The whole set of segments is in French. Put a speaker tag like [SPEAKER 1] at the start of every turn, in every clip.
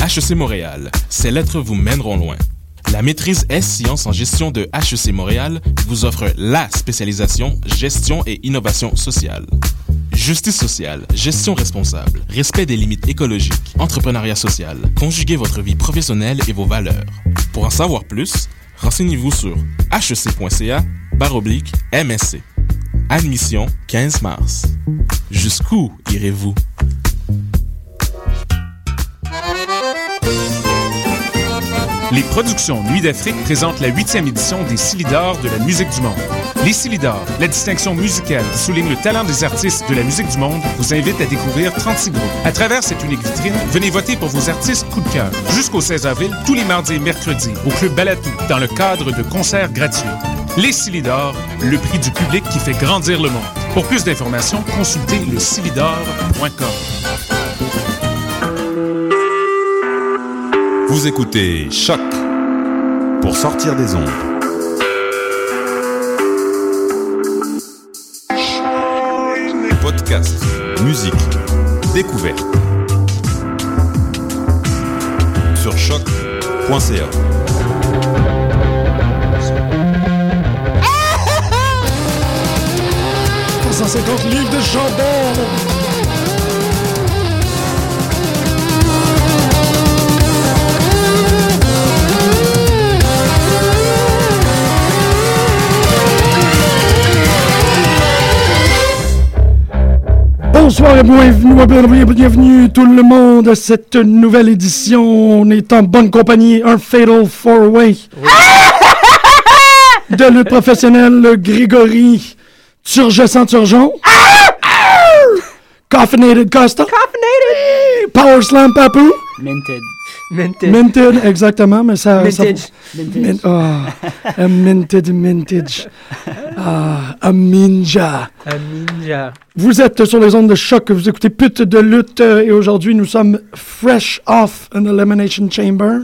[SPEAKER 1] HEC Montréal, ces lettres vous mèneront loin. La maîtrise S-Sciences en gestion de HEC Montréal vous offre la spécialisation gestion et innovation sociale. Justice sociale, gestion responsable, respect des limites écologiques, entrepreneuriat social, conjuguez votre vie professionnelle et vos valeurs. Pour en savoir plus, renseignez-vous sur hec.ca baroblique MSC. Admission 15 mars. Jusqu'où irez-vous?
[SPEAKER 2] Les productions Nuit d'Afrique présentent la huitième édition des Silidors de la musique du monde. Les Silidors, la distinction musicale qui souligne le talent des artistes de la musique du monde, vous invite à découvrir 36 groupes. À travers cette unique vitrine, venez voter pour vos artistes coup de cœur. Jusqu'au 16 avril, tous les mardis et mercredis, au Club Balatou, dans le cadre de concerts gratuits. Les Silidors, le prix du public qui fait grandir le monde. Pour plus d'informations, consultez le
[SPEAKER 3] Vous écoutez Choc pour sortir des ondes. Podcast, musique, découverte. Sur choc.ca.
[SPEAKER 4] livres de chandelle. Bonsoir et bienvenue, bienvenue tout le monde à cette nouvelle édition. On est en bonne compagnie, un Fatal Four Way. De le professionnel Grégory Turgescent Turgeon. Coffinated Costa. Coffinated. Power Slam Papou.
[SPEAKER 5] Minted. Minted.
[SPEAKER 4] Minted, exactement, mais ça.
[SPEAKER 5] Mintage.
[SPEAKER 4] ça- Min- ah, a minted, mintage. Ah, a minja.
[SPEAKER 5] Un ninja.
[SPEAKER 4] Vous êtes sur les ondes de choc, vous écoutez Pute de lutte, euh, et aujourd'hui nous sommes fresh off an Elimination Chamber,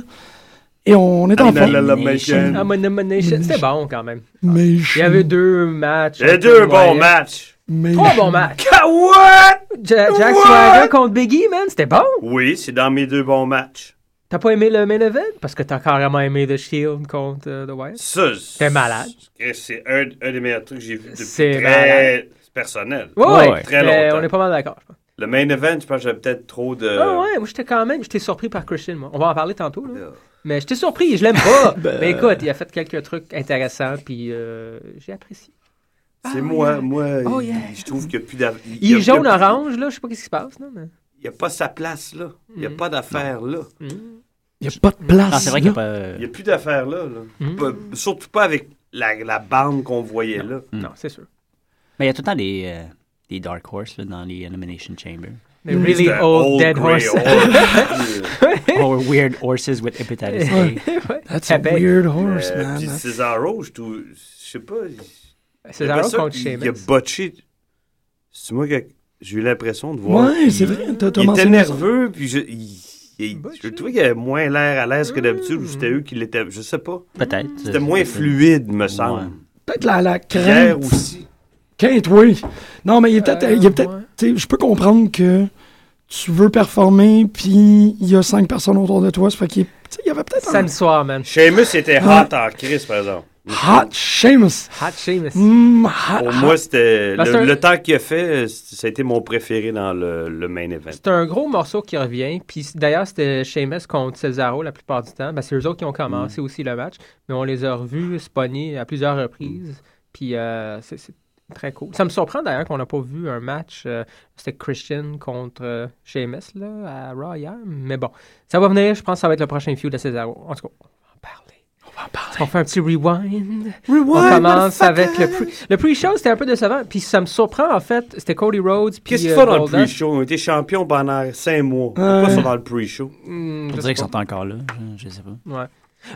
[SPEAKER 4] et on est en
[SPEAKER 6] An
[SPEAKER 4] forme.
[SPEAKER 6] elimination.
[SPEAKER 5] Ah, mon nomination. C'était bon quand même.
[SPEAKER 4] Mais
[SPEAKER 5] Il y avait deux Oh, matchs.
[SPEAKER 6] Les deux bons
[SPEAKER 5] Ouais.
[SPEAKER 6] matchs.
[SPEAKER 4] mais-
[SPEAKER 5] Trois bons matchs.
[SPEAKER 6] What?
[SPEAKER 5] Ja- Jack
[SPEAKER 6] What?
[SPEAKER 5] Swagger contre Biggie, man. C'était bon.
[SPEAKER 6] Oui, c'est dans mes deux bons matchs.
[SPEAKER 5] T'as pas aimé le main event? Parce que t'as carrément aimé The Shield contre euh, The Wyatt.
[SPEAKER 6] Ça,
[SPEAKER 5] T'es malade.
[SPEAKER 6] c'est- C'est un, un des meilleurs trucs que j'ai vu depuis
[SPEAKER 5] C'est
[SPEAKER 6] très
[SPEAKER 5] malade.
[SPEAKER 6] personnel.
[SPEAKER 5] Ouais, ouais.
[SPEAKER 6] Très
[SPEAKER 5] Euh,
[SPEAKER 6] longtemps. Euh.
[SPEAKER 5] on est pas mal d'accord. je pense.
[SPEAKER 6] Le main event, je pense que j'avais peut-être trop de...
[SPEAKER 5] Ah ouais, moi j'étais quand même, j'étais surpris par Christian, moi. On va en parler tantôt, là. Mais j'étais surpris, je l'aime pas.
[SPEAKER 6] Ben.
[SPEAKER 5] Mais écoute, il a fait quelques trucs intéressants, puis euh, j'ai apprécié.
[SPEAKER 6] C'est moi, moi,
[SPEAKER 5] Ah, Oh,
[SPEAKER 6] il-
[SPEAKER 5] yeah.
[SPEAKER 6] je trouve qu'il n'y a plus d'av- il
[SPEAKER 5] Il
[SPEAKER 6] y a-
[SPEAKER 5] est
[SPEAKER 6] il y a-
[SPEAKER 5] jaune-orange, là, je sais pas ce qui se passe, là, mais...
[SPEAKER 6] Il n'y a pas sa place, là. Il n'y a
[SPEAKER 5] Mm.
[SPEAKER 6] pas d'affaire, là.
[SPEAKER 4] Il n'y a pas de place.
[SPEAKER 7] Ah, c'est vrai
[SPEAKER 4] là.
[SPEAKER 7] qu'il n'y a pas.
[SPEAKER 6] Il n'y a plus d'affaires, là. là.
[SPEAKER 5] Mm.
[SPEAKER 6] Pas- surtout pas avec la, la bande qu'on voyait, là.
[SPEAKER 5] Non, c'est sûr.
[SPEAKER 7] Mais il y a tout le temps des, euh, des Dark Horse là, dans les Elimination Chamber.
[SPEAKER 5] Les really
[SPEAKER 6] C'était
[SPEAKER 5] old, dead
[SPEAKER 6] grey
[SPEAKER 5] horse.
[SPEAKER 6] old.
[SPEAKER 7] Or Weird Horses with Hepatitis A.
[SPEAKER 4] That's a
[SPEAKER 5] Epic.
[SPEAKER 4] weird horse,
[SPEAKER 6] Euh,
[SPEAKER 4] man.
[SPEAKER 6] puis Cesaro, je trouve, je sais pas. il-
[SPEAKER 5] C'est
[SPEAKER 6] j'aimerais
[SPEAKER 5] Cesaro
[SPEAKER 6] ça
[SPEAKER 5] contre
[SPEAKER 6] qu'il- Il
[SPEAKER 5] Sheamus.
[SPEAKER 6] a botché. C'est moi que j'ai eu l'impression de voir.
[SPEAKER 4] Ouais,
[SPEAKER 6] qu'il-
[SPEAKER 4] c'est vrai, t'as t'as
[SPEAKER 6] Il était
[SPEAKER 4] mentionné ça.
[SPEAKER 6] nerveux, puis je, il- il-
[SPEAKER 5] Botché.
[SPEAKER 6] je trouvais qu'il avait moins l'air à l'aise que d'habitude, ou
[SPEAKER 4] Mm.
[SPEAKER 6] c'était eux qui l'étaient. Je sais pas.
[SPEAKER 7] Peut-être. Euh,
[SPEAKER 6] C'était moins fluide, me semble.
[SPEAKER 4] Peut-être la, la
[SPEAKER 6] Hier
[SPEAKER 4] crainte.
[SPEAKER 6] aussi.
[SPEAKER 4] Quinte, oui. Non, mais il est peut-être.
[SPEAKER 5] Euh,
[SPEAKER 4] il est peut-être-
[SPEAKER 5] ouais.
[SPEAKER 4] tu sais, Je peux comprendre que tu veux performer, puis il y a cinq personnes autour de toi, ça fait qu'il tu sais, il y avait peut-être un
[SPEAKER 5] Samedi soir, man.
[SPEAKER 6] Sheamus était hot en crise, par exemple.
[SPEAKER 4] hot Seamus.
[SPEAKER 5] Hot Sheamus.
[SPEAKER 4] Mm, hot,
[SPEAKER 6] Pour
[SPEAKER 4] hot.
[SPEAKER 6] moi, c'était.
[SPEAKER 5] Parce
[SPEAKER 6] Le,
[SPEAKER 5] que-
[SPEAKER 6] le temps qu'il a fait, c- ça a été mon préféré dans le, le main event.
[SPEAKER 5] C'est un gros morceau qui revient. Puis c- d'ailleurs, c'était Sheamus contre Cesaro la plupart du temps. Ben, c'est eux autres qui ont commencé aussi le match. Mais on les a revus spawner à plusieurs reprises. Puis euh, c'est c'est très cool. Ça me surprend d'ailleurs qu'on n'a pas vu un match. euh, c'était Christian contre euh, Sheamus là, à Raw hier. Mais bon, ça va venir. Je pense que ça va être le prochain feud de Cesaro. En tout cas, on va en parler. On fait un petit rewind. on commence avec le pre- le pre-show, c'était un peu décevant. Puis ça me surprend en fait, c'était Cody Rhodes. puis,
[SPEAKER 6] Qu'est-ce qu'ils
[SPEAKER 5] euh,
[SPEAKER 6] font dans le
[SPEAKER 5] Goldust.
[SPEAKER 6] pre-show? Ils ont été champions pendant cinq mois. Pourquoi ils sont dans le pre-show?
[SPEAKER 5] Hmm,
[SPEAKER 7] On
[SPEAKER 5] je sais
[SPEAKER 7] dirait qu'ils
[SPEAKER 5] pas.
[SPEAKER 7] sont encore là. je- Je sais pas.
[SPEAKER 5] Ouais.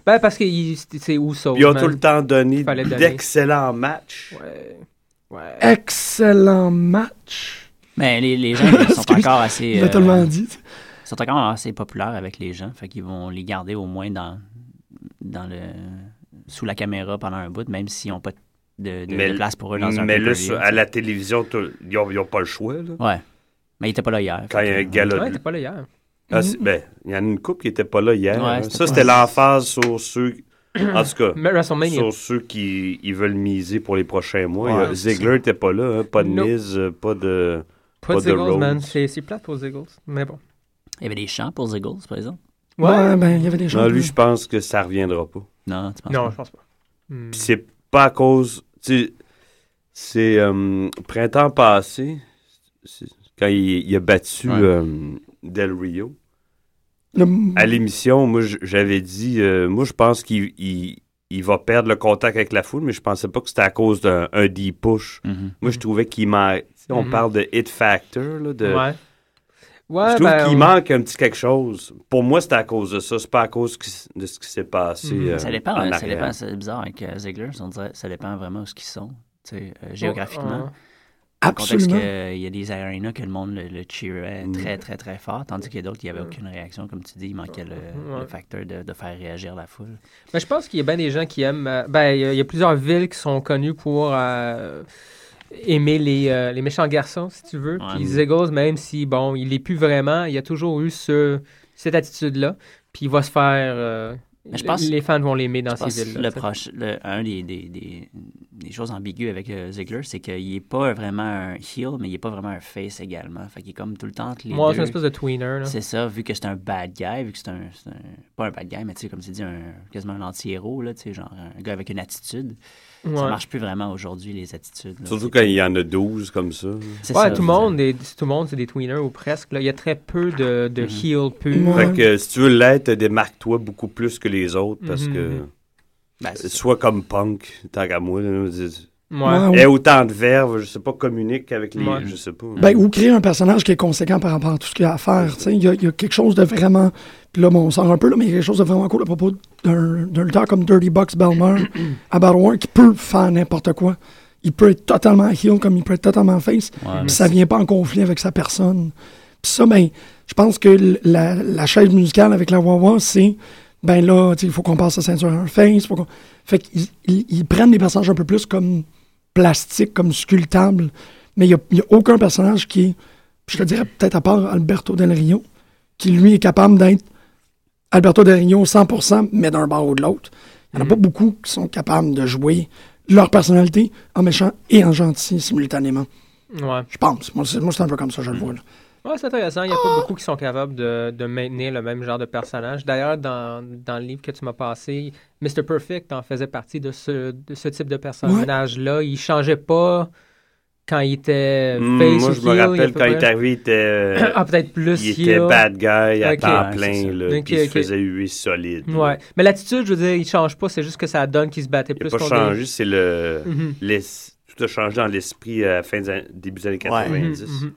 [SPEAKER 5] Ben, parce que il- c'est c'est Usos.
[SPEAKER 6] Ils ont
[SPEAKER 5] man.
[SPEAKER 6] tout le temps donné
[SPEAKER 5] Fallait donner.
[SPEAKER 6] d'excellents matchs.
[SPEAKER 5] Ouais. Ouais.
[SPEAKER 4] Excellent match. Ben,
[SPEAKER 7] Mais les, les gens ils sont
[SPEAKER 4] Excuse,
[SPEAKER 7] encore assez.
[SPEAKER 4] Il l'a
[SPEAKER 7] euh,
[SPEAKER 4] tellement dit.
[SPEAKER 7] Ils sont encore assez populaires avec les gens. Fait qu'ils vont les garder au moins dans, dans le, sous la caméra pendant un bout, même s'ils n'ont pas de, de-
[SPEAKER 6] Mais-
[SPEAKER 7] de place pour eux dans un
[SPEAKER 6] Mais là,
[SPEAKER 7] pay-per-view,
[SPEAKER 6] sur-
[SPEAKER 7] tu
[SPEAKER 6] à
[SPEAKER 7] sais.
[SPEAKER 6] la télévision, tout- ils n'ont pas le choix. là.
[SPEAKER 7] Ouais. Mais il était pas là hier.
[SPEAKER 6] Quand il y a un gala
[SPEAKER 5] Ouais,
[SPEAKER 6] de-
[SPEAKER 5] t'es pas là hier.
[SPEAKER 6] Ah, c'est- ben, il y en a une couple qui n'était pas là hier.
[SPEAKER 7] Ouais,
[SPEAKER 6] hein.
[SPEAKER 7] c'était
[SPEAKER 6] Ça,
[SPEAKER 7] pas-
[SPEAKER 6] c'était l'emphase sur ceux. En tout cas,
[SPEAKER 5] Mais WrestleMania.
[SPEAKER 6] sur ceux qui ils veulent miser pour les prochains mois.
[SPEAKER 7] Ouais,
[SPEAKER 6] Il y a-
[SPEAKER 7] c'est
[SPEAKER 6] Ziggler n'était pas là. hein, Pas de
[SPEAKER 5] Nope.
[SPEAKER 6] mise, euh, pas de.
[SPEAKER 5] Pas
[SPEAKER 6] pas
[SPEAKER 5] de
[SPEAKER 6] de
[SPEAKER 5] Ziggles, man.
[SPEAKER 6] Rhodes.
[SPEAKER 5] C'est c'est plate pour Ziggles. Mais bon.
[SPEAKER 7] Il y avait des chants pour Ziggles, par exemple.
[SPEAKER 4] Ouais, ben, il y avait des gens.
[SPEAKER 6] Non, lui, je pense que ça reviendra pas.
[SPEAKER 7] Non, tu penses
[SPEAKER 5] Non,
[SPEAKER 7] pas?
[SPEAKER 5] je pense pas. Hmm.
[SPEAKER 6] Puis c'est pas à cause. tu sais, c'est euh, printemps passé, c'est- quand il, il a battu
[SPEAKER 7] Ouais.
[SPEAKER 6] euh, Del Rio.
[SPEAKER 4] Le-
[SPEAKER 5] Mm.
[SPEAKER 6] À l'émission, moi, j- j'avais dit, euh, moi, je pense qu'il il- il va perdre le contact avec la foule, mais je pensais pas que c'était à cause d'un un deep push.
[SPEAKER 7] Mhm.
[SPEAKER 6] Moi,
[SPEAKER 5] Mm.
[SPEAKER 6] je trouvais qu'il manque. tu sais, On
[SPEAKER 5] Mhm.
[SPEAKER 6] parle de hit factor, là, de.
[SPEAKER 5] Ouais. Ouais,
[SPEAKER 6] euh, je trouve
[SPEAKER 5] ben,
[SPEAKER 6] qu'il
[SPEAKER 5] on-
[SPEAKER 6] manque un petit quelque chose. Pour moi, c'est à cause de ça. C'est pas à cause qui s- de ce qui s'est passé.
[SPEAKER 5] Mhm.
[SPEAKER 6] euh,
[SPEAKER 7] Ça dépend,
[SPEAKER 6] en
[SPEAKER 7] hein, ça
[SPEAKER 6] arrière.
[SPEAKER 7] dépend. C'est bizarre avec euh, Ziggler, on dirait, ça dépend vraiment où ce qu'ils sont, tu sais, euh, géographiquement.
[SPEAKER 5] Ouais.
[SPEAKER 7] Dans le contexte
[SPEAKER 4] Absolument.
[SPEAKER 7] que, il y a des arenas que le monde le, le cheerait
[SPEAKER 6] Mm.
[SPEAKER 7] très, très, très fort, tandis qu'il y a d'autres qui n'avaient
[SPEAKER 5] Ouais.
[SPEAKER 7] aucune réaction. Comme tu dis, il manquait le,
[SPEAKER 5] Ouais.
[SPEAKER 7] le facteur de, de faire réagir la foule.
[SPEAKER 5] Mais Ben, je pense qu'il y a bien des gens qui aiment. euh, ben, il y, a- il y a plusieurs villes qui sont connues pour euh, aimer les, euh, les méchants garçons, si tu veux.
[SPEAKER 7] Ouais.
[SPEAKER 5] Puis Ziggles, même si, bon, il l'est plus vraiment, il a toujours eu ce, cette attitude-là. Puis il va se faire. euh,
[SPEAKER 7] Mais je pense-
[SPEAKER 5] les fans vont l'aimer dans
[SPEAKER 7] Je pense
[SPEAKER 5] ces villes-là.
[SPEAKER 7] le
[SPEAKER 5] tu sais.
[SPEAKER 7] proche, le- un des, des, des- des choses ambiguës avec euh, Ziggler, c'est qu'il n'est pas vraiment un heel, mais il n'est pas vraiment un face également. Fait qu'il est comme tout le temps entre les
[SPEAKER 5] Moi, c'est
[SPEAKER 7] deux.
[SPEAKER 5] une espèce de tweener. Là.
[SPEAKER 7] C'est ça, vu que c'est un bad guy, vu que c'est un, c'est un- Pas un bad guy, mais tu sais, comme tu dis, un, quasiment un anti-héros, là, tu sais, genre un gars avec une attitude. Ça
[SPEAKER 5] Ouais.
[SPEAKER 7] marche plus vraiment aujourd'hui, les attitudes. là.
[SPEAKER 6] Surtout quand il y en a 12 comme ça.
[SPEAKER 7] C'est
[SPEAKER 5] Ouais,
[SPEAKER 7] ça,
[SPEAKER 5] tout
[SPEAKER 7] c'est
[SPEAKER 5] le
[SPEAKER 7] ça.
[SPEAKER 5] monde, est- tout le monde, c'est des tweeners ou presque. là. Il y a très peu de, de
[SPEAKER 7] Mhm.
[SPEAKER 5] heel purs.
[SPEAKER 4] Ouais.
[SPEAKER 6] Fait que si tu veux l'être, démarque-toi beaucoup plus que les autres parce
[SPEAKER 5] Mhm.
[SPEAKER 7] Ben,
[SPEAKER 6] que
[SPEAKER 7] c'est-
[SPEAKER 6] sois comme punk, tant qu'à moi. là, dis-
[SPEAKER 5] Ouais.
[SPEAKER 4] Ouais,
[SPEAKER 6] Aie autant de verve, je sais pas, communique avec les.
[SPEAKER 5] Ouais.
[SPEAKER 6] Je sais pas.
[SPEAKER 4] Ben, ou créer un personnage qui est conséquent par rapport à tout ce qu'il y a à faire. tu sais. Il y, a- il y a quelque chose de vraiment. Puis là, bon, on sort un peu, là, mais il y a quelque chose de vraiment cool à propos d'un d'un lutteur comme Dirty Bucks Belmer à Barouin qui peut faire n'importe quoi. Il peut être totalement heel comme il peut être totalement face.
[SPEAKER 7] Ouais,
[SPEAKER 4] Puis ça vient pas en conflit avec sa personne. Puis ça, ben, je pense que l- la, la chaise musicale avec la Wawa, c'est. Ben là, tu sais, il faut qu'on passe la ceinture à un face. faut qu'on- Fait qu'ils ils- ils prennent des personnages un peu plus comme plastique, comme sculptable. Mais il n'y a, il y a aucun personnage qui est, je te dirais peut-être à part Alberto Del Rio, qui lui est capable d'être Alberto Del Rio 100%, mais d'un bord ou de l'autre. Il n'y en a pas beaucoup qui sont capables de jouer leur personnalité en méchant et en gentil simultanément.
[SPEAKER 5] Ouais.
[SPEAKER 4] Je pense. Moi, c'est moi, c'est un peu comme ça, je le vois. là.
[SPEAKER 5] Ouais, c'est intéressant. Il n'y a pas beaucoup qui sont capables de, de maintenir le même genre de personnage. D'ailleurs, dans, dans le livre que tu m'as passé, Mr. Perfect en faisait partie de ce, de ce type de personnage-là. Il changeait pas quand il était
[SPEAKER 6] Hum,
[SPEAKER 5] face
[SPEAKER 6] moi,
[SPEAKER 5] ou
[SPEAKER 6] je me
[SPEAKER 5] heel,
[SPEAKER 6] rappelle
[SPEAKER 5] peu
[SPEAKER 6] quand il
[SPEAKER 5] près-
[SPEAKER 6] est arrivé, il était, euh,
[SPEAKER 5] Ah, peut-être plus
[SPEAKER 6] il était
[SPEAKER 5] heel.
[SPEAKER 6] bad guy à
[SPEAKER 5] Ok.
[SPEAKER 6] temps
[SPEAKER 7] Ouais, c'est
[SPEAKER 6] plein.
[SPEAKER 7] ça.
[SPEAKER 6] Là,
[SPEAKER 5] Ok,
[SPEAKER 6] puis il se
[SPEAKER 5] ok.
[SPEAKER 6] faisait huer solide. là.
[SPEAKER 5] Ouais. Mais l'attitude, je veux dire, il change pas. C'est juste que ça donne qu'il se battait
[SPEAKER 6] Il
[SPEAKER 5] plus
[SPEAKER 6] n'a pas
[SPEAKER 5] contre
[SPEAKER 6] changé,
[SPEAKER 5] des-
[SPEAKER 6] c'est le.
[SPEAKER 5] Mhm.
[SPEAKER 6] l'es- Tout a changé dans l'esprit à la fin des an- début des années 90.
[SPEAKER 5] Mhm, mhm.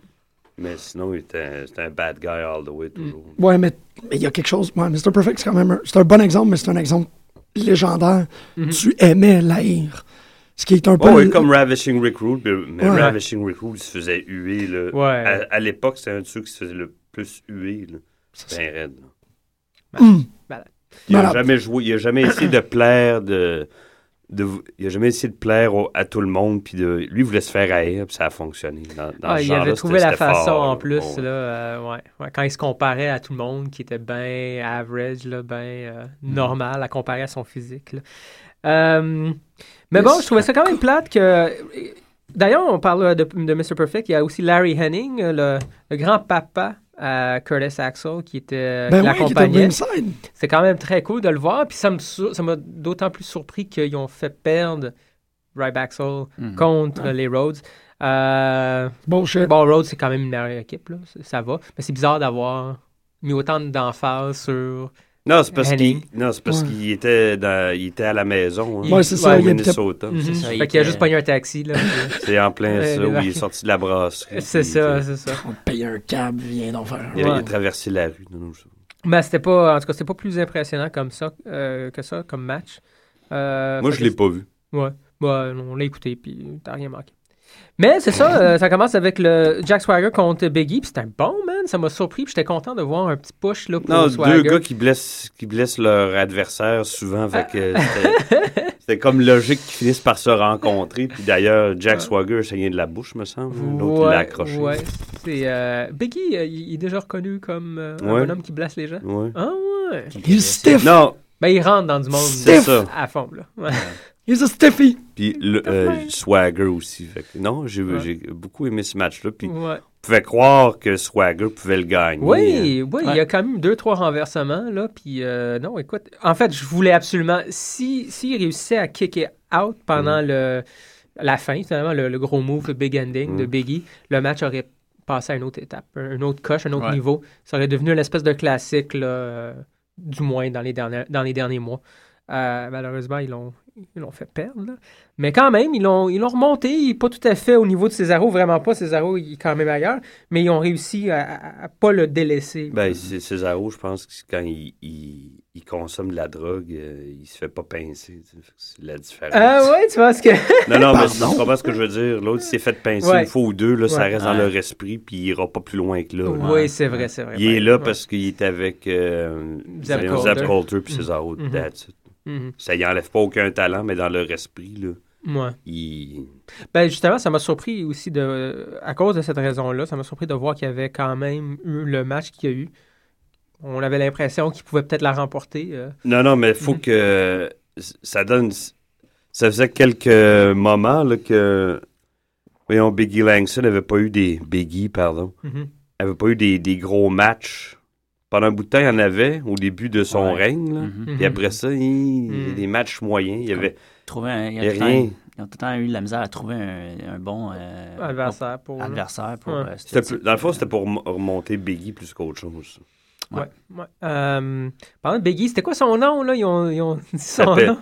[SPEAKER 6] Mais sinon, il était- c'était un bad guy all the way, toujours.
[SPEAKER 4] Ouais, mais mais il y a quelque chose. Ouais, Mr. Perfect, c'est quand même un, c'est un bon exemple, mais c'est un exemple légendaire. Tu aimais l'haïr. Ce qui est un peu.
[SPEAKER 6] Oh, oui, comme Ravishing Rick Rude, mais- mais
[SPEAKER 4] Ouais.
[SPEAKER 6] Ravishing Rick Rude, il se faisait huer. Là.
[SPEAKER 5] Ouais.
[SPEAKER 6] À, à l'époque, c'était un de ceux qui se faisait le plus huer. Là.
[SPEAKER 4] Ça,
[SPEAKER 6] Ben raide. là.
[SPEAKER 4] Hum.
[SPEAKER 6] Il n'a
[SPEAKER 4] Malade.
[SPEAKER 6] jamais joué, il a jamais essayé de plaire de. de- il a jamais essayé de plaire au- à tout le monde, puis de, lui il voulait se faire haïr, puis ça a fonctionné. Dans, dans
[SPEAKER 5] Ah,
[SPEAKER 6] ce
[SPEAKER 5] il
[SPEAKER 6] genre-là,
[SPEAKER 5] avait
[SPEAKER 6] c'était-
[SPEAKER 5] trouvé la
[SPEAKER 6] c'était
[SPEAKER 5] façon
[SPEAKER 6] fort,
[SPEAKER 5] en
[SPEAKER 6] là.
[SPEAKER 5] plus,
[SPEAKER 6] Bon.
[SPEAKER 5] là, euh, ouais, ouais. quand il se comparait à tout le monde qui était bien average, là, bien euh,
[SPEAKER 6] Mm.
[SPEAKER 5] normal à comparer à son physique. là. Euh, mais bon, je trouvais ça quand même plate que. D'ailleurs, on parle de, de Mr. Perfect. Il y a aussi Larry Henning, le, le grand-papa à Curtis Axel, qui était
[SPEAKER 4] Ben oui,
[SPEAKER 5] qui
[SPEAKER 4] qui était
[SPEAKER 5] l'accompagnait.
[SPEAKER 4] ringside.
[SPEAKER 5] C'est quand même très cool de le voir. Puis ça me sur- ça m'a d'autant plus surpris qu'ils ont fait perdre Ryback Soul
[SPEAKER 6] Mm-hmm.
[SPEAKER 7] Mhm.
[SPEAKER 5] contre les Rhodes. Euh,
[SPEAKER 4] Bullshit.
[SPEAKER 5] Bon, Rhodes, c'est quand même une meilleure équipe, là. C- ça va. Mais c'est bizarre d'avoir mis autant d'emphase sur.
[SPEAKER 6] Non, c'est parce qu'il
[SPEAKER 5] Henning.
[SPEAKER 6] non, c'est parce
[SPEAKER 4] Ouais.
[SPEAKER 6] qu'il était, dans- il était à la maison. hein,
[SPEAKER 4] Ouais, c'est ça,
[SPEAKER 6] au
[SPEAKER 4] il était-
[SPEAKER 6] Minnesota.
[SPEAKER 5] Mhm.
[SPEAKER 7] ça, il
[SPEAKER 5] fait qu'il a
[SPEAKER 7] était-
[SPEAKER 5] juste pogné un taxi, là.
[SPEAKER 6] C'est en plein
[SPEAKER 5] Ouais,
[SPEAKER 6] ça,
[SPEAKER 5] les
[SPEAKER 6] où
[SPEAKER 5] vacances.
[SPEAKER 6] il est sorti de la brasserie.
[SPEAKER 5] c'est
[SPEAKER 6] puis il
[SPEAKER 5] ça,
[SPEAKER 6] était-
[SPEAKER 5] c'est ça.
[SPEAKER 4] On te paye un câble, viens d'en faire. un.
[SPEAKER 6] Il a, il a
[SPEAKER 5] Ouais.
[SPEAKER 6] traversé la rue. non, non, je-
[SPEAKER 5] Mais c'était pas. En tout cas, c'était pas plus impressionnant comme ça, euh, que ça, comme match. Euh,
[SPEAKER 6] Moi,
[SPEAKER 5] fait
[SPEAKER 6] je
[SPEAKER 5] que
[SPEAKER 6] l'ai pas vu.
[SPEAKER 5] c'est- Ouais. Ouais, on l'a écouté, puis t'as rien manqué. Mais c'est ça, euh, ça commence avec le Jack Swagger contre Biggie, puis c'était un bon man, ça m'a surpris, puis j'étais content de voir un petit push là, pour
[SPEAKER 6] Non,
[SPEAKER 5] Swagger.
[SPEAKER 6] deux gars qui blessent, qui blessent leur adversaire souvent. Fait que
[SPEAKER 5] Ah.
[SPEAKER 6] c'était- c'était comme logique qu'ils finissent par se rencontrer. Puis d'ailleurs, Jack Swagger a saigné de la bouche, me semble. L'autre, il
[SPEAKER 5] Ah. Ouais,
[SPEAKER 6] l'a accroché.
[SPEAKER 5] ouais, c'est, euh, Biggie, euh, il il est déjà reconnu comme euh, un
[SPEAKER 6] Ouais.
[SPEAKER 5] bonhomme qui blesse les gens.
[SPEAKER 6] Ouais.
[SPEAKER 5] Ah ouais.
[SPEAKER 4] He's stiff.
[SPEAKER 6] Non,
[SPEAKER 5] Ben, il rentre dans du monde
[SPEAKER 6] c'est ça.
[SPEAKER 5] à fond, là. Ouais.
[SPEAKER 4] He's a stiffy.
[SPEAKER 6] Puis le, euh, Swagger aussi. Fait que non, j'ai
[SPEAKER 5] Ouais.
[SPEAKER 6] j'ai beaucoup aimé ce match-là. Puis
[SPEAKER 5] Ouais.
[SPEAKER 6] on pouvait croire que Swagger pouvait le gagner. hein.
[SPEAKER 5] Oui, oui, il y
[SPEAKER 7] Ouais.
[SPEAKER 5] a quand même deux, trois renversements, là, puis euh, non, écoute, en fait, je voulais absolument, si, si il réussissait à kicker out pendant le, la fin, finalement, le, le gros move, le big ending de
[SPEAKER 6] Mm.
[SPEAKER 5] Biggie, le match aurait passé à une autre étape, un- une autre coche, un autre
[SPEAKER 7] Ouais.
[SPEAKER 5] niveau. Ça aurait devenu une espèce de classique, là, euh, du moins dans les derniers, dans les derniers mois. Euh, malheureusement, ils l'ont ils l'ont fait perdre. là. Mais quand même, ils l'ont ils l'ont remonté, il est pas tout à fait au niveau de Cesaro, vraiment pas. Cesaro, il est quand même ailleurs, mais ils ont réussi à, à- à pas le délaisser.
[SPEAKER 6] Ben, c'est Cesaro, je pense que quand il, il- il consomme de la drogue, euh, il se fait pas pincer. tu sais. Fait que C'est la différence.
[SPEAKER 5] ah ouais, tu penses que.
[SPEAKER 6] Non, non, mais
[SPEAKER 4] Pardon?
[SPEAKER 6] tu comprends ce que je veux dire. L'autre, il s'est fait pincer
[SPEAKER 5] Ouais.
[SPEAKER 6] une fois ou deux, là, ça
[SPEAKER 5] Ouais.
[SPEAKER 6] reste dans leur esprit, puis il ira pas plus loin que là. là.
[SPEAKER 5] oui, c'est vrai, c'est vrai.
[SPEAKER 6] Il est là
[SPEAKER 5] Ouais.
[SPEAKER 6] parce qu'il est avec euh,
[SPEAKER 5] Zeb
[SPEAKER 6] voyons,
[SPEAKER 5] Coulter.
[SPEAKER 6] Zeb Coulter puis Cesaro.
[SPEAKER 5] Mhm.
[SPEAKER 6] that's it.
[SPEAKER 5] Mhm.
[SPEAKER 6] Ça y enlève pas aucun talent, mais dans leur esprit, là,
[SPEAKER 5] Ouais.
[SPEAKER 6] il...
[SPEAKER 5] Ben justement, ça m'a surpris aussi de, à cause de cette raison-là, ça m'a surpris de voir qu'il y avait quand même eu le match qu'il y a eu. On avait l'impression qu'il pouvait peut-être la remporter. euh.
[SPEAKER 6] Non, non, mais il faut que ça donne. Ça faisait quelques moments là, que. Voyons, Biggie Langston n'avait pas eu des. Biggie, pardon.
[SPEAKER 5] Mhm.
[SPEAKER 6] n'avait pas eu des, des gros matchs. Pendant un bout de temps, il y en avait au début de son
[SPEAKER 7] Ouais.
[SPEAKER 6] règne. là.
[SPEAKER 5] Mm-hmm.
[SPEAKER 7] Mhm.
[SPEAKER 6] Puis après ça, il, il y avait
[SPEAKER 5] Mm.
[SPEAKER 6] des matchs moyens. Il y avait,
[SPEAKER 7] Trouver un- il y
[SPEAKER 6] il
[SPEAKER 7] a
[SPEAKER 6] y avait
[SPEAKER 7] tout le temps-
[SPEAKER 6] rien.
[SPEAKER 7] Ils ont tout le temps eu de la misère à trouver un, un bon euh,
[SPEAKER 5] Adversaire pour. là.
[SPEAKER 7] adversaire pour.
[SPEAKER 5] Ouais.
[SPEAKER 7] euh, ce
[SPEAKER 6] C'était
[SPEAKER 7] type.
[SPEAKER 6] plus- dans le fond, c'était pour m- remonter Biggie plus qu'autre chose.
[SPEAKER 5] Ouais. ouais. Euh, parlant de Biggie, c'était quoi son nom, là? Ils ont, ils ont dit son
[SPEAKER 6] C'était-
[SPEAKER 5] nom.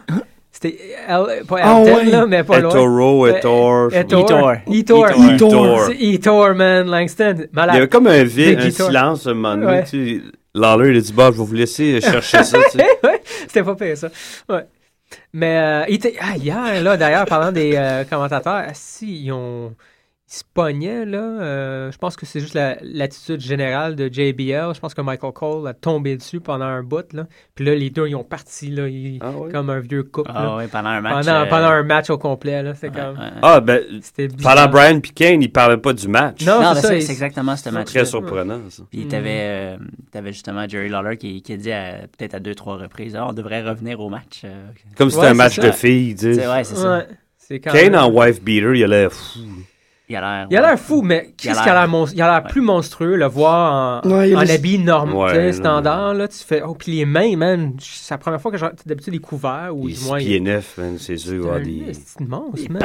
[SPEAKER 5] C'était El- pas
[SPEAKER 4] Ah
[SPEAKER 5] Elton,
[SPEAKER 4] ouais.
[SPEAKER 5] là, mais pas loin. Ben,
[SPEAKER 6] Etoro, Etor. je-
[SPEAKER 5] Etor.
[SPEAKER 7] Etor.
[SPEAKER 5] Etor.
[SPEAKER 4] Etor.
[SPEAKER 6] Etor.
[SPEAKER 5] C'est Etor, man, Langston.
[SPEAKER 6] Il y avait
[SPEAKER 5] Malade.
[SPEAKER 6] comme un vide, un
[SPEAKER 5] Etor.
[SPEAKER 6] silence un moment donné.
[SPEAKER 5] Ouais.
[SPEAKER 6] tu sais. Lawler, il a dit Bah, je vais vous laisser chercher ça. tu sais.
[SPEAKER 5] C'était pas pire, ça. Ouais. Mais euh, il était- ah, hier, là, d'ailleurs, parlant des euh, commentateurs, ah, si, ils ont... Ils se pognaient, là. euh, je pense que c'est juste la- l'attitude générale de JBL. Je pense que Michael Cole a tombé dessus pendant un bout, là. Puis là, les deux, ils ont parti, là. ils-
[SPEAKER 6] Ah, ouais.
[SPEAKER 5] Comme un vieux couple, là.
[SPEAKER 7] Ah oui, pendant un match.
[SPEAKER 5] Pendant,
[SPEAKER 7] euh,
[SPEAKER 5] pendant un match au complet, là. C'est
[SPEAKER 7] ouais,
[SPEAKER 5] comme...
[SPEAKER 7] ouais.
[SPEAKER 6] Ah, ben,
[SPEAKER 5] C'était bizarre.
[SPEAKER 6] pendant Brian puis Kane, il parlait pas du match.
[SPEAKER 5] Non, c'est ça.
[SPEAKER 7] Non, mais Ah,
[SPEAKER 5] Mm-hmm.
[SPEAKER 7] c'est
[SPEAKER 5] il-
[SPEAKER 7] c'est exactement ce match.
[SPEAKER 6] Très surprenant, ça.
[SPEAKER 7] Puis t'avais, euh, t'avais justement Jerry Lawler qui, qui a dit à- peut-être à deux, trois reprises Ah, on devrait revenir au match. euh,
[SPEAKER 6] Comme si
[SPEAKER 5] Ouais,
[SPEAKER 6] c'était un
[SPEAKER 5] c'est
[SPEAKER 6] match
[SPEAKER 5] ça.
[SPEAKER 6] de filles, ils
[SPEAKER 7] tu
[SPEAKER 6] disent.
[SPEAKER 7] sais, ouais, c'est ça.
[SPEAKER 5] Ouais, c'est quand
[SPEAKER 6] Kane
[SPEAKER 5] même-
[SPEAKER 6] en wife beater, il allait. Pff,
[SPEAKER 7] Il a l'air.
[SPEAKER 5] Il a l'air fou, mais qu'est-ce qu'il a l'air mon- il a l'air
[SPEAKER 7] Ouais.
[SPEAKER 5] plus monstrueux, le voir en,
[SPEAKER 4] Ouais, il
[SPEAKER 5] en
[SPEAKER 4] est-
[SPEAKER 5] habit normal,
[SPEAKER 6] Ouais,
[SPEAKER 5] tu sais,
[SPEAKER 6] non,
[SPEAKER 5] standard, là, tu fais, oh, puis les mains, man, c'est la première fois que j'ai d'habitude les couverts, ou
[SPEAKER 6] il
[SPEAKER 5] du moins,
[SPEAKER 6] se pied neuf, man, c'est sûr. il va y avoir des-
[SPEAKER 5] C'est immense, man.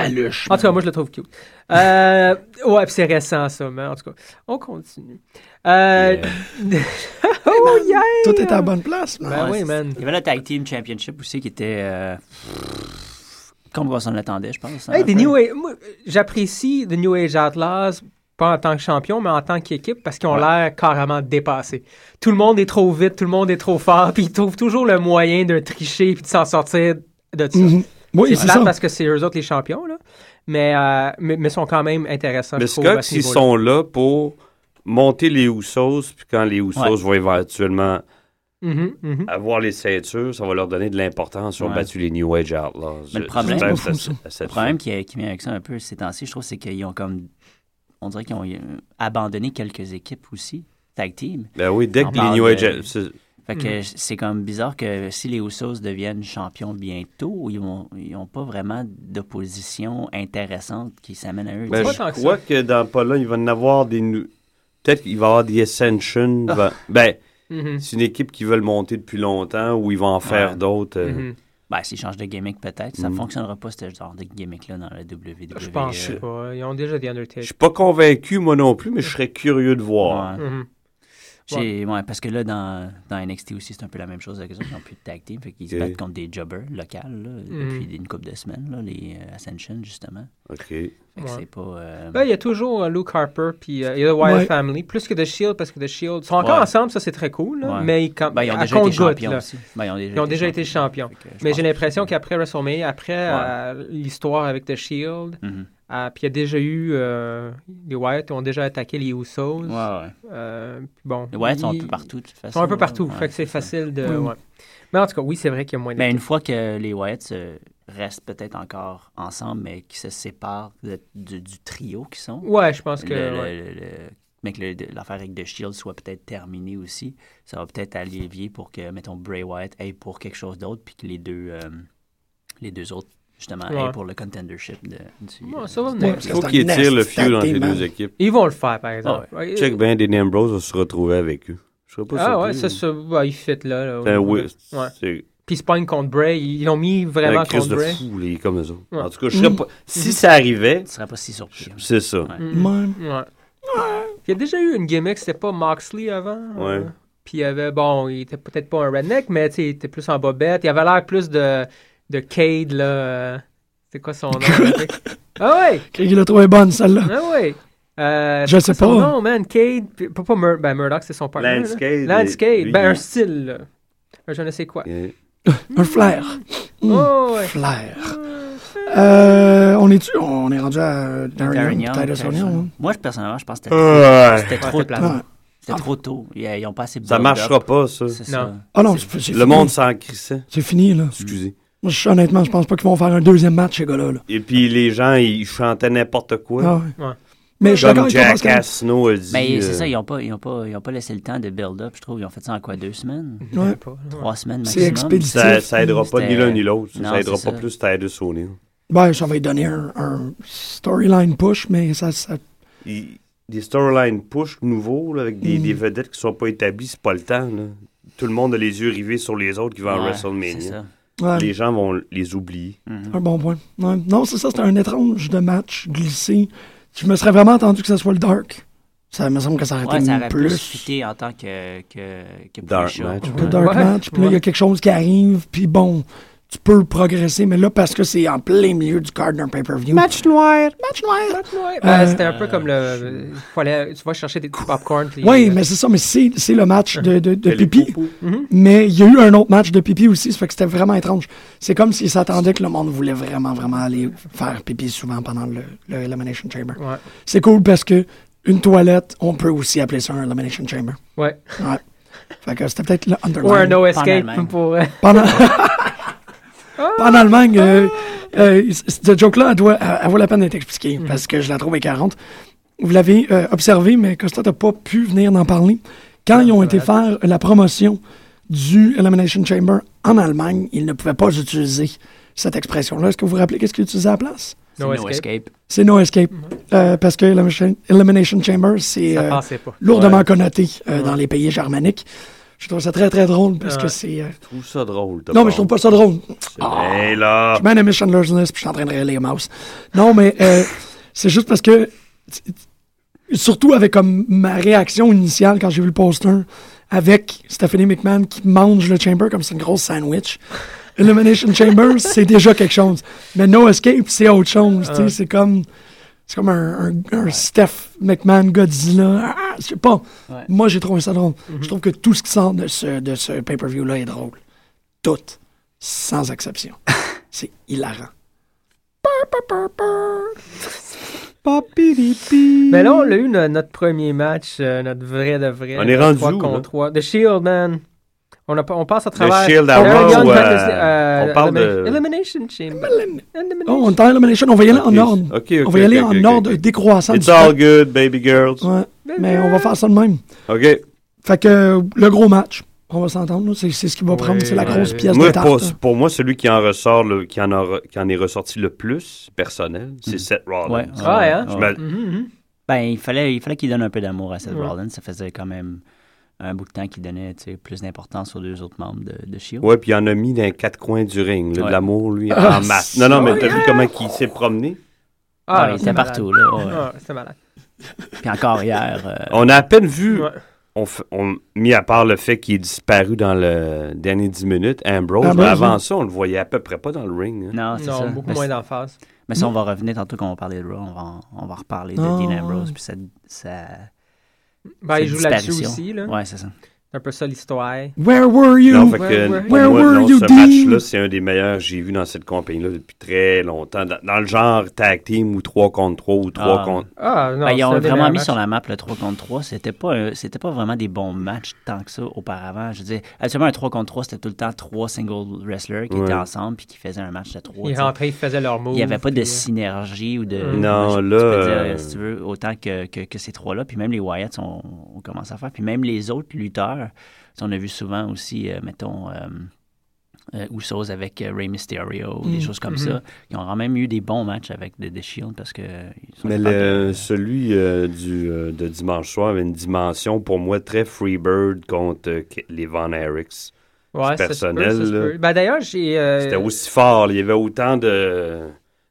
[SPEAKER 5] En tout cas, moi, je le trouve cute. Euh, ouais, puis c'est récent, ça, man. En tout cas, on continue. Euh, oh, yeah!
[SPEAKER 4] Tout est à la bonne place. là.
[SPEAKER 5] Ben
[SPEAKER 7] Ouais,
[SPEAKER 5] oui,
[SPEAKER 7] c'est-
[SPEAKER 5] man.
[SPEAKER 7] Il y avait le Tag Team Championship aussi qui était. euh, pff, comme on s'en attendait, je pense.
[SPEAKER 5] Hey,
[SPEAKER 7] hein,
[SPEAKER 5] des
[SPEAKER 7] un peu.
[SPEAKER 5] New Age- moi, J'apprécie The New Age Outlaws, pas en tant que champion, mais en tant qu'équipe, parce qu'ils ont l'air carrément dépassés. Tout le monde est trop vite, tout le monde est trop fort, puis ils trouvent toujours le moyen de tricher puis de s'en sortir de ça.
[SPEAKER 4] Mhm. Oui,
[SPEAKER 5] C'est
[SPEAKER 4] c'est
[SPEAKER 5] plate
[SPEAKER 4] ça.
[SPEAKER 5] parce que c'est eux autres les champions, là. Mais, euh, mais, mais sont quand même intéressants.
[SPEAKER 6] Mais
[SPEAKER 5] je trouve, à
[SPEAKER 6] Scott,
[SPEAKER 5] ce
[SPEAKER 6] ils
[SPEAKER 5] niveau-là.
[SPEAKER 6] sont là pour monter les houssos, puis quand les houssos vont éventuellement
[SPEAKER 5] Mhm, mhm.
[SPEAKER 6] avoir les ceintures, ça va leur donner de l'importance. Ils ont
[SPEAKER 7] Ouais.
[SPEAKER 6] battu les New Age Outlaws.
[SPEAKER 7] Mais le
[SPEAKER 6] Euh,
[SPEAKER 7] problème-
[SPEAKER 6] j'espère que
[SPEAKER 4] C'est pas fou,
[SPEAKER 6] ça- ça- ça-
[SPEAKER 7] Le problème qui, qui vient avec ça un peu ces temps-ci, je trouve, c'est qu'ils ont comme. On dirait qu'ils ont euh, abandonné quelques équipes aussi, Tag Team.
[SPEAKER 6] Ben oui, dès
[SPEAKER 7] On
[SPEAKER 6] que les
[SPEAKER 7] parle
[SPEAKER 6] New
[SPEAKER 7] de-
[SPEAKER 6] Age. c'est-
[SPEAKER 7] Fait que
[SPEAKER 5] Hmm.
[SPEAKER 7] c'est comme bizarre que si les Usos deviennent champions bientôt, ils n'ont ils ont pas vraiment d'opposition intéressante qui s'amène à eux.
[SPEAKER 6] Ben,
[SPEAKER 5] pas
[SPEAKER 6] je
[SPEAKER 5] tant que
[SPEAKER 6] crois que dans pas là, il va en avoir des. nou- Peut-être qu'il va y avoir des Ascension.
[SPEAKER 5] Ah.
[SPEAKER 6] ben- Ben,
[SPEAKER 5] Mhm.
[SPEAKER 6] c'est une équipe qui veulent monter depuis longtemps ou ils vont en faire
[SPEAKER 7] Ouais.
[SPEAKER 6] d'autres. euh,
[SPEAKER 5] Mhm.
[SPEAKER 7] Ben, s'ils changent de gimmick, peut-être.
[SPEAKER 5] Hmm.
[SPEAKER 7] Ça ne
[SPEAKER 6] Mm.
[SPEAKER 7] fonctionnera pas, ce genre de gimmick-là, dans la E. WWE.
[SPEAKER 5] Je pense
[SPEAKER 7] euh,
[SPEAKER 5] pas. Ils ont déjà The Undertaker.
[SPEAKER 6] Je suis pas convaincu, moi non plus, mais je serais curieux de voir.
[SPEAKER 7] Ouais.
[SPEAKER 5] Mhm.
[SPEAKER 7] J'ai- ouais, parce que là, dans, dans NXT aussi, c'est un peu la même chose avec eux autres. Ils n'ont plus de tag team. Fait qu'ils se
[SPEAKER 6] Ok.
[SPEAKER 7] battent contre des jobbers locales là,
[SPEAKER 5] Mm.
[SPEAKER 7] depuis une couple de semaines, là, les euh, Ascension, justement.
[SPEAKER 6] OK.
[SPEAKER 7] Fait que
[SPEAKER 5] Ouais.
[SPEAKER 7] c'est pas. euh,
[SPEAKER 5] Ben, il y a toujours euh, Luke Harper puis euh, il y a The Wild
[SPEAKER 4] Ouais.
[SPEAKER 5] Family, plus que The Shield, parce que The Shield ils sont encore
[SPEAKER 7] Ouais.
[SPEAKER 5] ensemble, ça c'est très cool, là,
[SPEAKER 7] Ouais.
[SPEAKER 5] mais ils, quand-
[SPEAKER 7] ben, ils ont
[SPEAKER 5] à
[SPEAKER 7] déjà été
[SPEAKER 5] compte-gouttes,
[SPEAKER 7] champions
[SPEAKER 5] là.
[SPEAKER 7] aussi. Ben, ils ont déjà,
[SPEAKER 5] Ils ont déjà été champions.
[SPEAKER 7] Fait que je
[SPEAKER 5] Mais
[SPEAKER 7] pense
[SPEAKER 5] j'ai
[SPEAKER 7] que-
[SPEAKER 5] l'impression qu'après WrestleMania, après euh, l'histoire avec The Shield,
[SPEAKER 7] Mhm.
[SPEAKER 5] Ah, puis il y a déjà eu. euh, les Wyatt ont déjà attaqué les Usos.
[SPEAKER 7] Ouais, ouais.
[SPEAKER 5] Euh, puis bon,
[SPEAKER 7] Les Wyatt sont un
[SPEAKER 5] ils-
[SPEAKER 7] peu partout, de toute façon.
[SPEAKER 5] Ils sont un peu partout.
[SPEAKER 7] Ouais,
[SPEAKER 5] fait que c'est facile de.
[SPEAKER 4] Oui.
[SPEAKER 5] ouais. Mais en tout cas, oui, c'est vrai qu'il y a moins de.
[SPEAKER 7] Ben, une fois que les Wyatt se restent peut-être encore ensemble, mais qui se séparent de- du, du trio qui sont.
[SPEAKER 5] Ouais, je pense
[SPEAKER 7] Le-
[SPEAKER 5] que.
[SPEAKER 7] le-
[SPEAKER 5] ouais.
[SPEAKER 7] le- le- mais que le- de- l'affaire avec The Shield soit peut-être terminée aussi, ça va peut-être allévier pour que, mettons, Bray Wyatt aille pour quelque chose d'autre, puis que les deux, euh, les deux autres, justement,
[SPEAKER 5] Ouais.
[SPEAKER 7] aillent pour le contendership. De, du- euh,
[SPEAKER 5] Ouais, ça va
[SPEAKER 7] du-
[SPEAKER 5] venir.
[SPEAKER 4] Ouais,
[SPEAKER 6] Il faut
[SPEAKER 4] c'est
[SPEAKER 6] qu'il
[SPEAKER 4] un
[SPEAKER 6] étire le
[SPEAKER 4] nasty
[SPEAKER 6] feud entre
[SPEAKER 4] tag
[SPEAKER 6] les
[SPEAKER 4] team, man.
[SPEAKER 6] deux équipes.
[SPEAKER 5] Ils vont le faire, par exemple.
[SPEAKER 7] Ah
[SPEAKER 5] Ouais.
[SPEAKER 6] Check bien, Dean Ambrose va se retrouver avec eux. Je serais pas
[SPEAKER 5] Ah ouais,
[SPEAKER 6] surpris.
[SPEAKER 5] ça, ça ouais, il fit là. là, au
[SPEAKER 6] C'est
[SPEAKER 7] Ben
[SPEAKER 6] un
[SPEAKER 5] niveau de-
[SPEAKER 6] oui.
[SPEAKER 5] Ouais.
[SPEAKER 6] C'est
[SPEAKER 5] Puis Spine contre Bray, ils l'ont mis
[SPEAKER 6] un
[SPEAKER 5] vraiment
[SPEAKER 6] crise
[SPEAKER 5] contre
[SPEAKER 6] de
[SPEAKER 5] Bray.
[SPEAKER 6] fou, les comme eux autres.
[SPEAKER 5] Ouais.
[SPEAKER 6] En tout cas, je serais pas... si ça arrivait,
[SPEAKER 7] Tu serais pas si surpris. hein.
[SPEAKER 6] c'est ça.
[SPEAKER 7] Ouais.
[SPEAKER 5] Mm.
[SPEAKER 4] Moi,
[SPEAKER 5] Ouais. Il y a déjà eu une gimmick, c'était pas Moxley avant. euh,
[SPEAKER 6] Ouais.
[SPEAKER 5] Puis il y avait, bon, il était peut-être pas un redneck, mais tu sais, il était plus en bobette. Il avait l'air plus de, de Cade, là. euh, C'est quoi son nom? le mec? ah ouais!
[SPEAKER 4] Craig, il a trouvé bonne, celle-là.
[SPEAKER 5] Ah ouais! Euh,
[SPEAKER 4] Je
[SPEAKER 5] c'est
[SPEAKER 4] sais
[SPEAKER 5] quoi son
[SPEAKER 4] pas.
[SPEAKER 5] nom, man, Cade. puis- Pas, pas Mur- ben, Murdoch, c'est son partenaire. là.
[SPEAKER 6] Landscape.
[SPEAKER 5] Landscape.
[SPEAKER 6] lui,
[SPEAKER 5] Ben, un
[SPEAKER 6] il-
[SPEAKER 5] style, là. Un Je ne sais quoi.
[SPEAKER 6] il-
[SPEAKER 4] Un flair. Mm.
[SPEAKER 5] Oh, ouais.
[SPEAKER 4] Flair. Euh, on, est on est rendu à
[SPEAKER 7] Darren
[SPEAKER 4] Darren Young,
[SPEAKER 7] Young,
[SPEAKER 4] Titus
[SPEAKER 7] Tyson.
[SPEAKER 4] O'Neil, hein?
[SPEAKER 7] Moi, je- personnellement, je pense que c'était
[SPEAKER 6] Euh, Ouais.
[SPEAKER 7] c'était
[SPEAKER 5] Ouais,
[SPEAKER 7] trop,
[SPEAKER 5] c'était
[SPEAKER 7] tôt.
[SPEAKER 5] plate.
[SPEAKER 4] Ouais.
[SPEAKER 7] C'était trop tôt. Ils ils ont pas assez
[SPEAKER 6] Ça
[SPEAKER 7] build-up.
[SPEAKER 6] marchera pas, ça.
[SPEAKER 7] C'est ça.
[SPEAKER 5] Non.
[SPEAKER 4] Ah non, c'est c'est fini.
[SPEAKER 6] Le monde s'en crissait.
[SPEAKER 4] C'est fini, là.
[SPEAKER 6] Excusez.
[SPEAKER 4] Moi, je- honnêtement, je pense pas qu'ils vont faire un deuxième match, ces gars-là. là.
[SPEAKER 6] Et puis les gens, ils chantaient n'importe quoi.
[SPEAKER 4] Ah ouais.
[SPEAKER 5] Ouais.
[SPEAKER 4] Mais je suis d'accord avec
[SPEAKER 6] Comme
[SPEAKER 4] toi, Pascal.
[SPEAKER 6] Jackass Snow a dit.
[SPEAKER 7] Mais
[SPEAKER 6] euh,
[SPEAKER 7] c'est ça, ils n'ont pas, ils ont pas, ils ont pas laissé le temps de build-up, je trouve. Ils ont fait ça en quoi, deux semaines?
[SPEAKER 4] Ouais.
[SPEAKER 5] Je sais pas, ouais.
[SPEAKER 7] Trois semaines
[SPEAKER 4] C'est
[SPEAKER 7] maximum?
[SPEAKER 4] expéditif.
[SPEAKER 6] Ça, ça aidera pas ni
[SPEAKER 7] C'était-
[SPEAKER 6] l'un ni l'autre. Ça,
[SPEAKER 7] Non,
[SPEAKER 6] ça aidera
[SPEAKER 7] c'est
[SPEAKER 6] pas
[SPEAKER 7] ça.
[SPEAKER 6] plus Titus O'Neill.
[SPEAKER 4] Ben, ça va lui donner un, un storyline push, mais ça, ça-
[SPEAKER 6] Il- Des storylines push nouveaux, là, avec des,
[SPEAKER 4] Mm.
[SPEAKER 6] des vedettes qui sont pas établies, c'est pas le temps. là. Tout le monde a les yeux rivés sur les autres qui vont à
[SPEAKER 7] Ouais, C'est
[SPEAKER 6] WrestleMania.
[SPEAKER 7] ça.
[SPEAKER 4] ouais,
[SPEAKER 6] Les gens vont les oublier.
[SPEAKER 7] Mhm.
[SPEAKER 4] un bon point. Ouais. Non, c'est ça, c'est un étrange de match glissé. Je me serais vraiment attendu que ça soit le Dark. Ça me semble que ça aurait
[SPEAKER 7] Ouais,
[SPEAKER 4] été
[SPEAKER 7] ça aurait plus
[SPEAKER 4] plus.
[SPEAKER 7] fité en tant que, que, que
[SPEAKER 6] Dark
[SPEAKER 7] pre-show.
[SPEAKER 6] match,
[SPEAKER 4] Le
[SPEAKER 7] Ouais.
[SPEAKER 4] Dark
[SPEAKER 5] Ouais,
[SPEAKER 4] match, puis là, il y a
[SPEAKER 5] ouais.
[SPEAKER 4] quelque chose qui arrive, puis bon, tu peux progresser, mais là, parce que c'est en plein milieu du card d'un pay-per-view. Match noir! Match noir!
[SPEAKER 5] Ouais, ben,
[SPEAKER 4] Euh,
[SPEAKER 5] c'était un peu comme le. euh, il fallait- tu vas chercher des petits popcorn. puis- euh,
[SPEAKER 4] Oui, mais c'est ça, mais c'est c'est le match de, de, de
[SPEAKER 6] Et les
[SPEAKER 4] pipi.
[SPEAKER 6] poupous.
[SPEAKER 5] Mhm.
[SPEAKER 4] Mais il y a eu un autre match de pipi aussi, ça fait que c'était vraiment étrange. C'est comme s'ils s'attendaient que le monde voulait vraiment, vraiment aller faire pipi souvent pendant le, le Elimination Chamber.
[SPEAKER 5] Ouais.
[SPEAKER 4] C'est cool parce que une toilette, on peut aussi appeler ça un Elimination Chamber.
[SPEAKER 5] Ouais.
[SPEAKER 4] Ouais. Fait que c'était peut-être le underline.
[SPEAKER 5] Ou un no escape
[SPEAKER 7] Allemagne.
[SPEAKER 5] pour. euh,
[SPEAKER 4] Pendant... Pendant Allemagne,
[SPEAKER 5] Ah!
[SPEAKER 4] euh, euh, c- cette joke-là, elle, doit- elle- elle vaut la peine d'être expliquée
[SPEAKER 5] Mm-hmm.
[SPEAKER 4] parce que je la trouve écœurante. Vous l'avez euh, observé, mais Costa n'a pas pu venir en parler. Quand ils ont été faire la promotion du Elimination Chamber en Allemagne, ils ne pouvaient pas utiliser cette expression-là. Est-ce que vous vous rappelez qu'est-ce qu'ils utilisaient à la place?
[SPEAKER 7] C'est
[SPEAKER 5] No
[SPEAKER 7] No
[SPEAKER 5] Escape.
[SPEAKER 7] Escape.
[SPEAKER 4] C'est No Escape. Euh, parce que Elimination, Elimination Chamber, c'est
[SPEAKER 5] Ça
[SPEAKER 4] euh,
[SPEAKER 5] passait pas.
[SPEAKER 4] lourdement connoté euh, dans les pays germaniques. Je trouve ça très, très drôle parce que
[SPEAKER 5] Ouais.
[SPEAKER 4] c'est... euh,
[SPEAKER 6] Je trouve ça drôle. t'as
[SPEAKER 4] Non, mais je trouve pas ça drôle.
[SPEAKER 6] Hey, là!
[SPEAKER 5] Ah.
[SPEAKER 4] Je mets un Schindler's List puis je suis en train de relayer mouse. Non, mais euh, c'est juste parce que. Surtout avec comme ma réaction initiale quand j'ai vu le poster avec Stephanie McMahon qui mange le chamber comme c'est une grosse sandwich. Elimination Chamber, c'est déjà quelque chose. Mais No Escape, c'est autre chose. tu sais, C'est comme. C'est comme un, un- un Steph McMahon Godzilla. Ah, je sais pas.
[SPEAKER 7] Ouais.
[SPEAKER 4] Moi, j'ai trouvé ça drôle. Je trouve que tout ce qui sort de ce, de ce pay-per-view-là est drôle. Tout. Sans exception. C'est hilarant.
[SPEAKER 5] Mais Ben là, on a eu no- notre premier match, euh, notre vrai de vrai.
[SPEAKER 6] On est rendu
[SPEAKER 5] 3
[SPEAKER 6] où, hein? là?
[SPEAKER 5] contre 3. The Shield, man. On, a, pas- on passe à travers.
[SPEAKER 6] Shield à
[SPEAKER 5] Darren
[SPEAKER 6] Raw,
[SPEAKER 5] Young,
[SPEAKER 6] euh,
[SPEAKER 5] Fantasy- euh,
[SPEAKER 6] on parle de-
[SPEAKER 5] Elimin- Elimination Chamber. Elimination.
[SPEAKER 4] Oh, on est en Elimination. On va y aller
[SPEAKER 6] Ok,
[SPEAKER 4] en ordre.
[SPEAKER 6] ok, ok,
[SPEAKER 4] on va y aller
[SPEAKER 6] ok,
[SPEAKER 4] en
[SPEAKER 6] ok,
[SPEAKER 4] ordre
[SPEAKER 6] ok.
[SPEAKER 4] décroissant.
[SPEAKER 6] It's
[SPEAKER 4] du
[SPEAKER 6] all good, baby girls.
[SPEAKER 4] temps. Ouais, mais on va faire ça de même.
[SPEAKER 6] OK.
[SPEAKER 4] Fait que euh, le gros match, on va s'entendre. là. C'est c'est ce qui va prendre. C'est la
[SPEAKER 5] Ouais.
[SPEAKER 4] grosse pièce
[SPEAKER 6] Moi,
[SPEAKER 4] de
[SPEAKER 6] pour,
[SPEAKER 4] tarte. hein.
[SPEAKER 6] pour moi, celui qui en ressort, le- qui, en a re- qui en est ressorti le plus personnel,
[SPEAKER 4] Mm.
[SPEAKER 6] c'est Seth Rollins.
[SPEAKER 7] Ouais,
[SPEAKER 5] Ah,
[SPEAKER 7] ouais,
[SPEAKER 5] hein?
[SPEAKER 6] Je
[SPEAKER 7] ouais.
[SPEAKER 6] me-
[SPEAKER 5] Mhm, mhm.
[SPEAKER 7] Ben, il fallait, il fallait qu'il donne un peu d'amour à Seth
[SPEAKER 5] Ouais.
[SPEAKER 7] Rollins. Ça faisait quand même un bout de temps qu'il donnait tu sais, plus d'importance aux deux autres membres de, de Shield.
[SPEAKER 6] Ouais, puis il en a mis dans les quatre coins du ring, là,
[SPEAKER 7] Hein? Ouais.
[SPEAKER 6] de l'amour, lui,
[SPEAKER 4] Ah,
[SPEAKER 6] en masse. Non, non, mais t'as vu comment il s'est promené?
[SPEAKER 7] Ah,
[SPEAKER 5] là,
[SPEAKER 7] il
[SPEAKER 5] c'était
[SPEAKER 7] était
[SPEAKER 5] malade.
[SPEAKER 7] partout, là. ouais.
[SPEAKER 5] Ah, c'était malade.
[SPEAKER 7] Puis encore hier. euh,
[SPEAKER 6] On a à peine vu,
[SPEAKER 5] Ouais.
[SPEAKER 6] on, f- on- mis à part le fait qu'il est disparu dans le dernier 10 minutes, Ambrose,
[SPEAKER 4] Ambrose,
[SPEAKER 6] mais avant
[SPEAKER 4] oui.
[SPEAKER 6] ça, on le voyait à peu près pas dans le ring. hein.
[SPEAKER 7] Non, Ah, c'est
[SPEAKER 5] Non,
[SPEAKER 7] ça.
[SPEAKER 5] beaucoup
[SPEAKER 7] Mais
[SPEAKER 5] moins
[SPEAKER 7] c'est-
[SPEAKER 5] d'emphase.
[SPEAKER 7] Mais ça, on va revenir tantôt quand on va parler de Raw. On va, en- on va reparler de
[SPEAKER 4] Ah,
[SPEAKER 7] Dean
[SPEAKER 4] ouais.
[SPEAKER 7] Ambrose. Puis ça. ça
[SPEAKER 5] Ben, il joue là-dessus
[SPEAKER 7] disparition.
[SPEAKER 5] aussi, là.
[SPEAKER 7] Ouais, Ah, c'est ça.
[SPEAKER 5] C'est un peu ça l'histoire.
[SPEAKER 4] Where were you?
[SPEAKER 6] Non, fait que,
[SPEAKER 5] Where were
[SPEAKER 6] pour
[SPEAKER 4] you?
[SPEAKER 6] moi,
[SPEAKER 4] Where
[SPEAKER 6] non,
[SPEAKER 4] were you,
[SPEAKER 6] ce
[SPEAKER 4] Dean?
[SPEAKER 6] match-là, c'est un des meilleurs que j'ai vu dans cette compagnie-là depuis très longtemps. Dans, dans le genre tag team ou 3 contre 3 ou 3
[SPEAKER 7] Ah.
[SPEAKER 6] contre...
[SPEAKER 5] Ah, non,
[SPEAKER 7] Ben, ils
[SPEAKER 5] c'est
[SPEAKER 7] ont
[SPEAKER 5] un des
[SPEAKER 7] vraiment
[SPEAKER 5] meilleurs
[SPEAKER 7] mis
[SPEAKER 5] matchs.
[SPEAKER 7] sur la map le 3 contre 3. C'était pas, un- c'était pas vraiment des bons matchs tant que ça auparavant. Je veux dire, habituellement, un 3 contre 3, c'était tout le temps trois single wrestlers qui
[SPEAKER 6] Ouais.
[SPEAKER 7] étaient ensemble puis qui faisaient un match de 3.
[SPEAKER 5] Ils rentraient, ils faisaient leur move.
[SPEAKER 7] Il n'y avait pas de
[SPEAKER 5] puis, euh, Mm.
[SPEAKER 7] synergie ou de.
[SPEAKER 6] Non,
[SPEAKER 7] je- tu
[SPEAKER 6] là,
[SPEAKER 7] peux dire,
[SPEAKER 6] euh,
[SPEAKER 7] si tu veux, autant que, que, que ces trois-là. Puis même les Wyatts ont, ont commencé à faire. Puis même les autres lutteurs. tu sais, On a vu souvent aussi, euh, mettons, euh, euh, Usos avec euh, Rey Mysterio, ou des
[SPEAKER 4] Mm.
[SPEAKER 7] choses comme
[SPEAKER 5] Mhm.
[SPEAKER 7] ça. Ils ont quand même eu des bons matchs avec The, The Shield parce que. euh, ils sont
[SPEAKER 6] Mais
[SPEAKER 7] capables
[SPEAKER 6] le-
[SPEAKER 7] de-
[SPEAKER 6] celui euh, du, euh, de dimanche soir avait une dimension, pour moi, très Freebird contre euh, les Van Erics.
[SPEAKER 5] euh, ouais, ça se peut, ça se
[SPEAKER 6] personnel,
[SPEAKER 5] peut.
[SPEAKER 6] là.
[SPEAKER 5] Ben, D'ailleurs, j'ai. euh,
[SPEAKER 6] C'était aussi fort. là. Il y avait autant de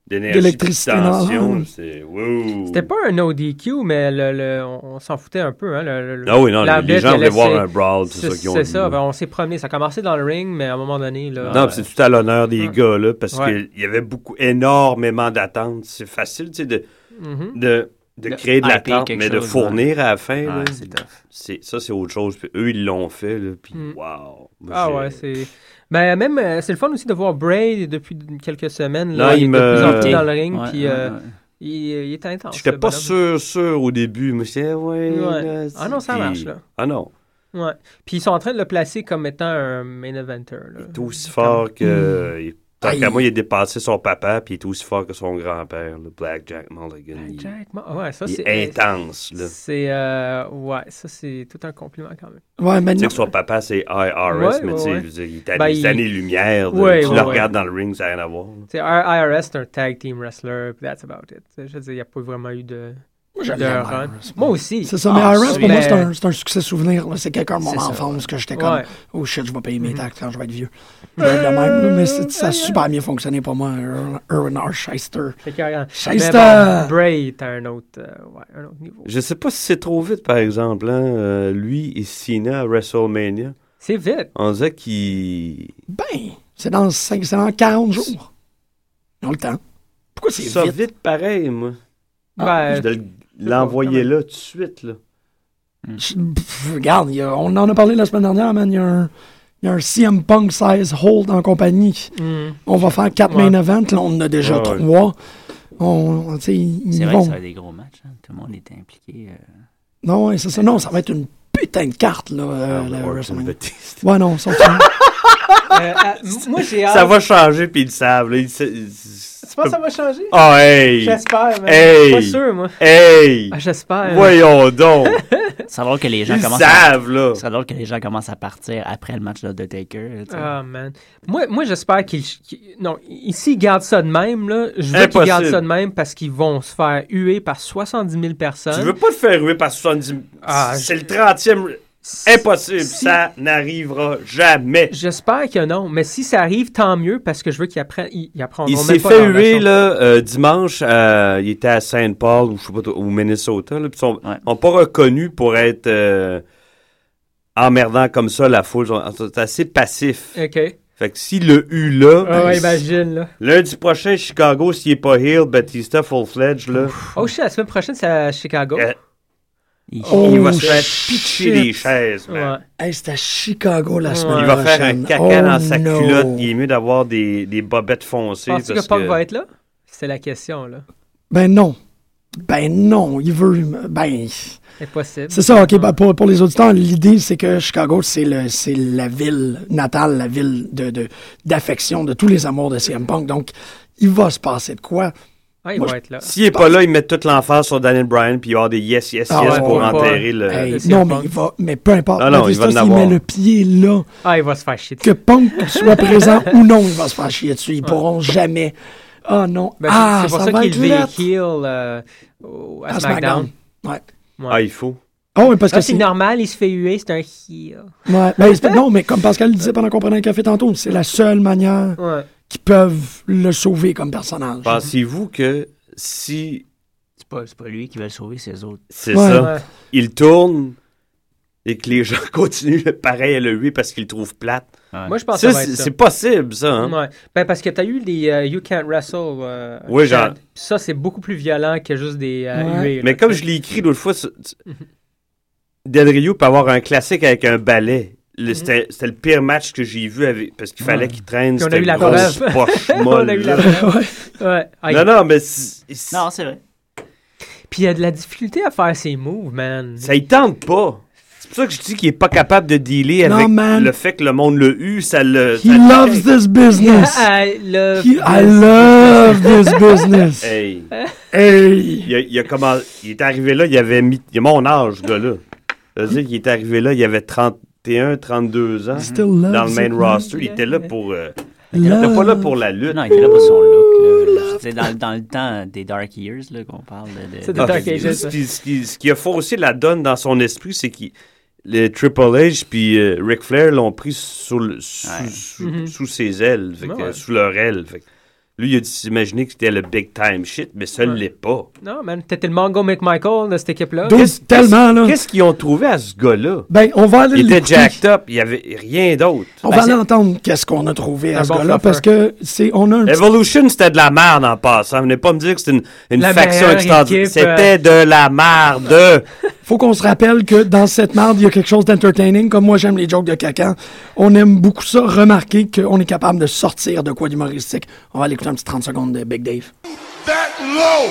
[SPEAKER 6] d'énergie,
[SPEAKER 4] D'électricité
[SPEAKER 6] de
[SPEAKER 4] dans
[SPEAKER 6] tension.
[SPEAKER 4] l'air.
[SPEAKER 6] C'est wow.
[SPEAKER 5] C'était pas un ODQ, mais le, le- on, on s'en foutait un peu. Hein, le, le-
[SPEAKER 6] Ah oui, non, les,
[SPEAKER 5] l'arbitre,
[SPEAKER 6] les gens
[SPEAKER 5] il a
[SPEAKER 6] voulaient voir
[SPEAKER 5] laissé-
[SPEAKER 6] un brawl, c'est
[SPEAKER 5] C'est
[SPEAKER 6] ça qu'ils ont
[SPEAKER 5] c'est
[SPEAKER 6] dit,
[SPEAKER 5] ça,
[SPEAKER 6] là.
[SPEAKER 5] ben, on s'est promené. Ça a commencé dans le ring, mais à un moment donné, là.
[SPEAKER 6] Non,
[SPEAKER 7] Ouais.
[SPEAKER 6] puis c'est tout à l'honneur des
[SPEAKER 5] Ouais.
[SPEAKER 6] gars, là, parce
[SPEAKER 5] Ouais.
[SPEAKER 6] qu'il y avait beaucoup, énormément d'attentes. C'est facile, tu sais, de,
[SPEAKER 5] Mhm.
[SPEAKER 6] de, de
[SPEAKER 7] De
[SPEAKER 6] créer de
[SPEAKER 7] hyper
[SPEAKER 6] l'attente,
[SPEAKER 7] quelque
[SPEAKER 6] mais de
[SPEAKER 7] chose,
[SPEAKER 6] fournir à la fin, là,
[SPEAKER 7] Ouais, c'est tough.
[SPEAKER 6] c'est, ça, c'est autre chose. Puis eux, ils l'ont fait, là, puis
[SPEAKER 5] Mm.
[SPEAKER 6] wow. Moi,
[SPEAKER 5] Ah
[SPEAKER 6] j'ai-
[SPEAKER 5] ouais, c'est. Mais même, euh, c'est le fun aussi de voir Bray depuis quelques semaines. Là,
[SPEAKER 6] Non,
[SPEAKER 5] il,
[SPEAKER 6] il
[SPEAKER 5] est de
[SPEAKER 6] me-
[SPEAKER 5] plus en plus dans le ring,
[SPEAKER 7] Ah, Ouais,
[SPEAKER 5] puis
[SPEAKER 7] ouais,
[SPEAKER 5] euh,
[SPEAKER 7] ouais.
[SPEAKER 5] Il, il est intense.
[SPEAKER 6] J'étais
[SPEAKER 5] le
[SPEAKER 6] pas
[SPEAKER 5] bonhomme.
[SPEAKER 6] sûr, sûr au début. Je me suis dit, eh, ouais.
[SPEAKER 5] Ouais.
[SPEAKER 6] là,
[SPEAKER 5] Ah non, ça
[SPEAKER 6] puis-
[SPEAKER 5] marche, là.
[SPEAKER 6] Ah non.
[SPEAKER 5] Ouais. Puis ils sont en train de le placer comme étant un main eventer. Là.
[SPEAKER 6] Il est aussi fort que. il- Tant
[SPEAKER 4] Aïe.
[SPEAKER 6] qu'à moi, il a dépassé son papa, puis il est aussi fort que son grand-père, le Black Jack Mulligan.
[SPEAKER 5] Ah,
[SPEAKER 6] Il-
[SPEAKER 5] Jack Ma- ouais, ça
[SPEAKER 6] il
[SPEAKER 5] c'est.
[SPEAKER 6] est intense, là.
[SPEAKER 5] C'est. euh, ouais, ça c'est tout un compliment quand même.
[SPEAKER 4] Ouais,
[SPEAKER 6] Tu
[SPEAKER 4] maintenant.
[SPEAKER 6] sais que son papa, c'est IRS,
[SPEAKER 5] Ouais,
[SPEAKER 6] mais
[SPEAKER 5] ouais,
[SPEAKER 6] tu sais,
[SPEAKER 5] ouais.
[SPEAKER 6] je veux dire, il est à
[SPEAKER 5] Ben,
[SPEAKER 6] des
[SPEAKER 5] il-
[SPEAKER 6] années-lumière. là.
[SPEAKER 5] Ouais,
[SPEAKER 6] tu
[SPEAKER 5] ouais, ouais.
[SPEAKER 6] le regardes dans le ring, ça n'a rien à voir.
[SPEAKER 5] Tu sais, un IRS, c'est un tag team wrestler, puis that's about it. Je veux dire, il n'y a pas vraiment eu de.
[SPEAKER 4] Moi, j'aime
[SPEAKER 5] de
[SPEAKER 4] bien
[SPEAKER 5] run.
[SPEAKER 4] Iris.
[SPEAKER 5] Moi aussi.
[SPEAKER 4] C'est ça,
[SPEAKER 7] Ah,
[SPEAKER 4] mais IRS,
[SPEAKER 7] c'est-
[SPEAKER 4] pour moi,
[SPEAKER 5] mais-
[SPEAKER 4] c'est un, c'est un succès souvenir. là. C'est quelqu'un de mon
[SPEAKER 7] C'est ça.
[SPEAKER 4] enfance que j'étais comme,
[SPEAKER 5] Ouais.
[SPEAKER 4] oh shit, je vais payer mes taxes quand je vais être vieux. Je vais être de même, là, mais c'est-
[SPEAKER 5] Euh,
[SPEAKER 4] ça a
[SPEAKER 5] Mm-hmm.
[SPEAKER 4] super bien fonctionné pour moi, Erwin- Erwin R. Shyster.
[SPEAKER 5] Fait que, regarde.
[SPEAKER 4] Shyster!
[SPEAKER 5] Mais bon, Bray est à un autre, euh, ouais, un autre niveau.
[SPEAKER 6] Je sais pas si c'est trop vite, par exemple. hein, euh, lui et Cena à WrestleMania,
[SPEAKER 5] C'est vite.
[SPEAKER 6] on disait qu'il...
[SPEAKER 4] Ben, c'est dans, cinq- c'est dans 40 jours. Ils ont le temps. Pourquoi c'est
[SPEAKER 6] Ça
[SPEAKER 4] vite?
[SPEAKER 6] vite pareil, moi.
[SPEAKER 5] Ben,
[SPEAKER 6] Ah, Je de l'envoyer là tout de suite, là.
[SPEAKER 4] Je- pff, regarde, il y a- on en a parlé la semaine dernière, man. Il y a un, il y a un CM Punk 16 hold en compagnie.
[SPEAKER 5] hmm.
[SPEAKER 4] On va faire 4
[SPEAKER 5] Ouais.
[SPEAKER 4] main events. Là, on en a déjà
[SPEAKER 6] Ouais, ouais.
[SPEAKER 4] 3. On, on- tu sais, ils
[SPEAKER 7] C'est
[SPEAKER 4] ils
[SPEAKER 7] vrai que
[SPEAKER 4] vont.
[SPEAKER 7] ça a des gros matchs. hein. Tout le monde était impliqué. euh.
[SPEAKER 4] Non, ouais, c'est ça. Non, ça va être une putain de carte, là, euh,
[SPEAKER 6] Ah,
[SPEAKER 4] la
[SPEAKER 6] Orton
[SPEAKER 4] WrestleMania.
[SPEAKER 6] Batista.
[SPEAKER 4] Ouais, non, ça
[SPEAKER 5] Euh, euh, m- moi, j'ai hâte.
[SPEAKER 6] Ça va changer, puis ils le savent, là. Ils se- ils se-
[SPEAKER 5] Tu penses que ça va changer?
[SPEAKER 6] Ah, hey!
[SPEAKER 5] J'espère, mais
[SPEAKER 6] Hey!
[SPEAKER 5] je suis pas sûr, moi.
[SPEAKER 6] Hey!
[SPEAKER 5] Ah, J'espère.
[SPEAKER 6] Voyons donc!
[SPEAKER 7] C'est drôle que les gens
[SPEAKER 6] Ils
[SPEAKER 7] commencent à...
[SPEAKER 6] savent, là!
[SPEAKER 7] C'est drôle que les gens commencent à partir après le match de The Taker. tu sais.
[SPEAKER 5] Ah, man. Moi, moi j'espère qu'ils. qu'ils- non, i- s'ils gardent ça de même, là, je veux qu'ils
[SPEAKER 6] Impossible.
[SPEAKER 5] gardent ça de même parce qu'ils vont se faire huer par 70 000 personnes.
[SPEAKER 6] Tu veux pas te faire ruer par 70
[SPEAKER 5] Ah,
[SPEAKER 6] C'est le 30e. Impossible. Ça n'arrivera jamais.
[SPEAKER 5] J'espère que non, mais si ça arrive, tant mieux parce que je veux qu'ils apprennent. Ils, ils apprendront
[SPEAKER 6] Il
[SPEAKER 5] même
[SPEAKER 6] s'est
[SPEAKER 5] pas
[SPEAKER 6] fait
[SPEAKER 5] leur
[SPEAKER 6] huer
[SPEAKER 5] leçon.
[SPEAKER 6] là, euh, dimanche. euh, il était à Saint Paul ou je sais pas, au Minnesota. Là, puis ils sont,
[SPEAKER 7] Ouais.
[SPEAKER 6] ont pas reconnu pour être euh, emmerdant comme ça la foule. Ils sont- C'est assez passif.
[SPEAKER 5] Ok.
[SPEAKER 6] Fait que s'il l'a eu là,
[SPEAKER 5] Ah, ouais,
[SPEAKER 6] ben,
[SPEAKER 5] imagine, là.
[SPEAKER 6] lundi prochain Chicago, s'il est pas heel, Batista full fledged là,
[SPEAKER 5] Oh shit, la semaine prochaine, c'est à Chicago.
[SPEAKER 6] Euh,
[SPEAKER 7] Il-
[SPEAKER 6] il va
[SPEAKER 4] Oh,
[SPEAKER 6] se faire
[SPEAKER 4] shit.
[SPEAKER 6] pitcher des chaises. man.
[SPEAKER 5] ouais.
[SPEAKER 4] Hey, c'est à Chicago la semaine
[SPEAKER 6] Il va faire un
[SPEAKER 4] prochaine.
[SPEAKER 6] caca
[SPEAKER 4] Oh,
[SPEAKER 6] dans sa
[SPEAKER 4] no.
[SPEAKER 6] culotte. Il est mieux d'avoir des, des bobettes foncées.
[SPEAKER 5] Penses-tu
[SPEAKER 6] parce
[SPEAKER 5] que Punk
[SPEAKER 6] que-
[SPEAKER 5] va être là? C'est la question, là.
[SPEAKER 4] Ben non. Ben non, il veut. Ben.
[SPEAKER 5] Impossible.
[SPEAKER 4] C'est ça, OK. ben, pour, pour les auditeurs, l'idée, c'est que Chicago, c'est le c'est la ville natale, la ville de de- d'affection de, tous les amours de CM Punk. Donc, il va se passer de quoi?
[SPEAKER 5] Ah, il
[SPEAKER 4] Moi,
[SPEAKER 5] va être là.
[SPEAKER 6] S'il n'est pas là, ils mettent toute l'emphase sur Daniel Bryan, puis il va y avoir des yes, yes,
[SPEAKER 4] Ah
[SPEAKER 6] yes
[SPEAKER 4] ouais,
[SPEAKER 6] pour
[SPEAKER 4] ouais,
[SPEAKER 6] enterrer le.
[SPEAKER 4] Hey,
[SPEAKER 5] de CM
[SPEAKER 4] non,
[SPEAKER 5] Punk.
[SPEAKER 4] mais il va. Mais peu importe.
[SPEAKER 6] Ah non,
[SPEAKER 4] Batista,
[SPEAKER 6] il va en
[SPEAKER 4] s'il
[SPEAKER 6] avoir.
[SPEAKER 4] met le pied là,
[SPEAKER 5] Ah, il va se faire chier. dessus.
[SPEAKER 4] que Punk soit présent ou non, il va se faire chier dessus. Ils pourront jamais. Ah non.
[SPEAKER 5] Ben, c'est-
[SPEAKER 4] ah,
[SPEAKER 5] c'est pour
[SPEAKER 4] ça,
[SPEAKER 5] ça,
[SPEAKER 4] va
[SPEAKER 5] qu'il
[SPEAKER 4] être
[SPEAKER 5] devait
[SPEAKER 4] lettre.
[SPEAKER 5] heel euh, au- à
[SPEAKER 4] Ah,
[SPEAKER 5] SmackDown.
[SPEAKER 4] SmackDown. Ouais.
[SPEAKER 6] Ah, il faut.
[SPEAKER 4] Oh, oui, parce
[SPEAKER 5] Ça,
[SPEAKER 4] que
[SPEAKER 5] c'est
[SPEAKER 4] c'est
[SPEAKER 5] normal, il se fait huer, c'est un heel.
[SPEAKER 4] Ouais, ben, c'est- non, mais comme Pascal le disait pendant qu'on prenait un café tantôt, c'est la seule manière
[SPEAKER 5] Ouais.
[SPEAKER 4] qu'ils peuvent le sauver comme personnage.
[SPEAKER 6] Pensez-vous que si.
[SPEAKER 7] C'est pas, c'est pas lui qui va le sauver, c'est les autres.
[SPEAKER 6] C'est
[SPEAKER 4] Ouais.
[SPEAKER 6] ça.
[SPEAKER 5] Ouais.
[SPEAKER 6] Il tourne et que les gens continuent le pareil à le lui parce qu'ils le trouvent plate.
[SPEAKER 5] Moi, je pense
[SPEAKER 6] Ça,
[SPEAKER 5] que ça va
[SPEAKER 6] c'est
[SPEAKER 5] être ça.
[SPEAKER 6] c'est possible, ça. hein?
[SPEAKER 5] Ouais. Ben, parce que t'as eu les euh, You Can't Wrestle. euh,
[SPEAKER 6] Oui,
[SPEAKER 5] chant.
[SPEAKER 6] genre-
[SPEAKER 5] Puis Ça, c'est beaucoup plus violent que juste des euh,
[SPEAKER 4] Ouais.
[SPEAKER 5] huées, là,
[SPEAKER 6] Mais comme
[SPEAKER 5] tu sais. Mhm.
[SPEAKER 6] je l'ai écrit l'autre fois, c'est- c'est- Del Rio peut avoir un classique avec un balai. Le-
[SPEAKER 5] Mhm.
[SPEAKER 6] C'était c'était le pire match que j'ai vu avec- parce qu'il fallait qu'il traîne.
[SPEAKER 5] Puis on a
[SPEAKER 6] cette
[SPEAKER 5] eu la
[SPEAKER 6] grosse
[SPEAKER 5] preuve.
[SPEAKER 6] poche
[SPEAKER 5] On
[SPEAKER 6] molle,
[SPEAKER 5] a eu
[SPEAKER 6] là.
[SPEAKER 5] la preuve. Ah, Ouais. Aïe.
[SPEAKER 6] Non, non, mais c'est- c'est-
[SPEAKER 7] Non, c'est vrai.
[SPEAKER 5] Puis il y a de la difficulté à faire ses moves, man.
[SPEAKER 6] ça y tente pas. C'est pour ça que je dis qu'il est pas capable de dealer
[SPEAKER 4] Non,
[SPEAKER 6] avec
[SPEAKER 4] man.
[SPEAKER 6] le fait que le monde l'a eu. Ça le.
[SPEAKER 4] He
[SPEAKER 6] ça le-
[SPEAKER 4] loves this business.
[SPEAKER 5] I love
[SPEAKER 4] He- I
[SPEAKER 5] this.
[SPEAKER 4] love this business.
[SPEAKER 6] Hey,
[SPEAKER 4] Hey!
[SPEAKER 6] il, a- il a comment- il est arrivé là, il avait mis. Il a mon âge, ce gars-là. C'est-à-dire qu'il est arrivé là, il avait 31, 32 ans.
[SPEAKER 4] Still loves
[SPEAKER 6] Mm-hmm. Dans le
[SPEAKER 4] it,
[SPEAKER 6] main
[SPEAKER 4] man.
[SPEAKER 6] roster, il était là pour. euh, il
[SPEAKER 4] Love.
[SPEAKER 6] était pas là pour la lutte.
[SPEAKER 7] Non, il était là pour son look. là. Je sais, dans, dans le temps des Dark Years là, qu'on parle. De, de-
[SPEAKER 5] Oh, C'est des
[SPEAKER 6] Ah,
[SPEAKER 5] Dark
[SPEAKER 6] puis,
[SPEAKER 5] Ages,
[SPEAKER 6] ce, qui, ce qui- ce qui a faussé la donne dans son esprit, c'est que les Triple H puis euh, Ric Flair l'ont pris sous, le- sous,
[SPEAKER 7] Ouais.
[SPEAKER 6] sous-
[SPEAKER 5] Mhm.
[SPEAKER 6] sous ses ailes, fait que,
[SPEAKER 5] Ouais.
[SPEAKER 6] euh, sous leur aile. Fait que lui, il a dû s'imaginer que c'était le big time shit, mais ça ne
[SPEAKER 5] Ouais.
[SPEAKER 6] l'est pas.
[SPEAKER 5] Non, man, t'étais le Mongo McMichael de cette équipe-là.
[SPEAKER 4] Donc,
[SPEAKER 6] Qu'est-ce-
[SPEAKER 4] tellement, là.
[SPEAKER 6] Qu'est-ce qu'ils ont trouvé à ce gars-là?
[SPEAKER 4] Ben, on va aller
[SPEAKER 6] Il était
[SPEAKER 4] l'écouter.
[SPEAKER 6] jacked up, il n'y avait rien d'autre.
[SPEAKER 4] On
[SPEAKER 5] Ben,
[SPEAKER 4] va aller entendre qu'est-ce qu'on a trouvé à
[SPEAKER 5] Un
[SPEAKER 4] ce
[SPEAKER 5] bon
[SPEAKER 4] gars-là,
[SPEAKER 5] fluffer.
[SPEAKER 4] parce que c'est, on
[SPEAKER 5] Eh ben,
[SPEAKER 4] a un petit-
[SPEAKER 6] Evolution, c'était de la merde en passant. Venez pas me dire que c'était une, une
[SPEAKER 5] La
[SPEAKER 6] faction
[SPEAKER 5] meilleure
[SPEAKER 6] extraordinaire.
[SPEAKER 5] équipe, euh,
[SPEAKER 6] C'était de la merde.
[SPEAKER 4] faut qu'on se rappelle que dans cette merde, il y a quelque chose d'entertaining, comme moi j'aime les jokes de caca. On aime beaucoup ça, remarquer qu'on est capable de sortir de quoi d'humoristique. On va aller écouter un petit 30 secondes de Big Dave.
[SPEAKER 8] that low.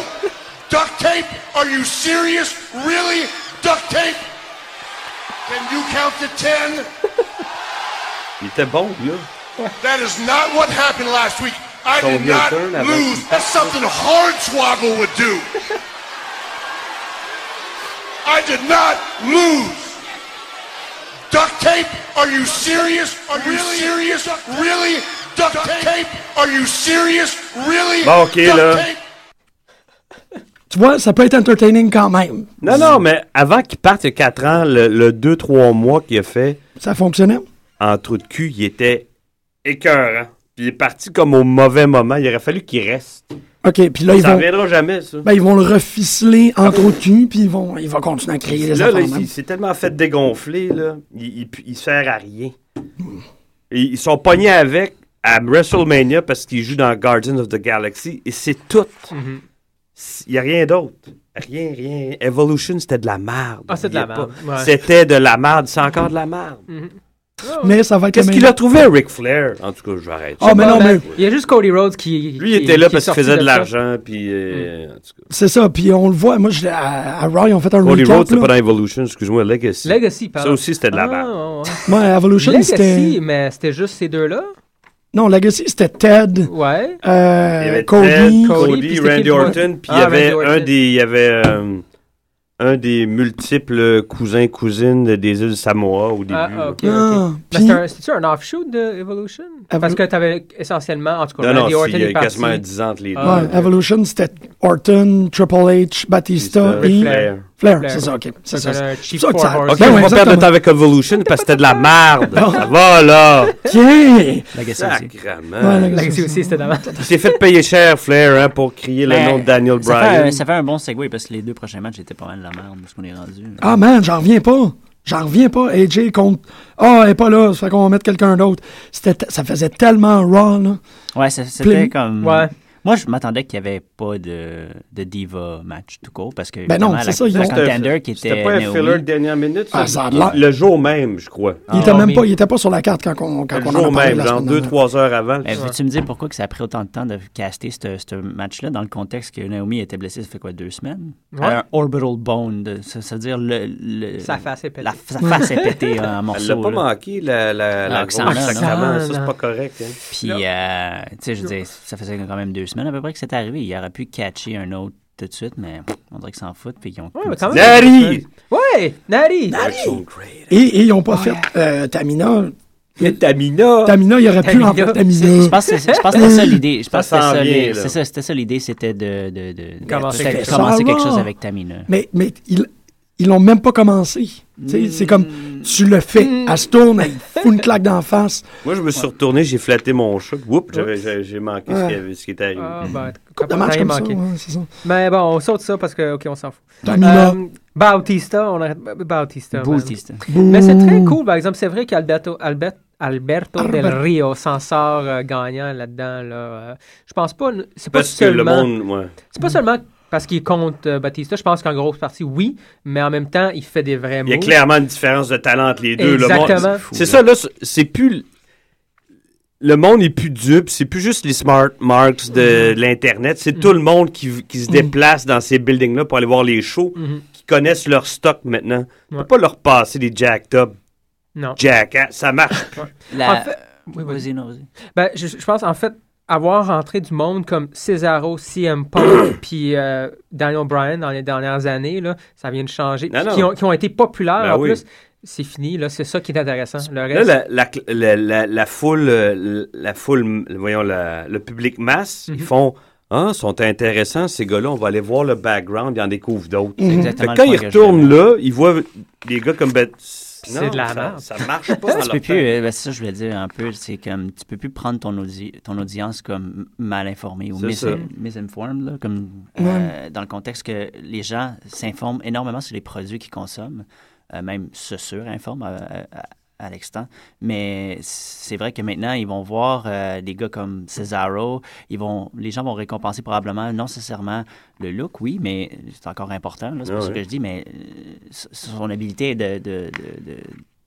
[SPEAKER 8] Duct tape? Are you serious? Really? Duct tape? Can you count to ten?
[SPEAKER 6] Il était bon, là.
[SPEAKER 8] That is not what happened last week. I
[SPEAKER 6] So
[SPEAKER 8] did
[SPEAKER 6] he'll
[SPEAKER 8] not
[SPEAKER 6] turn and
[SPEAKER 8] lose.
[SPEAKER 6] then-
[SPEAKER 8] That's something Hornswoggle would do. I did not lose. Duct tape? Are you serious? Are you serious? Really? Duct tape? Are you serious? Really?
[SPEAKER 6] Bon, ok,
[SPEAKER 8] Duct
[SPEAKER 6] là.
[SPEAKER 8] tape?
[SPEAKER 4] Tu vois, ça peut être entertaining quand même.
[SPEAKER 6] Non, non, mais avant qu'il parte, il y a 4 ans, le, 2-3 mois qu'il a fait
[SPEAKER 4] Ça fonctionnait.
[SPEAKER 6] en trou de cul, il était écœurant. Puis il est parti comme au mauvais moment. Il aurait fallu qu'il reste.
[SPEAKER 4] OK, puis là, ils
[SPEAKER 6] ça
[SPEAKER 4] vont,
[SPEAKER 6] reviendra jamais, ça.
[SPEAKER 4] ben, ils vont le reficeler entre au-dessus, puis ils vont, ils vont continuer à créer les affaires
[SPEAKER 6] là, là,
[SPEAKER 4] de
[SPEAKER 6] il
[SPEAKER 4] même.
[SPEAKER 6] il s'est tellement fait dégonfler, là. Il, il, il sert à rien. Ils, ils sont pognés avec à WrestleMania parce qu'ils jouent dans Guardians of the Galaxy. Et c'est tout.
[SPEAKER 5] Mhm.
[SPEAKER 6] Il n'y a rien d'autre. Rien, rien. Evolution, c'était de la merde.
[SPEAKER 5] Ah, c'est de la
[SPEAKER 6] Oubliez
[SPEAKER 5] merde,
[SPEAKER 6] pas.
[SPEAKER 5] ouais. Mhm.
[SPEAKER 6] C'était de la merde. C'est encore de la merde.
[SPEAKER 4] Mais ça va être
[SPEAKER 6] Qu'est-ce
[SPEAKER 4] le
[SPEAKER 6] qu'il
[SPEAKER 4] main-
[SPEAKER 6] a trouvé, Ric Flair? En tout cas, je vais arrêter.
[SPEAKER 4] Ah, mais non, mais
[SPEAKER 5] Il y a juste Cody Rhodes qui.
[SPEAKER 6] Lui, il
[SPEAKER 5] qui-
[SPEAKER 6] était là
[SPEAKER 5] qui est
[SPEAKER 6] parce qu'il
[SPEAKER 5] sorti
[SPEAKER 6] faisait de
[SPEAKER 5] ça.
[SPEAKER 6] l'argent, puis... euh,
[SPEAKER 4] Mhm.
[SPEAKER 6] en tout cas.
[SPEAKER 4] c'est ça. Puis on le voit, moi, je, l'ai- à, à Raw, ils ont fait un
[SPEAKER 6] Cody
[SPEAKER 4] recap,
[SPEAKER 6] Rhodes, c'était
[SPEAKER 4] là.
[SPEAKER 6] pas dans Evolution, excuse-moi, Legacy.
[SPEAKER 5] Legacy, pardon.
[SPEAKER 6] Ça aussi, c'était de la merde.
[SPEAKER 5] Ah, ouais.
[SPEAKER 4] Ouais, Evolution,
[SPEAKER 5] Legacy,
[SPEAKER 4] c'était...
[SPEAKER 5] mais c'était juste ces deux-là.
[SPEAKER 4] Non, Legacy, c'était Ted,
[SPEAKER 5] Ouais.
[SPEAKER 4] euh,
[SPEAKER 6] Il y avait
[SPEAKER 4] Cody...
[SPEAKER 6] Ted, Cody,
[SPEAKER 5] Cody, puis c'était qui
[SPEAKER 6] Randy
[SPEAKER 5] le
[SPEAKER 6] Orton, puis il y
[SPEAKER 5] Ah,
[SPEAKER 6] avait
[SPEAKER 5] Randy
[SPEAKER 6] un
[SPEAKER 5] Orton.
[SPEAKER 6] des... Il y avait... euh, un des multiples cousins, cousines des îles Samoa au début.
[SPEAKER 5] Ah,
[SPEAKER 6] là.
[SPEAKER 5] ok. ok.
[SPEAKER 4] Ah,
[SPEAKER 5] Mais
[SPEAKER 4] puis-
[SPEAKER 5] c'était un- c'était-tu un offshoot de Evolution? Parce que t'avais essentiellement, en tout cas,
[SPEAKER 6] Non, non,
[SPEAKER 5] Randy Orton
[SPEAKER 6] c'est- il y
[SPEAKER 5] est
[SPEAKER 6] a
[SPEAKER 5] parti.
[SPEAKER 6] quasiment 10 ans entre les deux.
[SPEAKER 5] Ah,
[SPEAKER 4] Ouais, Evolution, c'était Orton, Triple H, Batista
[SPEAKER 6] Batista,
[SPEAKER 4] et
[SPEAKER 6] Ric
[SPEAKER 4] Flair.
[SPEAKER 6] Flair.
[SPEAKER 4] c'est ça, ok. C'est ça.
[SPEAKER 5] Fait qu'on a un
[SPEAKER 4] C'est
[SPEAKER 5] cheap
[SPEAKER 4] ça que ça.
[SPEAKER 5] four
[SPEAKER 4] Ok,
[SPEAKER 5] horse.
[SPEAKER 6] Ok, on
[SPEAKER 4] ouais,
[SPEAKER 6] va perdre
[SPEAKER 4] exactement.
[SPEAKER 6] de temps avec Evolution parce que c'était de la merde. Ça va, là!
[SPEAKER 4] Ok.
[SPEAKER 7] La question aussi.
[SPEAKER 4] Ouais,
[SPEAKER 6] Sacrement.
[SPEAKER 4] la-
[SPEAKER 5] Legacy aussi, c'était dans la
[SPEAKER 6] Il s'est fait payer cher, Flair, hein, pour crier le
[SPEAKER 7] Ben,
[SPEAKER 6] nom de Daniel
[SPEAKER 7] ça fait, un,
[SPEAKER 6] Bryan.
[SPEAKER 7] ça fait un bon segue parce que les deux prochains matchs étaient pas mal de la merde de ce qu'on est rendu.
[SPEAKER 4] Ah man, j'en reviens pas. J'en reviens pas. AJ contre. Ah, elle est pas là. Ça fait qu'on va mettre quelqu'un d'autre. C'était, t- ça faisait tellement raw, là.
[SPEAKER 7] Ouais, ça-
[SPEAKER 4] Plein-
[SPEAKER 7] c'était comme.
[SPEAKER 5] Ouais.
[SPEAKER 7] Moi, je m'attendais qu'il n'y avait pas de, de Diva match tout court parce que.
[SPEAKER 4] Ben non,
[SPEAKER 7] évidemment,
[SPEAKER 4] c'est
[SPEAKER 7] la,
[SPEAKER 4] ça, ils
[SPEAKER 7] la
[SPEAKER 4] ont-
[SPEAKER 7] contender qui était.
[SPEAKER 6] C'était pas un
[SPEAKER 7] Naomi.
[SPEAKER 6] filler de dernière minute. ça?
[SPEAKER 4] Ah, ça a l'air.
[SPEAKER 6] Le jour même, je crois.
[SPEAKER 4] Il était
[SPEAKER 5] non,
[SPEAKER 4] même
[SPEAKER 5] Ah, mais-
[SPEAKER 4] pas, il était pas sur la carte quand on, quand
[SPEAKER 6] Le
[SPEAKER 4] on en a
[SPEAKER 6] jour
[SPEAKER 4] parlé
[SPEAKER 6] même,
[SPEAKER 4] la
[SPEAKER 6] genre
[SPEAKER 4] semaine
[SPEAKER 6] 2-3 heures avant.
[SPEAKER 7] Ben, Veux-tu me dire pourquoi que ça a pris autant de temps de caster ce- ce match-là dans le contexte que Naomi était blessée, ça fait quoi, deux semaines?
[SPEAKER 5] Ouais.
[SPEAKER 7] Un orbital bone, de- ça, ça veut dire le, le-
[SPEAKER 5] Sa face est pétée.
[SPEAKER 7] la- sa face est pétée en
[SPEAKER 6] Elle l'a
[SPEAKER 7] morceaux.
[SPEAKER 6] pas
[SPEAKER 7] là.
[SPEAKER 6] manqué, la, la, la grosse
[SPEAKER 7] Oksana, non.
[SPEAKER 5] Ah,
[SPEAKER 6] sacrament. Ça, c'est
[SPEAKER 5] Oksana.
[SPEAKER 6] pas correct. hein.
[SPEAKER 7] Puis, euh, tu sais, je veux dire, ça faisait quand même deux semaines à peu près que c'était arrivé. Il aurait pu catcher un autre tout de suite, mais pff, on dirait qu'ils s'en foutent. Puis ils ont
[SPEAKER 5] Ouais, mais quand même.
[SPEAKER 6] Nari!
[SPEAKER 5] Ouais, Nari!
[SPEAKER 4] dernière. Et, et ils ont pas fait euh, Tamina.
[SPEAKER 6] Et Tamina!
[SPEAKER 4] Tamina, il aurait pu
[SPEAKER 5] Tamina.
[SPEAKER 4] en faire
[SPEAKER 7] Je
[SPEAKER 4] Tamina.
[SPEAKER 7] pense que c'est- je pense que c'était ça l'idée. Je pense
[SPEAKER 6] Ça
[SPEAKER 7] que c'était
[SPEAKER 6] s'en
[SPEAKER 7] ça
[SPEAKER 6] vient,
[SPEAKER 7] l'idée.
[SPEAKER 6] là.
[SPEAKER 7] C'est ça, c'était ça l'idée, c'était de, de, de- de
[SPEAKER 5] Commencer
[SPEAKER 7] peut-être
[SPEAKER 5] quelque
[SPEAKER 7] commencer
[SPEAKER 4] chose.
[SPEAKER 7] quelque chose avec Tamina.
[SPEAKER 4] Mais, mais ils, ils l'ont même pas commencé. Tu sais, C'est comme,
[SPEAKER 5] Mm.
[SPEAKER 4] tu le fais. Elle se tourne, elle fout une claque d'en face.
[SPEAKER 6] Moi, je me suis retourné, j'ai flatté mon chat. Oups, j'avais- j'avais- j'ai manqué ce qui, avait- ce qui était arrivé.
[SPEAKER 5] Ah,
[SPEAKER 4] Hmm.
[SPEAKER 5] ben,
[SPEAKER 4] Dommage
[SPEAKER 5] rien
[SPEAKER 4] comme ça.
[SPEAKER 5] manqué.
[SPEAKER 4] ouais, c'est ça.
[SPEAKER 5] Mais bon, on saute ça parce que, ok, on s'en fout.
[SPEAKER 4] Tamina.
[SPEAKER 5] Euh, Bautista, on arrête. Bautista. man.
[SPEAKER 7] Bautista.
[SPEAKER 5] Mais c'est très cool, par exemple. C'est vrai qu'Alberto Albert- Alberto Del
[SPEAKER 4] Albert-
[SPEAKER 5] Rio s'en sort euh, gagnant là-dedans. Là. Euh, je pense pas. C'est pas
[SPEAKER 6] Parce que le
[SPEAKER 5] seulement.
[SPEAKER 6] monde, ouais.
[SPEAKER 5] C'est pas seulement Parce qu'il compte euh, Batista, je pense qu'en grosse partie, oui, mais en même temps, il fait des vrais
[SPEAKER 6] Il y a
[SPEAKER 5] moves.
[SPEAKER 6] clairement une différence de talent entre les deux. Le monde-
[SPEAKER 5] Oh. Exactement.
[SPEAKER 6] C'est ça, là, c'est- c'est plus. Le monde n'est plus dupe, c'est plus juste les smart marks
[SPEAKER 5] Mm-hmm.
[SPEAKER 6] de l'Internet, c'est tout le monde qui, qui se déplace dans ces buildings-là pour aller voir les shows,
[SPEAKER 5] Mhm.
[SPEAKER 6] qui connaissent leur stock maintenant. On
[SPEAKER 5] Ouais.
[SPEAKER 6] peut pas leur passer des jacked up,
[SPEAKER 5] Non.
[SPEAKER 6] jack, hein, ça marche.
[SPEAKER 7] La-
[SPEAKER 5] En fait- Oui, vas-y.
[SPEAKER 7] Vas-y, non, vas-y.
[SPEAKER 5] Ben, je, je pense, en fait, avoir rentré du monde comme Cesaro, CM Punk, puis euh, Daniel Bryan dans les dernières années, là, ça vient de changer.
[SPEAKER 6] Non,
[SPEAKER 5] Puis
[SPEAKER 6] non.
[SPEAKER 5] Qui, ont, qui ont été populaires,
[SPEAKER 6] Ben
[SPEAKER 5] en
[SPEAKER 6] oui.
[SPEAKER 5] plus. C'est fini, là. C'est ça qui est intéressant. Le
[SPEAKER 6] Là,
[SPEAKER 5] reste,
[SPEAKER 6] la, la, la, la- la foule, euh, la foule, voyons, la- le public masse,
[SPEAKER 7] Mhm.
[SPEAKER 6] ils font Ah, sont intéressants ces gars-là, on va aller voir le background, ils en découvrent d'autres.
[SPEAKER 7] C'est
[SPEAKER 6] Fait
[SPEAKER 7] exactement
[SPEAKER 6] que quand
[SPEAKER 7] le
[SPEAKER 6] ils
[SPEAKER 7] point que je voulais
[SPEAKER 6] retournent là, ils voient des gars comme Ben.
[SPEAKER 5] c'est de la
[SPEAKER 6] ça,
[SPEAKER 5] merde.
[SPEAKER 6] Ça marche pas. dans
[SPEAKER 7] tu
[SPEAKER 6] leur
[SPEAKER 7] peux
[SPEAKER 6] temps.
[SPEAKER 7] plus, euh, ben, c'est ça que je voulais dire un peu, c'est comme tu peux plus prendre ton, audi- ton audience comme mal informée ou
[SPEAKER 6] C'est
[SPEAKER 7] mis-
[SPEAKER 6] ça.
[SPEAKER 7] misinformed, là, comme euh, dans le contexte que les gens s'informent énormément sur les produits qu'ils consomment, euh, même se surinforment euh, à, à- à l'extent. Mais c'est vrai que maintenant, ils vont voir euh, des gars comme Cesaro, ils vont, les gens vont récompenser probablement non nécessairement le look, oui, mais c'est encore important, là, c'est
[SPEAKER 6] Ah
[SPEAKER 7] pas ce
[SPEAKER 6] ouais.
[SPEAKER 7] que je dis, mais euh, s- son habilité de- de- de- de,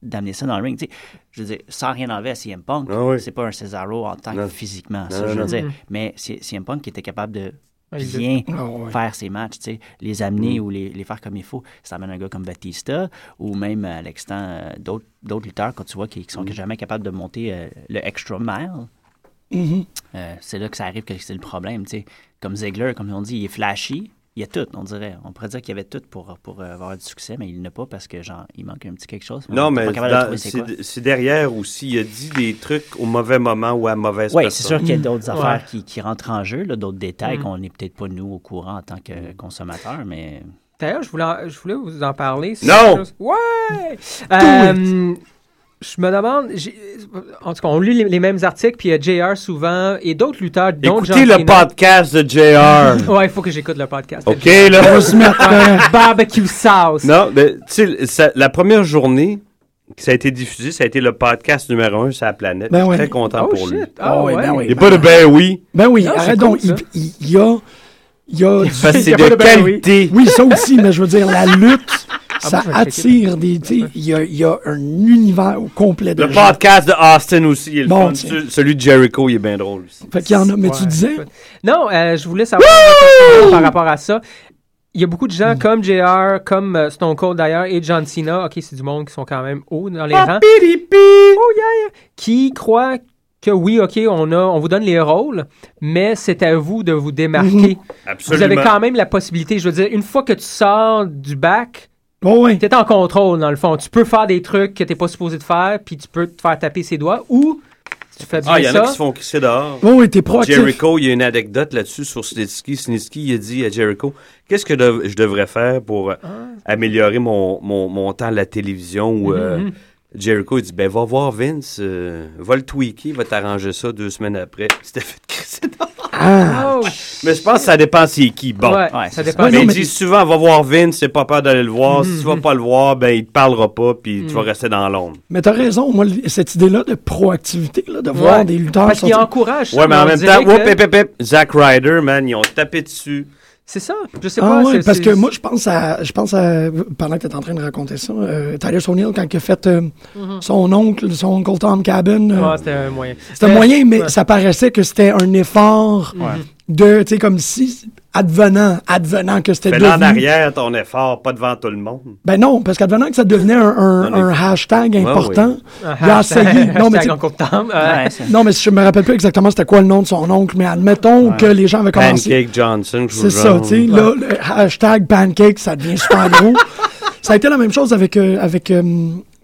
[SPEAKER 7] d'amener ça dans le ring. Tu sais, je veux dire, sans rien enlever à CM Punk,
[SPEAKER 6] Ah oui.
[SPEAKER 7] c'est pas un Cesaro en tant
[SPEAKER 6] Non.
[SPEAKER 7] que physiquement,
[SPEAKER 6] Non,
[SPEAKER 7] ça, je
[SPEAKER 6] non,
[SPEAKER 7] veux
[SPEAKER 5] non.
[SPEAKER 7] dire. Mais c'est CM Punk qui était capable de
[SPEAKER 5] Ah, il-
[SPEAKER 7] bien
[SPEAKER 4] Ah Mm-hmm. ouais.
[SPEAKER 7] faire ses matchs, tu sais, les
[SPEAKER 6] Mm.
[SPEAKER 7] amener ou les, les faire comme il faut. Ça amène un gars comme Batista ou même à l'extant euh, d'autres d'autres lutteurs quand tu vois qui qui
[SPEAKER 6] Mm.
[SPEAKER 7] sont jamais capables de monter euh, le extra mile.
[SPEAKER 4] Mhm.
[SPEAKER 7] Euh, c'est là que ça arrive que c'est le problème. tu sais. Comme Ziegler, comme on dit, il est flashy. Il y a tout, on dirait. On pourrait dire qu'il y avait tout pour, pour euh, avoir du succès, mais il n'a pas parce que genre il manque un petit quelque chose.
[SPEAKER 6] Non,
[SPEAKER 7] On est
[SPEAKER 6] mais
[SPEAKER 7] hein. pas capable de
[SPEAKER 6] dans-
[SPEAKER 7] trouver c'est quoi.
[SPEAKER 6] c'est c'est derrière aussi. Il a dit des trucs au mauvais moment ou à mauvaise
[SPEAKER 7] Oui, c'est
[SPEAKER 6] personne.
[SPEAKER 7] sûr qu'il y a d'autres
[SPEAKER 5] Mm. Ouais.
[SPEAKER 7] affaires qui, qui rentrent en jeu, là, d'autres détails
[SPEAKER 5] Mm.
[SPEAKER 7] qu'on n'est peut-être pas nous au courant en tant que
[SPEAKER 6] Mm.
[SPEAKER 7] consommateur, mais
[SPEAKER 5] D'ailleurs, je voulais, en- je voulais vous en parler. c'est quelque
[SPEAKER 6] Non!
[SPEAKER 5] chose- Ouais! Euh, je me demande, j'ai- en tout cas, on lit les, les mêmes articles, puis il y a JR souvent, et d'autres lutteurs, dont John
[SPEAKER 6] Écoutez le
[SPEAKER 5] Cena.
[SPEAKER 6] podcast de JR.
[SPEAKER 5] Ouais, il faut que j'écoute le podcast.
[SPEAKER 6] OK, là.
[SPEAKER 5] Barbecue sauce.
[SPEAKER 6] Non, mais tu sais, ça- la première journée que ça a été diffusé, ça a été le podcast numéro un sur la planète.
[SPEAKER 4] Ben
[SPEAKER 6] Je suis
[SPEAKER 4] ouais.
[SPEAKER 6] très content
[SPEAKER 5] Oh
[SPEAKER 6] pour lui.
[SPEAKER 5] shit! Ah
[SPEAKER 4] ouais,
[SPEAKER 5] ouais,
[SPEAKER 4] ben
[SPEAKER 6] Il
[SPEAKER 4] oui.
[SPEAKER 6] n'y a pas de ben oui,
[SPEAKER 4] Ben oui,
[SPEAKER 5] Non, Ah, c'est
[SPEAKER 4] arrête
[SPEAKER 5] cool,
[SPEAKER 4] donc, il-
[SPEAKER 5] ça.
[SPEAKER 4] il il y a... Il y a du-
[SPEAKER 6] parce que
[SPEAKER 5] Il y
[SPEAKER 6] c'est
[SPEAKER 5] a pas
[SPEAKER 6] de
[SPEAKER 5] de ben oui.
[SPEAKER 6] qualité.
[SPEAKER 4] Oui, ça aussi, mais je veux dire, la lutte, ça
[SPEAKER 5] moi, Ah, je vais
[SPEAKER 4] attire des... tu sais, Il y, a- il y a un univers au complet de
[SPEAKER 6] Le
[SPEAKER 4] gens.
[SPEAKER 6] podcast de Austin aussi, il est le
[SPEAKER 4] Bon,
[SPEAKER 6] fun.
[SPEAKER 4] tiens.
[SPEAKER 6] Ce- Celui de Jericho, il est bien drôle aussi.
[SPEAKER 4] Fait qu'il y en a, mais tu
[SPEAKER 5] Ouais,
[SPEAKER 4] disais...
[SPEAKER 5] écoute. Non, euh, je voulais savoir par rapport à ça. Il y a beaucoup de
[SPEAKER 6] Hmm.
[SPEAKER 5] gens comme JR, comme euh, Stone Cold d'ailleurs, et John Cena, ok, c'est du monde qui sont quand même hauts dans les rangs, Oh, yeah, yeah. qui croient que oui, ok, on, a, on vous donne les rôles, mais c'est à vous de vous démarquer. Vous avez
[SPEAKER 6] Absolument.
[SPEAKER 5] quand même la possibilité, je veux dire, une fois que tu sors du bac,
[SPEAKER 4] Bon, ouais.
[SPEAKER 5] t'es en contrôle dans le fond. Tu peux faire des trucs que t'es pas supposé de faire, puis tu peux te faire taper ses doigts, ou tu fais bien
[SPEAKER 6] Ah, il y en
[SPEAKER 5] ça.
[SPEAKER 6] a qui se font crisser dehors.
[SPEAKER 4] Bon, ouais, t'es proactif.
[SPEAKER 6] Jericho, il y a une anecdote là-dessus sur Snitsky. Snitsky, il a dit à Jericho, qu'est-ce que dev- je devrais faire pour euh, améliorer mon, mon, mon temps à la télévision? Ou, euh, Jericho, il dit, ben, va voir Vince, euh, va le tweaker, il va t'arranger ça deux semaines après. C'était fait crisser dehors.
[SPEAKER 5] Oh,
[SPEAKER 6] Mais je pense que ça dépend c'est qui. Bon.
[SPEAKER 5] ouais,
[SPEAKER 7] ouais,
[SPEAKER 5] ça
[SPEAKER 7] c'est
[SPEAKER 5] dépend.
[SPEAKER 4] ça. Ouais,
[SPEAKER 6] Mais
[SPEAKER 4] non,
[SPEAKER 6] il
[SPEAKER 4] mais-
[SPEAKER 6] dit souvent, va voir Vince, c'est pas peur d'aller le voir. Si tu vas pas le voir, ben, il te parlera pas, puis tu vas rester dans l'ombre.
[SPEAKER 4] Mais t'as raison, moi, l- cette idée-là de proactivité, là, de voir des lutteurs
[SPEAKER 5] Parce qu'il
[SPEAKER 4] sortir-
[SPEAKER 5] encourage ça,
[SPEAKER 6] Ouais, mais en
[SPEAKER 5] on
[SPEAKER 6] même temps,
[SPEAKER 5] dirait
[SPEAKER 6] whoop,
[SPEAKER 5] que-
[SPEAKER 6] hip, hip, hip, Zack Ryder, man, ils ont tapé dessus.
[SPEAKER 5] C'est ça. Je sais
[SPEAKER 4] Ah
[SPEAKER 5] pas.
[SPEAKER 4] ouais,
[SPEAKER 5] c'est-
[SPEAKER 4] parce
[SPEAKER 5] c'est-
[SPEAKER 4] que moi, je pense à, je pense à, pendant que t'es en train de raconter ça, euh, Tyler O'Neill, quand il a fait euh,
[SPEAKER 5] Mm-hmm.
[SPEAKER 4] son oncle, son oncle Tom Cabin, euh,
[SPEAKER 5] Ah, c'était un moyen.
[SPEAKER 4] c'était
[SPEAKER 5] Euh,
[SPEAKER 4] moyen, mais
[SPEAKER 5] ouais.
[SPEAKER 4] ça paraissait que c'était un effort de, tu sais, comme si, advenant, advenant que c'était
[SPEAKER 6] Fais-le en
[SPEAKER 4] devenu-
[SPEAKER 6] arrière, ton effort, pas devant tout le monde.
[SPEAKER 4] Ben non, parce qu'advenant que ça devenait un, un-
[SPEAKER 6] Non, mais-
[SPEAKER 4] un hashtag important,
[SPEAKER 5] Un
[SPEAKER 4] il a
[SPEAKER 5] hashtag-
[SPEAKER 4] essayé. Non, mais
[SPEAKER 5] hashtag
[SPEAKER 4] tu-
[SPEAKER 5] en compte temps, euh,
[SPEAKER 7] ouais, c'est-
[SPEAKER 4] non, mais je me rappelle plus exactement c'était quoi le nom de son oncle, mais admettons que les gens avaient commencé.
[SPEAKER 6] Pancake Johnson, je vous
[SPEAKER 4] C'est ça, tu sais.
[SPEAKER 6] jure.
[SPEAKER 4] Là, le hashtag pancake, ça devient super gros. ça a été la même chose avec, euh, avec euh,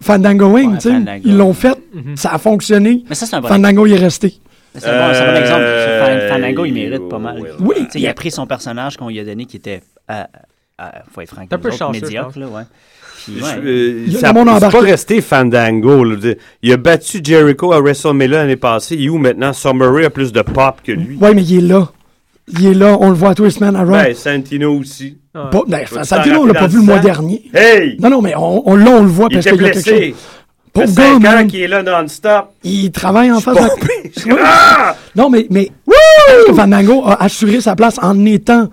[SPEAKER 4] Fandangoing,
[SPEAKER 7] Ouais,
[SPEAKER 4] tu sais.
[SPEAKER 7] Fandango.
[SPEAKER 4] Ils l'ont fait,
[SPEAKER 5] Mm-hmm.
[SPEAKER 4] ça a fonctionné.
[SPEAKER 7] Mais ça, c'est un bon
[SPEAKER 4] Fandango il est resté.
[SPEAKER 7] C'est un bon, c'est un bon exemple.
[SPEAKER 6] Euh,
[SPEAKER 7] Fan- Fandango, il mérite pas mal.
[SPEAKER 6] ouais.
[SPEAKER 4] Oui.
[SPEAKER 7] Tu sais, il a pris son personnage qu'on lui a donné qui était, euh, euh, faut être franc,
[SPEAKER 5] T'es un peu
[SPEAKER 7] nous autres,
[SPEAKER 5] chanceux,
[SPEAKER 7] médiocre. Là, ouais. Puis,
[SPEAKER 6] Je-
[SPEAKER 7] ouais.
[SPEAKER 6] euh,
[SPEAKER 4] Il y a
[SPEAKER 6] ça-
[SPEAKER 4] le monde
[SPEAKER 6] C'est pas
[SPEAKER 4] embarqué.
[SPEAKER 6] resté Fandango. là. Je veux dire, Il a battu Jericho à WrestleMania l'année passée. Il est où maintenant? Summery a plus de pop que lui.
[SPEAKER 4] Ouais, mais il est là. Il est là, on le voit à tous les semaines à Raw.
[SPEAKER 6] Ben, Santino aussi.
[SPEAKER 4] Pas- ben,
[SPEAKER 6] Faut-tu
[SPEAKER 4] Santino, on
[SPEAKER 6] t'en
[SPEAKER 4] l'a pas
[SPEAKER 6] rappeler
[SPEAKER 4] vu le
[SPEAKER 6] dans
[SPEAKER 4] mois
[SPEAKER 6] le sang?
[SPEAKER 4] dernier.
[SPEAKER 6] Hey!
[SPEAKER 4] Non, non, mais on, on- là, on le voit
[SPEAKER 6] il
[SPEAKER 4] parce
[SPEAKER 6] était
[SPEAKER 4] qu'il y a quelque chose.
[SPEAKER 6] blessé.
[SPEAKER 4] Pauvre
[SPEAKER 6] C'est
[SPEAKER 4] gars,
[SPEAKER 6] cinq ans
[SPEAKER 4] man,
[SPEAKER 6] qui est là non-stop.
[SPEAKER 4] il travaille en face de la-
[SPEAKER 6] Pompé. Ah!
[SPEAKER 4] Non, mais, mais je pense que Fandango a assuré sa place en étant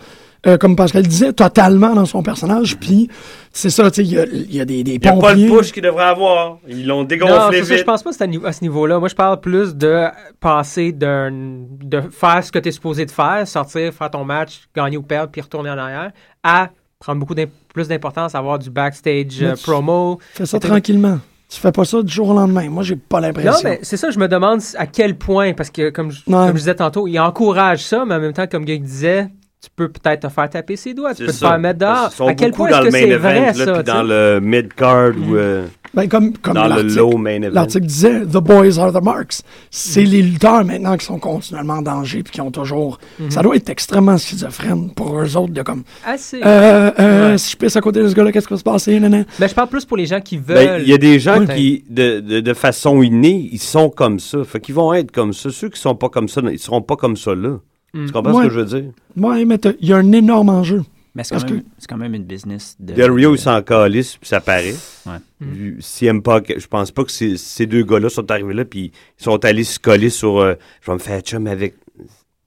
[SPEAKER 4] euh, comme Pascal disait, totalement dans son personnage. Puis c'est ça, tu sais, il y a, il y a des, des
[SPEAKER 6] Il n'y a pas le
[SPEAKER 4] pompiers.
[SPEAKER 6] push qu'il devrait avoir. Ils l'ont
[SPEAKER 5] Non,
[SPEAKER 6] dégonflé
[SPEAKER 5] c'est ça, je
[SPEAKER 6] vite.
[SPEAKER 5] pense pas que c'est à, niveau- à ce niveau-là. Moi, je parle plus de passer d'un. de faire ce que tu es supposé de faire, sortir, faire ton match, gagner ou perdre, puis retourner en arrière, à prendre beaucoup d'im- plus d'importance, avoir du backstage
[SPEAKER 4] Mais
[SPEAKER 5] euh,
[SPEAKER 4] tu-
[SPEAKER 5] promo.
[SPEAKER 4] Fais ça tranquillement. Tu fais pas ça du jour au lendemain. Moi, j'ai pas l'impression.
[SPEAKER 5] Non, mais c'est ça, je me demande à quel point, parce que comme je,
[SPEAKER 4] Ouais.
[SPEAKER 5] comme je disais tantôt, il encourage ça, mais en même temps, comme Greg disait, tu peux peut-être te faire taper ses doigts, tu
[SPEAKER 6] C'est
[SPEAKER 5] peux te
[SPEAKER 6] ça.
[SPEAKER 5] faire mettre dehors.
[SPEAKER 6] Ils sont
[SPEAKER 5] À quel
[SPEAKER 6] beaucoup
[SPEAKER 5] point est-ce
[SPEAKER 6] dans le
[SPEAKER 5] que
[SPEAKER 6] main
[SPEAKER 5] c'est
[SPEAKER 6] event,
[SPEAKER 5] vrai,
[SPEAKER 6] là,
[SPEAKER 5] ça? tu
[SPEAKER 6] puis dans
[SPEAKER 5] sais? Mm.
[SPEAKER 6] le mid-card ou euh,
[SPEAKER 4] Ben, comme comme
[SPEAKER 6] dans le
[SPEAKER 4] l'article.
[SPEAKER 6] low main event.
[SPEAKER 4] L'article disait The boys are the marks. C'est les lutteurs maintenant qui sont continuellement en danger puis qui ont toujours.
[SPEAKER 5] Mhm.
[SPEAKER 4] Ça doit être extrêmement schizophrène pour eux autres de comme.
[SPEAKER 5] Assez.
[SPEAKER 4] Euh, euh,
[SPEAKER 5] Ouais.
[SPEAKER 4] Si je pisse à côté de ce gars-là, qu'est-ce qui va se passer? Nan, nan.
[SPEAKER 5] Mais je parle plus pour les gens qui veulent.
[SPEAKER 6] Ben, Il y a des gens
[SPEAKER 5] Ouais.
[SPEAKER 6] qui, de, de, de façon innée, ils sont comme ça. Fait qu'ils vont être comme ça. Ceux qui sont pas comme ça, ils seront pas comme ça là. Tu comprends
[SPEAKER 4] Ouais.
[SPEAKER 6] ce que je veux dire?
[SPEAKER 4] Ouais, mais t'as- il y a un énorme enjeu.
[SPEAKER 7] Mais c'est quand,
[SPEAKER 4] Parce
[SPEAKER 7] même- c'est quand même une business. De,
[SPEAKER 6] Del Rio,
[SPEAKER 7] de-
[SPEAKER 6] il s'en calisse, puis ça paraît.
[SPEAKER 7] Ouais.
[SPEAKER 6] Vu- CM Punk, je pense pas que ces, ces deux gars-là sont arrivés là, puis ils sont allés se coller sur euh, je vais me faire chum avec.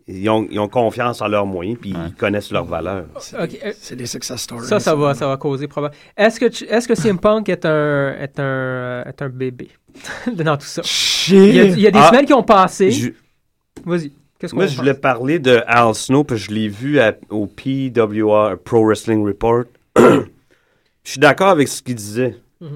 [SPEAKER 6] Ils ont, ils ont confiance en leurs moyens, puis ils connaissent leurs valeurs.
[SPEAKER 5] Ok, euh,
[SPEAKER 4] C'est des success stories.
[SPEAKER 5] Ça, ça va, ça va causer probablement. Est-ce que, tu- est-ce que CM Punk est un, est un, euh, est un bébé dans tout ça? Il y a, il y a des
[SPEAKER 6] Ah.
[SPEAKER 5] semaines qui ont passé.
[SPEAKER 6] Je-
[SPEAKER 5] Vas-y. Qu'est-ce qu'on
[SPEAKER 6] moi, je voulais parler de Al Snow, puis je l'ai vu à- au PWR, Pro Wrestling Report. je suis d'accord avec ce qu'il disait.
[SPEAKER 5] Mm-hmm.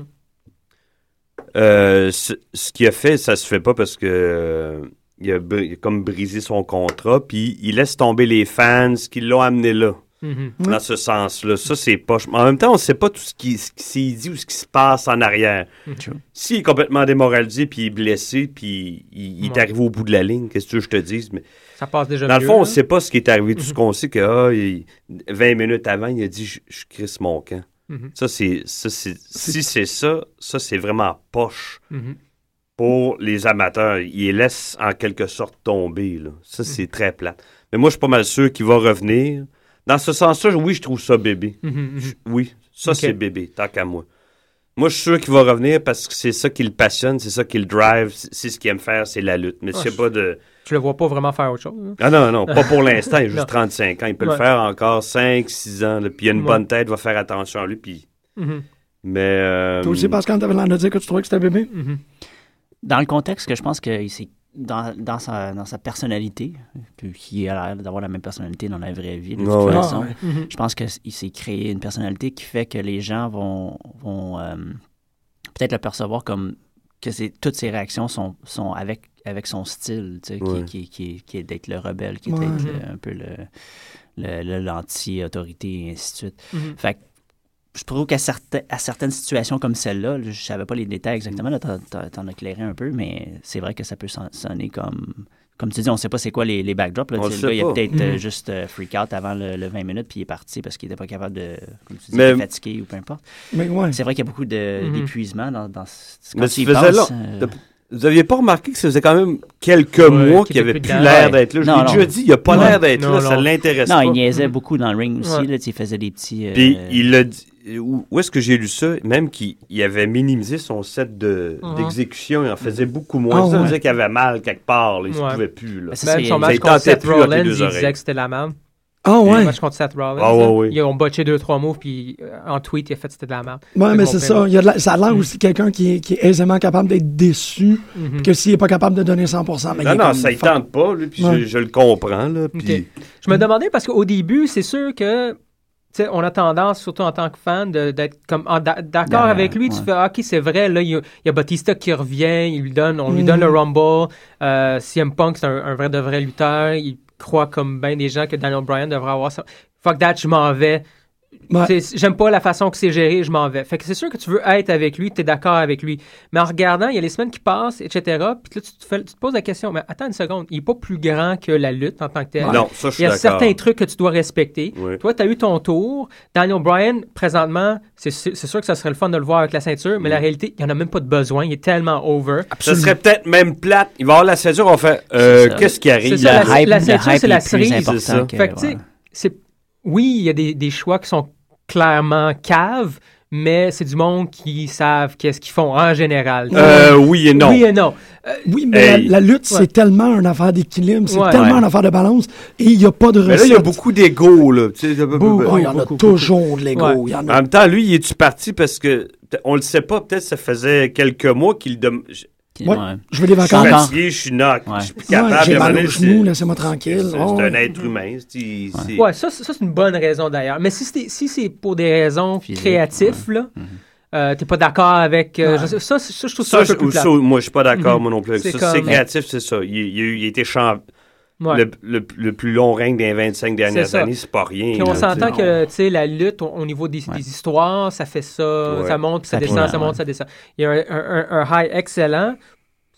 [SPEAKER 6] Euh, ce ce qu'il a fait, ça se fait pas parce que euh, il, a br- il a comme brisé son contrat, puis il laisse tomber les fans qui l'ont amené là.
[SPEAKER 5] Mm-hmm.
[SPEAKER 6] Dans ce sens-là, ça c'est poche. Mais en même temps, on ne sait pas tout ce qui, ce qui s'est dit ou ce qui se passe en arrière.
[SPEAKER 5] Mm-hmm.
[SPEAKER 6] S'il est complètement démoralisé, puis il est blessé, puis il, il est
[SPEAKER 5] Ouais.
[SPEAKER 6] arrivé au bout de la ligne, qu'est-ce que tu veux que je te dise? Mais
[SPEAKER 5] Ça passe déjà
[SPEAKER 6] dans le
[SPEAKER 5] mieux, hein?
[SPEAKER 6] fond, on
[SPEAKER 5] là. Mhm.
[SPEAKER 6] ne sait pas ce qui est arrivé. Tout ce qu'on sait, que ah, il- 20 minutes avant, il a dit Je, je crisse mon camp.
[SPEAKER 5] Mhm.
[SPEAKER 6] Ça, c'est. ça, c'est- Si c'est ça, ça, c'est vraiment poche
[SPEAKER 5] Mhm.
[SPEAKER 6] pour les amateurs. Il les laisse en quelque sorte tomber. là. Ça,
[SPEAKER 5] Mhm.
[SPEAKER 6] c'est très plate. Mais moi, je suis pas mal sûr qu'il va revenir. Dans ce sens-là, oui, je trouve ça bébé. Je- Oui, ça,
[SPEAKER 5] Mhm, Ok.
[SPEAKER 6] c'est bébé, tant qu'à moi. Moi, je suis sûr qu'il va revenir parce que c'est ça qui le passionne, c'est ça qui le drive, c'est c'est ce qu'il aime faire, c'est la lutte. Mais
[SPEAKER 5] Ah,
[SPEAKER 6] c'est
[SPEAKER 5] je-
[SPEAKER 6] pas de.
[SPEAKER 5] Tu le vois pas vraiment faire autre chose. hein? là.
[SPEAKER 6] Ah non, non, pas pour l'instant, il a
[SPEAKER 5] Non.
[SPEAKER 6] juste 35 ans. Il peut
[SPEAKER 5] Ouais.
[SPEAKER 6] le faire encore 5, 6 ans. là, Puis il a une
[SPEAKER 5] Ouais.
[SPEAKER 6] bonne tête, va faire attention à lui. Puis...
[SPEAKER 5] Mhm.
[SPEAKER 6] Mais. euh,
[SPEAKER 4] Toi aussi, Pascal, t'avais l'air de dire que tu trouvais que c'était un
[SPEAKER 6] mhm.
[SPEAKER 4] bébé?
[SPEAKER 5] Ben,
[SPEAKER 7] Dans le contexte que je pense que c'est dans, dans, sa, dans sa personnalité, que- qui a l'air d'avoir la même personnalité dans la vraie vie, de toute
[SPEAKER 6] Ouais, ouais.
[SPEAKER 7] façon,
[SPEAKER 4] Ah, ouais.
[SPEAKER 7] je pense qu'il s'est créé une personnalité qui fait que les gens vont, vont euh, peut-être le percevoir comme que c'est- toutes ses réactions sont, sont avec, avec son style, tu sais, qui-
[SPEAKER 6] Ouais.
[SPEAKER 7] qui, qui- qui est d'être le rebelle, qui est
[SPEAKER 4] Ouais.
[SPEAKER 7] d'être le- un peu le, le, le- l'anti-autorité, et ainsi de suite.
[SPEAKER 4] Mm-hmm.
[SPEAKER 7] Fait que je trouve qu'à certains- à certaines situations comme celle-là, là, je savais pas les détails exactement, là, t'en, t'en- t'en as éclairé un peu, mais c'est vrai que ça peut son- sonner comme... Comme tu dis, on sait pas c'est quoi les, les backdrops. Là,
[SPEAKER 6] On le
[SPEAKER 7] Tu sais, le
[SPEAKER 6] sait
[SPEAKER 7] gars, il a
[SPEAKER 6] pas. Mm-hmm.
[SPEAKER 7] peut-être euh, juste euh, freak out avant le, le 20 minutes, puis il est parti parce qu'il était pas capable de, comme tu dis,
[SPEAKER 6] Mais- Mm-hmm.
[SPEAKER 7] de fatiguer ou peu importe.
[SPEAKER 4] Mais ouais.
[SPEAKER 7] C'est vrai qu'il y a beaucoup de-
[SPEAKER 5] Mhm.
[SPEAKER 7] d'épuisement dans, dans ce quand
[SPEAKER 6] Mais
[SPEAKER 7] tu
[SPEAKER 6] ça
[SPEAKER 7] y
[SPEAKER 6] faisait
[SPEAKER 7] penses,
[SPEAKER 6] long-
[SPEAKER 7] euh,
[SPEAKER 6] de- Vous aviez pas remarqué que ça faisait quand même quelques
[SPEAKER 5] Ouais,
[SPEAKER 6] mois
[SPEAKER 5] qu'il
[SPEAKER 6] qu'il
[SPEAKER 5] était
[SPEAKER 6] avait
[SPEAKER 5] plus
[SPEAKER 6] plus
[SPEAKER 5] dedans.
[SPEAKER 6] l'air d'être là. Je
[SPEAKER 7] Non,
[SPEAKER 6] l'ai
[SPEAKER 7] non.
[SPEAKER 6] déjà dit, il a pas
[SPEAKER 5] Non.
[SPEAKER 6] l'air d'être
[SPEAKER 5] Non,
[SPEAKER 6] là,
[SPEAKER 5] non.
[SPEAKER 6] ça l'intéresse
[SPEAKER 7] Non,
[SPEAKER 6] pas.
[SPEAKER 7] il niaisait beaucoup dans le ring aussi.
[SPEAKER 5] Ouais.
[SPEAKER 7] Là, tu sais, il faisait des petits. euh,
[SPEAKER 6] Mm-hmm. Puis il l'a dit. Où, où est-ce que j'ai lu ça? Même qu'il il avait minimisé son set de-
[SPEAKER 5] Mhm.
[SPEAKER 6] d'exécution, il en faisait beaucoup moins.
[SPEAKER 4] Ah,
[SPEAKER 6] ça veut
[SPEAKER 4] ouais.
[SPEAKER 6] dire qu'il avait mal quelque part, là, il
[SPEAKER 5] Ouais.
[SPEAKER 6] se pouvait plus. Là.
[SPEAKER 7] Ben, c'est ça,
[SPEAKER 5] Même
[SPEAKER 7] il-
[SPEAKER 5] son
[SPEAKER 7] il-
[SPEAKER 5] match
[SPEAKER 6] il
[SPEAKER 5] contre
[SPEAKER 6] tentait
[SPEAKER 5] Seth
[SPEAKER 6] plus entre les
[SPEAKER 5] Rollins, il
[SPEAKER 6] deux
[SPEAKER 5] disait
[SPEAKER 6] oreilles.
[SPEAKER 5] que c'était la merde.
[SPEAKER 4] Ah
[SPEAKER 5] Le
[SPEAKER 4] ouais.
[SPEAKER 5] match contre Seth Rollins.
[SPEAKER 6] Ah,
[SPEAKER 5] là,
[SPEAKER 6] ouais, ouais.
[SPEAKER 5] Ils ont botché deux, trois mots, puis euh, en tweet, il a fait que c'était de la merde.
[SPEAKER 4] Ouais, mais
[SPEAKER 5] qu'on
[SPEAKER 4] c'est
[SPEAKER 5] fait,
[SPEAKER 4] ça.
[SPEAKER 5] là.
[SPEAKER 4] Il y a de la- ça a l'air
[SPEAKER 5] Mhm.
[SPEAKER 4] aussi quelqu'un qui est, qui est aisément capable d'être déçu, puis que s'il n'est pas capable de donner 100%, mais il
[SPEAKER 6] Non,
[SPEAKER 4] est
[SPEAKER 6] non,
[SPEAKER 4] comme-
[SPEAKER 6] ça ne tente pas, lui, puis
[SPEAKER 4] Ouais.
[SPEAKER 6] je, je le comprends. Là, puis
[SPEAKER 5] Ok. Je me demandais parce qu'au début, c'est sûr que tu sais, on a tendance, surtout en tant que fan, de- d'être comme en- d'a- d'accord
[SPEAKER 7] Derrière,
[SPEAKER 5] avec lui. Tu
[SPEAKER 7] ouais.
[SPEAKER 5] fais ah, ok, c'est vrai. Là, il y a, il y a Batista qui revient, il lui donne, on lui donne le Rumble. Euh, CM Punk, c'est un, un vrai de vrai lutteur. Il croit comme bien des gens que Daniel Bryan devrait avoir ça. Fuck that, je m'en vais.
[SPEAKER 4] Ouais.
[SPEAKER 5] C'est- J'aime pas la façon que c'est géré, je m'en vais. Fait que c'est sûr que tu veux être avec lui, tu es d'accord avec lui. Mais en regardant, il y a les semaines qui passent, etc. Puis là, tu te, fais- tu te poses la question, mais attends une seconde, il est pas plus grand que la lutte en tant que telle.
[SPEAKER 6] Non, ça, je suis
[SPEAKER 5] Il y a
[SPEAKER 6] d'accord.
[SPEAKER 5] certains trucs que tu dois respecter.
[SPEAKER 6] Oui.
[SPEAKER 5] Toi, tu as eu ton tour. Daniel Bryan, présentement, c'est sûr c'est sûr que ça serait le fun de le voir avec la ceinture,
[SPEAKER 6] Mm.
[SPEAKER 5] mais la réalité, il n'y en a même pas de besoin. Il est tellement over.
[SPEAKER 6] Ça serait peut-être même plate. Il va avoir la césure, on fait euh,
[SPEAKER 7] C'est ça.
[SPEAKER 6] qu'est-ce qui arrive
[SPEAKER 5] C'est ça,
[SPEAKER 6] là?
[SPEAKER 5] la-
[SPEAKER 7] hype-
[SPEAKER 5] la
[SPEAKER 7] le
[SPEAKER 5] ceinture,
[SPEAKER 7] hype
[SPEAKER 5] c'est la
[SPEAKER 7] est plus
[SPEAKER 5] cerise,
[SPEAKER 7] important
[SPEAKER 6] c'est ça.
[SPEAKER 7] que-
[SPEAKER 5] Fait que, tu sais,
[SPEAKER 7] ouais.
[SPEAKER 5] c'est- oui, il y a des, des choix qui sont clairement caves, mais c'est du monde qui savent qu'est-ce qu'ils font en général.
[SPEAKER 6] Euh, oui et non.
[SPEAKER 5] Oui et non. Euh,
[SPEAKER 4] Oui, mais
[SPEAKER 6] Hey.
[SPEAKER 4] la, la lutte,
[SPEAKER 5] Ouais.
[SPEAKER 4] c'est tellement une affaire d'équilibre, c'est
[SPEAKER 5] Ouais.
[SPEAKER 4] tellement
[SPEAKER 6] Ouais.
[SPEAKER 4] une affaire de balance, et il n'y a pas de
[SPEAKER 6] mais
[SPEAKER 4] recette.
[SPEAKER 6] là, il y a beaucoup d'ego, là. tu sais,
[SPEAKER 4] Beaucoup, il y en a
[SPEAKER 5] beaucoup,
[SPEAKER 4] toujours de l'ego.
[SPEAKER 5] Ouais.
[SPEAKER 4] Il y en
[SPEAKER 6] En
[SPEAKER 4] a.
[SPEAKER 6] même temps, lui, il est-tu parti parce que, t- on le sait pas, peut-être ça faisait quelques mois qu'il dem- Je
[SPEAKER 7] Qui-
[SPEAKER 4] Ouais.
[SPEAKER 7] ouais.
[SPEAKER 4] Je veux des
[SPEAKER 6] je suis
[SPEAKER 4] vacances.
[SPEAKER 7] J'entends.
[SPEAKER 6] fatigué, je suis knock,
[SPEAKER 7] Ouais.
[SPEAKER 6] je suis plus
[SPEAKER 4] Ouais,
[SPEAKER 6] capable.
[SPEAKER 4] J'ai
[SPEAKER 6] à un moment
[SPEAKER 4] mal
[SPEAKER 6] donné,
[SPEAKER 4] au
[SPEAKER 6] c'est-
[SPEAKER 4] genou, laissez-moi
[SPEAKER 6] C'est
[SPEAKER 4] tranquille.
[SPEAKER 6] c'est
[SPEAKER 4] Oh,
[SPEAKER 6] un être humain. c'est- c'est-
[SPEAKER 5] Ouais, ça, ça, ça, c'est une bonne raison d'ailleurs. Mais si, c'était- si c'est pour des raisons
[SPEAKER 7] Physique,
[SPEAKER 5] créatives, là, euh, t'es pas d'accord avec. euh, je sais- ça, c'est- ça, je trouve ça,
[SPEAKER 6] Mm-hmm. Ça,
[SPEAKER 5] un peu
[SPEAKER 6] je-
[SPEAKER 5] plus
[SPEAKER 6] ça,
[SPEAKER 5] plate. Mhm.
[SPEAKER 6] moi, je suis pas d'accord, moi non plus. avec
[SPEAKER 5] C'est
[SPEAKER 6] ça.
[SPEAKER 5] comme-
[SPEAKER 6] C'est créatif, c'est ça. Il, il a eu- il a été champ-
[SPEAKER 5] Ouais.
[SPEAKER 6] le, le- le plus long règne des 25 dernières
[SPEAKER 5] ça.
[SPEAKER 6] années, c'est pas rien.
[SPEAKER 5] Puis on
[SPEAKER 6] là, tu sais.
[SPEAKER 5] s'entend que tu sais, la lutte au, au niveau des,
[SPEAKER 7] Ouais.
[SPEAKER 5] des histoires, ça fait ça,
[SPEAKER 6] Ouais.
[SPEAKER 5] ça monte, puis ça,
[SPEAKER 7] Ça
[SPEAKER 5] descend,
[SPEAKER 7] tourne,
[SPEAKER 5] ça monte,
[SPEAKER 7] ouais.
[SPEAKER 5] ça descend. Il y a un, un- un- un high excellent.